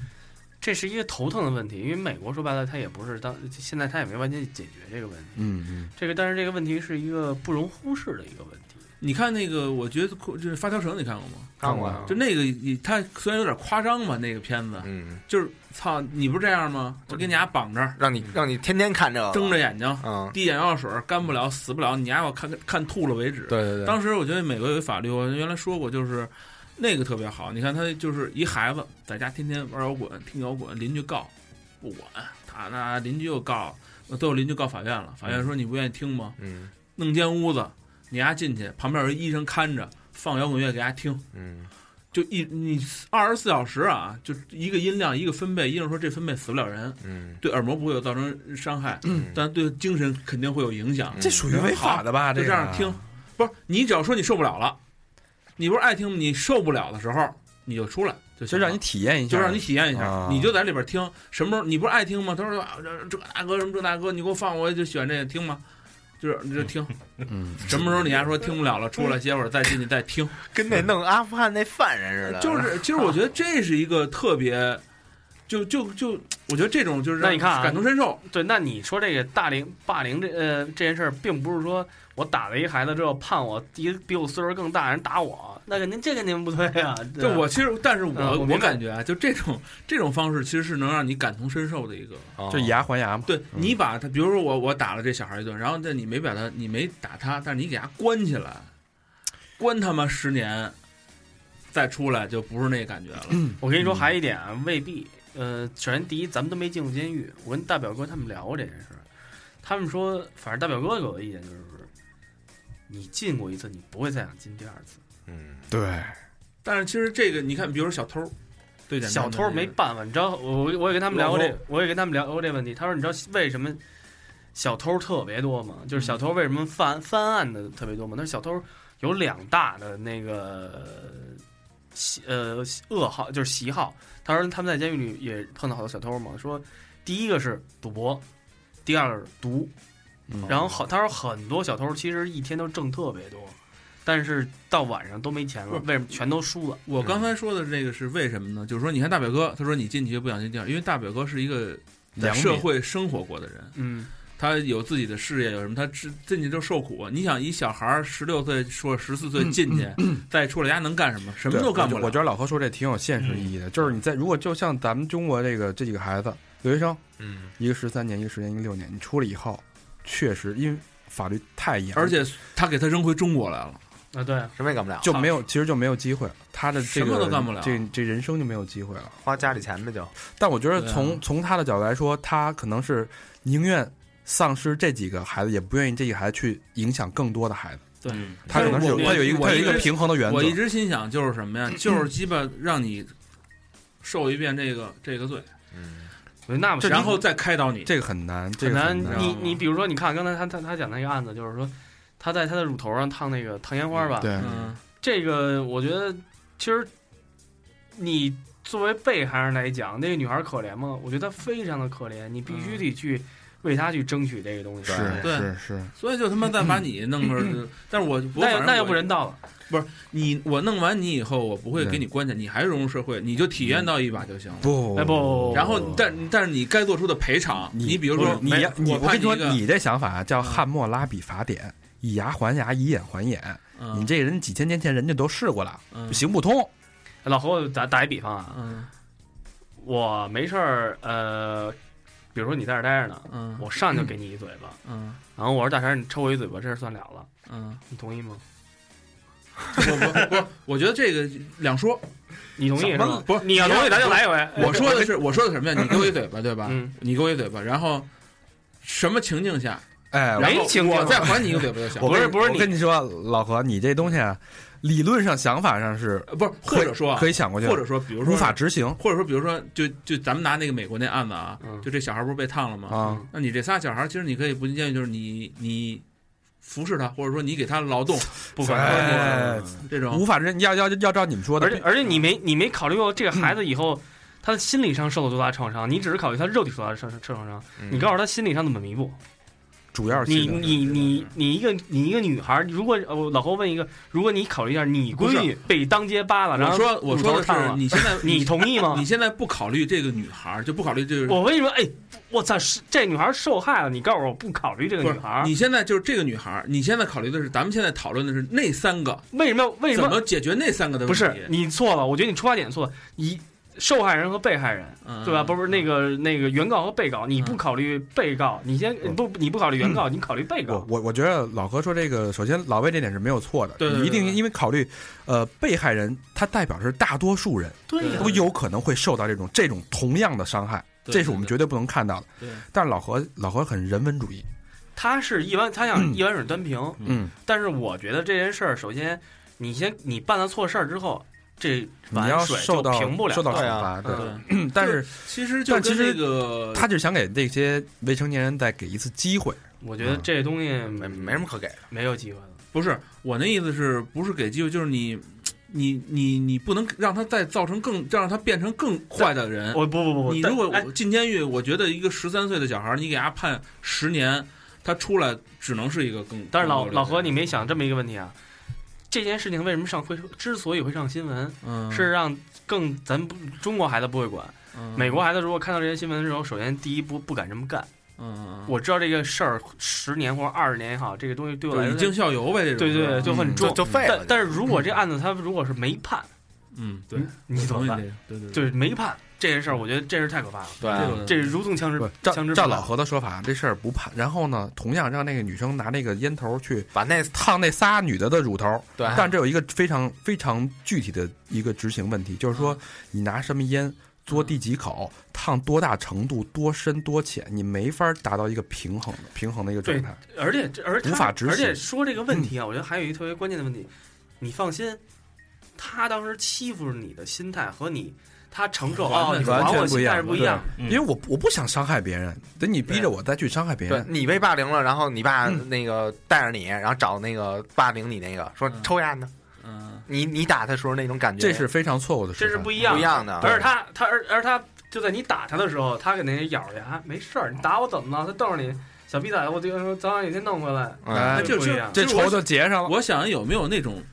S2: 这是一个头疼的问题，因为美国说白了，它也不是当现在它也没完全解决这个问题。
S3: 嗯嗯，
S2: 这个但是这个问题是一个不容忽视的一个问题。
S6: 你看那个，我觉得就是《发条城》，你看过吗？
S5: 看过
S2: 啊
S5: 呀，
S6: 就那个，你他虽然有点夸张吧，那个片子
S5: 嗯，
S6: 就是操，你不是这样吗？我给你俩绑这儿，
S5: 让你让你天天看这个，
S6: 睁着眼睛，
S5: 嗯，
S6: 滴眼药水，干不了，死不了，你丫我看看吐了为止。
S5: 对对对，
S6: 当时我觉得美国有一法律，我原来说过，就是那个特别好。你看他就是一孩子在家天天玩摇滚、听摇滚，邻居告不管他，那邻居又告，最后邻居告法院了。法院说你不愿意听吗？
S5: 嗯
S6: 弄间屋子，你丫进去，旁边有一医生看着，放摇滚乐给丫听。
S5: 嗯
S6: 就一你二十四小时啊，就一个音量一个分贝，医生说这分贝死不了人，
S5: 嗯，
S6: 对耳膜不会有造成伤害，但对精神肯定会有影响。
S5: 嗯
S3: 这属于违法的吧？
S6: 啊就
S3: 个啊
S6: 这样听，不是你只要说你受不了了，你不是爱听吗你受不了的时候你就出来就
S3: 就
S6: 行了
S3: 让你体验一下，
S6: 就让你体验一下，
S3: 啊
S6: 你就在里边听什么时候你不是爱听吗？他说啊这这大哥什么这大哥，你给我放，我就喜欢这个听吗？就是你就听，
S3: 嗯，
S6: 什么时候你还说听不了了，出来歇会儿再进去再听，
S5: 跟那弄阿富汗那犯人似的，
S6: 就是其实我觉得这是一个特别，就就就我觉得这种就是让
S2: 那你看啊
S6: 感同身受，
S2: 对，那你说这个大龄霸凌这呃这件事儿，并不是说我打了一孩子之后判我一比我岁数更大人打我，那肯定这肯定不对啊。
S6: 对
S2: 吧
S6: 我其实，但是我、
S2: 嗯我明白
S6: 我感觉啊，就这种这种方式其实是能让你感同身受的一个。
S5: 哦
S3: 就以牙还牙嘛。
S6: 对你把他，比如说我我打了这小孩一顿，然后但你没把他，你没打他，但是你给他关起来，关他妈十年，再出来就不是那感觉了。
S2: 我跟你说，还有一点啊，未必。呃，首先第一，咱们都没进过监狱。我跟大表哥他们聊过这件事儿，他们说，反正大表哥给我的意见就是，你进过一次，你不会再想进第二次。
S5: 嗯
S3: 对，
S6: 但是其实这个你看，比如说小偷，对简单
S2: 小偷
S6: 的
S2: 没
S6: 这个
S2: 办法，你知道，我我也跟他们聊过这
S6: 落
S2: 个，我也跟他们聊过这个问题。他说，你知道为什么小偷特别多吗？就是小偷为什么犯犯案的特别多吗？那小偷有两大的那个喜呃噩耗，就是喜好。他说他们在监狱里也碰到好多小偷嘛，说第一个是赌博，第二个是毒。
S3: 嗯
S2: 然后好，他说很多小偷其实一天都挣特别多，但是到晚上都没钱了，
S6: 不是
S2: 为什么全都输了？
S6: 我刚才嗯说的这个是为什么呢？就是说，你看大表哥，他说你进去就不想进店，因为大表哥是一个在
S3: 良民
S6: 社会生活过的人，
S2: 嗯，
S6: 他有自己的事业，有什么他之进去就受苦。你想，一小孩十六岁说十四岁进去，再出来家能干什么？什么
S3: 对
S6: 都干不
S3: 我
S6: 了。嗯
S3: 觉我觉得老何说这挺有现实意义的，就是你在如果就像咱们中国这个这几个孩子留学生，
S5: 嗯
S3: 一个十三年，一个十年，一个六年，你出来以后，确实因为法律太严，
S6: 而且他给他扔回中国来了，
S2: 啊对啊。
S5: 什么也干不了，
S3: 就没有其实就没有机会了，他的这
S6: 什
S3: 个
S6: 么都干不了
S3: 这这人生就没有机会了。
S5: 花家里钱呗，就
S3: 但我觉得
S6: 对啊
S3: 从、从他的角度来说，他可能是宁愿丧失这几个孩子，也不愿意这几个孩子去影响更多的孩子。
S6: 对
S4: 嗯
S3: 他可能是有
S6: 但
S3: 他
S6: 是我
S3: 有一个
S6: 我
S3: 他有一
S6: 一
S3: 个
S6: 直
S3: 平衡的原则
S6: 我。一直心想就是什么呀？就是鸡巴让你受一遍这个这个罪，
S5: 嗯
S2: 那不行
S6: 然后再开导你。
S3: 这个很难，这
S2: 很
S3: 个
S2: 难。
S3: 难。啊
S6: 啊
S2: 你你比如说，你看刚才他他他讲那个案子，就是说他在他的乳头上烫那个烫烟花吧。，
S3: 对，
S6: 嗯，
S2: 这个我觉得其实你作为被害人来讲，那个女孩可怜吗？我觉得她非常的可怜，你必须得去为她去争取这个东西。
S3: 是
S6: 嗯对
S3: 是是，
S6: 所以就他妈再把你弄
S3: 嗯
S6: 个， 但是我我
S2: 那
S6: 反正
S2: 那
S6: 我
S2: 又不人道了。
S6: 你我弄完你以后，我不会给你关起来，你还融入社会，你就体验到一把就行了。
S3: 嗯不
S2: 哎不
S6: 然后，但但是你该做出的赔偿，
S3: 你
S6: 比如说
S3: 你
S6: 没
S3: 呀你，
S6: 我
S3: 我
S6: 判
S3: 跟你说，
S6: 一个
S3: 你这想法叫汉谟拉比法典，以牙还牙，以眼还眼。
S6: 嗯
S3: 你这人几千年前人家都试过了，
S6: 嗯
S3: 行不通。
S2: 老何，我打打一比方啊，
S6: 嗯
S2: 我没事儿，呃，比如说你在这儿待着呢，
S6: 嗯
S2: 我上去给你一嘴巴，
S6: 嗯
S2: 然后我说大神，你抽我一嘴巴，这事儿算了了，
S6: 嗯，
S2: 你同意吗？
S6: 不不不，我觉得这个两说。
S2: 你同意是
S6: 什么
S2: 吗？
S6: 不是
S2: 你要同意，咱就来一
S3: 哎
S2: 回。
S6: 我说的是我说的什么呀？你给我一嘴巴，对吧？
S2: 嗯
S6: 你给我一嘴巴，然后什么情境下，
S3: 哎，
S6: 然后
S2: 没情境啊
S6: 我再还你一个嘴巴就行。
S3: 我
S2: 不是
S3: 跟
S2: 不是
S3: 我
S2: 你
S3: 跟你说，老何，你这东西啊，理论上、想法上是
S6: 呃不是，
S3: 可以
S6: 或者说啊
S3: 可以想过去，
S6: 或者说，比如说
S3: 无法，执行
S6: 或者说，比如说，就就咱们拿那个美国那案子啊
S2: 嗯，
S6: 就这小孩不是被烫了吗？
S3: 啊。
S6: 那你这仨小孩，其实你可以不进监狱，就是你你服侍他，或者说你给他劳动，不管
S3: 哎
S6: 多
S2: 嗯
S6: 少这种
S3: 无。法执，要要要照你们说的，
S2: 而且而且你没
S6: 嗯
S2: 你没考虑过这个孩子以后他的
S5: 嗯
S6: 嗯
S2: 心理上受了多大创伤，你只是考虑他肉体受到的创创创伤，你告诉他心理上怎么弥补，
S3: 主要是
S2: 你
S3: 系统
S2: 你你你一个你一个女孩儿，如果呃我老侯问一个，如果你考虑一下，你闺女被当街扒了，然
S6: 我
S2: 后
S6: 说我说
S2: 乳头
S6: 的
S2: 烫了
S6: 是，你现 在
S2: 你同意吗
S6: 你？现在不考虑这个女孩儿，就不考虑这个。
S2: 我为什么？哎，我操，是这女孩儿受害了，你告诉我，我不考虑这个
S6: 不
S2: 女
S6: 是
S2: 孩儿，
S6: 你现在就是这个女孩儿，你现在考虑的是，咱们现在讨论的是那三个
S2: 为什么？为什
S6: 怎
S2: 么？
S6: 么解决那三个的
S2: 不
S6: 问题，
S2: 是你错了，我觉得你出发点错了，你受害人和被害人。
S6: 嗯
S2: 对吧？不是那个那个原告和被告，你不考虑被告，你先
S3: 嗯
S2: 不你不考虑原告，你考虑被
S3: 我
S2: 告。
S3: 我我觉得老何说这个，首先老魏这点是没有错的，
S6: 对对对
S3: 你一定
S6: 对
S3: 因为考虑，呃，被害人他代表是大多数人，
S2: 对呀
S3: 都有可能会受到这种这种同样的伤害，
S6: 对
S3: 这是我们绝对不能看到的。
S6: 对
S3: 但是老何老何很人文主义，
S2: 他是一碗，他想
S3: 嗯
S2: 一碗水端平，
S3: 嗯，
S2: 但是我觉得这件事儿，首先你先你办了错事儿之后，这
S3: 嗯你
S2: 碗
S3: 要
S2: 水
S3: 受
S2: 就
S3: 到
S2: 平不了。
S3: 受到
S5: 对
S3: 惩
S5: 啊
S3: 罚，对。
S2: 嗯
S6: 对，
S3: 但是
S6: 其实就
S3: 但其
S6: 跟
S3: 实
S6: 那个
S3: 他就是想给那些未成年人再给一次机会，
S2: 我觉得这东西
S5: 没
S2: 没
S5: 没什么可给的。
S2: 没有机会了。
S6: 不是我那意思是不是给机会，就是你你你你不能让他再造成更让他变成更坏的
S3: 嗯
S6: 人。
S2: 我不不不不，
S6: 你
S2: 但
S6: 如果
S2: 哎
S6: 进监狱，我觉得一个十三岁的小孩儿，你给他判十年，他出来只能是一个更。
S2: 但是老
S6: 更恶劣的
S2: 老何，
S6: 人
S2: 你没想这么一个问题啊？这件事情为什么上会之所以会上新闻，
S6: 嗯
S2: 是让更咱不中国孩子不会管，
S6: 嗯
S2: 美国孩子如果看到这些新闻的时候，首先第一不不敢这么干。
S6: 嗯嗯
S2: 我知道这个事儿十年或者二十年也好，这个东西对我来
S6: 就
S2: 说
S6: 以儆效尤呗，这种
S2: 对对对
S6: 是吧
S2: 就很
S6: 嗯
S2: 重
S5: 就就废
S2: 但
S5: 了。
S2: 但是如果这案子他如果是没判，
S6: 嗯对，
S2: 你怎么
S6: 同意
S2: 办？
S6: 这个？对对
S2: 对，没判这件事儿，我觉得这事儿太可怕了，
S5: 对
S6: 这
S5: 啊
S6: 个
S2: 这如同枪支
S3: 不是
S2: 枪
S3: 照
S2: 支
S3: 照
S2: 不
S3: 老
S2: 打
S3: 何的说法，这事儿不判。然后呢，同样让那个女生拿那个烟头去
S5: 把那
S3: 烫那仨女的的乳头，
S5: 对啊
S3: 但这有一个非常非常具体的一个执行问题，就是说你拿什么烟，嘬第几口，烫多大程度，多深多浅，你没法达到一个平衡的平衡的一个状态。
S2: 而且而他
S3: 无法执行
S2: 而且说这个问题啊，我觉得还有一个特别关键的问题，你放心，他当时欺负你的心态和你他承受
S6: 完
S2: 啊，
S6: 全
S2: 你还
S3: 完全
S2: 我
S3: 不一
S2: 心
S3: 样
S2: 态是不一样的。
S4: 嗯
S3: 因为我我不想伤害别人，等你逼着我再去伤害别
S5: 对
S3: 人，
S5: 你被霸凌了，然后你爸那个带着你，然后找那个霸凌你那个说
S6: 嗯
S5: 抽烟的，
S6: 嗯
S5: 你你打他时候那种感觉，
S3: 这是非常错误的事
S2: 这
S3: 情。
S2: 是不一样
S5: 不
S2: 的
S5: 一样
S3: 啊
S5: 的。
S2: 而且他他而而他就在你打他的时候，他给那人咬着牙，没事儿，你打我怎么了？他瞪着你，小逼崽子，我就说早晚有一天弄回来。
S5: 嗯，
S3: 哎
S2: 这
S6: 就
S2: 不一
S6: 是
S2: 样
S3: 这仇就结上了。
S6: 我想有没有那种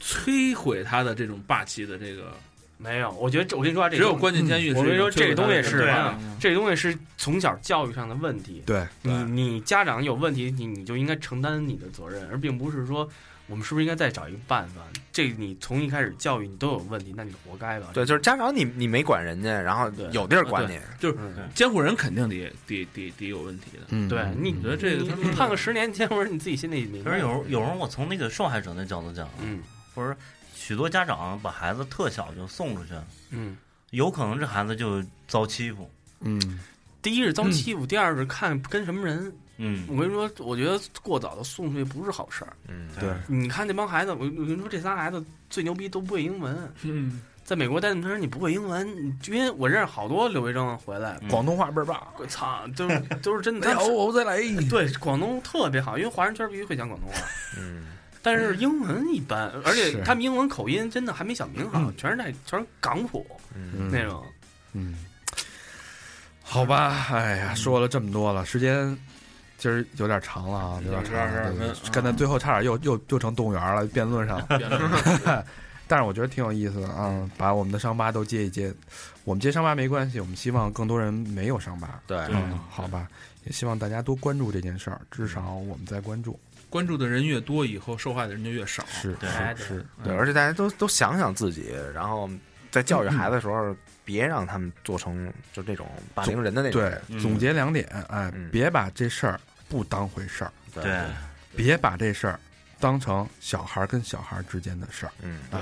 S6: 摧毁他的这种霸气的这个？
S2: 没有，我觉得这我跟你说啊，这
S6: 只有
S2: 东西
S6: 关进监狱是一
S2: 我
S6: 种
S2: 跟
S6: 摧
S2: 你说
S6: 毁他的
S2: 这
S6: 这
S2: 个
S6: 个
S2: 东西
S6: 东西啊
S2: 是
S6: 吧？
S2: 这东西是从小教育上的问题。
S3: 对，
S2: 你你家长有问题，你你就应该承担你的责任，而并不是说我们是不是应该再找一个办法？这你从一开始教育你都有问题，那你活该吧？
S5: 对，就是家长你你没管人家，然后
S2: 对
S5: 有地儿管你，
S2: 嗯
S6: 监护人肯定得得得得有问题的。
S3: 嗯，
S2: 对你
S6: 我觉得这个
S2: 你
S6: 他们
S2: 判个十年监护人，你自己心里明
S4: 可是
S2: 白。
S4: 有时候有时候我从那个受害者那角度讲啊，
S2: 嗯
S4: 不是许多家长把孩子特小就送出去，
S2: 嗯，
S4: 有可能这孩子就遭欺负。
S3: 嗯，
S2: 第一是遭欺负，第二是看跟什么人。
S4: 嗯，
S2: 我跟你说，我觉得过早的送出去不是好事儿。
S5: 嗯，
S3: 对，
S2: 你看那帮孩子，我我跟你说，这仨孩子最牛逼都不会英文。
S6: 嗯，
S2: 在美国待那么长时间，你不会英文，你因为我认识好多留学生回来，
S4: 嗯
S3: 广东话倍儿棒。
S2: 我操，都是都是真的。
S3: 哎
S2: 他
S3: 呦，
S2: 们
S3: 我再来一。
S2: 对广东特别好，因为华人圈必须会讲广东话，
S5: 嗯，
S2: 但是英文一般，而且
S3: 是
S2: 他们英文口音真的还没小明好，全是带全是港普
S5: 嗯
S3: 嗯
S2: 那种。
S3: 嗯，好吧，哎呀，说了这么多了，时间今儿有点长了啊，有点长了。
S6: 有点
S3: 对
S6: 儿嗯
S3: 刚才最后差点又又又成动物园了，辩论上。
S6: 辩论
S3: 但是我觉得挺有意思的啊、嗯，把我们的伤疤都揭一揭。我们揭伤疤没关系，我们希望更多人没有伤疤。
S5: 对，
S3: 嗯，好吧，也希望大家多关注这件事儿，至少我们在关注。
S6: 关注的人越多，以后受害的人就越少。
S3: 是
S4: 对
S2: 哎
S3: 是是，
S5: 对，而且大家都都想想自己，然后在教育孩子的时候，别让他们做成就这种霸凌人的那种
S3: 对
S5: 人，
S4: 嗯
S3: 总结两点，哎，
S5: 嗯
S3: 别把这事儿不当回事儿，
S4: 对，
S3: 别把这事儿当成小孩儿跟小孩儿之间的事儿。
S5: 嗯
S3: 哎，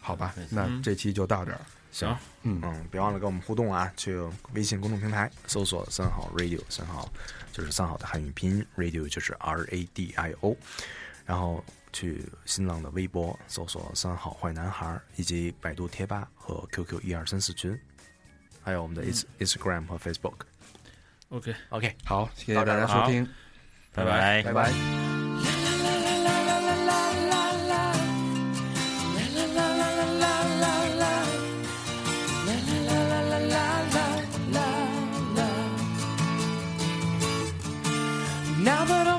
S3: 好吧
S4: 没，错
S3: 那
S6: 嗯
S3: 这期就到这儿。
S6: 行，
S3: 嗯，
S5: 嗯，别忘了跟我们互动啊！去微信公众平台搜索“三好 radio”，三好就是三好的汉语拼音，radio 就是 R A D I O，然后去新浪的微博搜索“三好坏男孩”，以及百度贴吧和 QQ 一二三四群，还有我们的 Ins Instagram 和 Facebook。
S6: OK，
S5: OK，
S3: 好，谢谢大家收听，
S4: 拜
S6: 拜
S4: 哎拜
S3: 拜拜。
S7: Now that all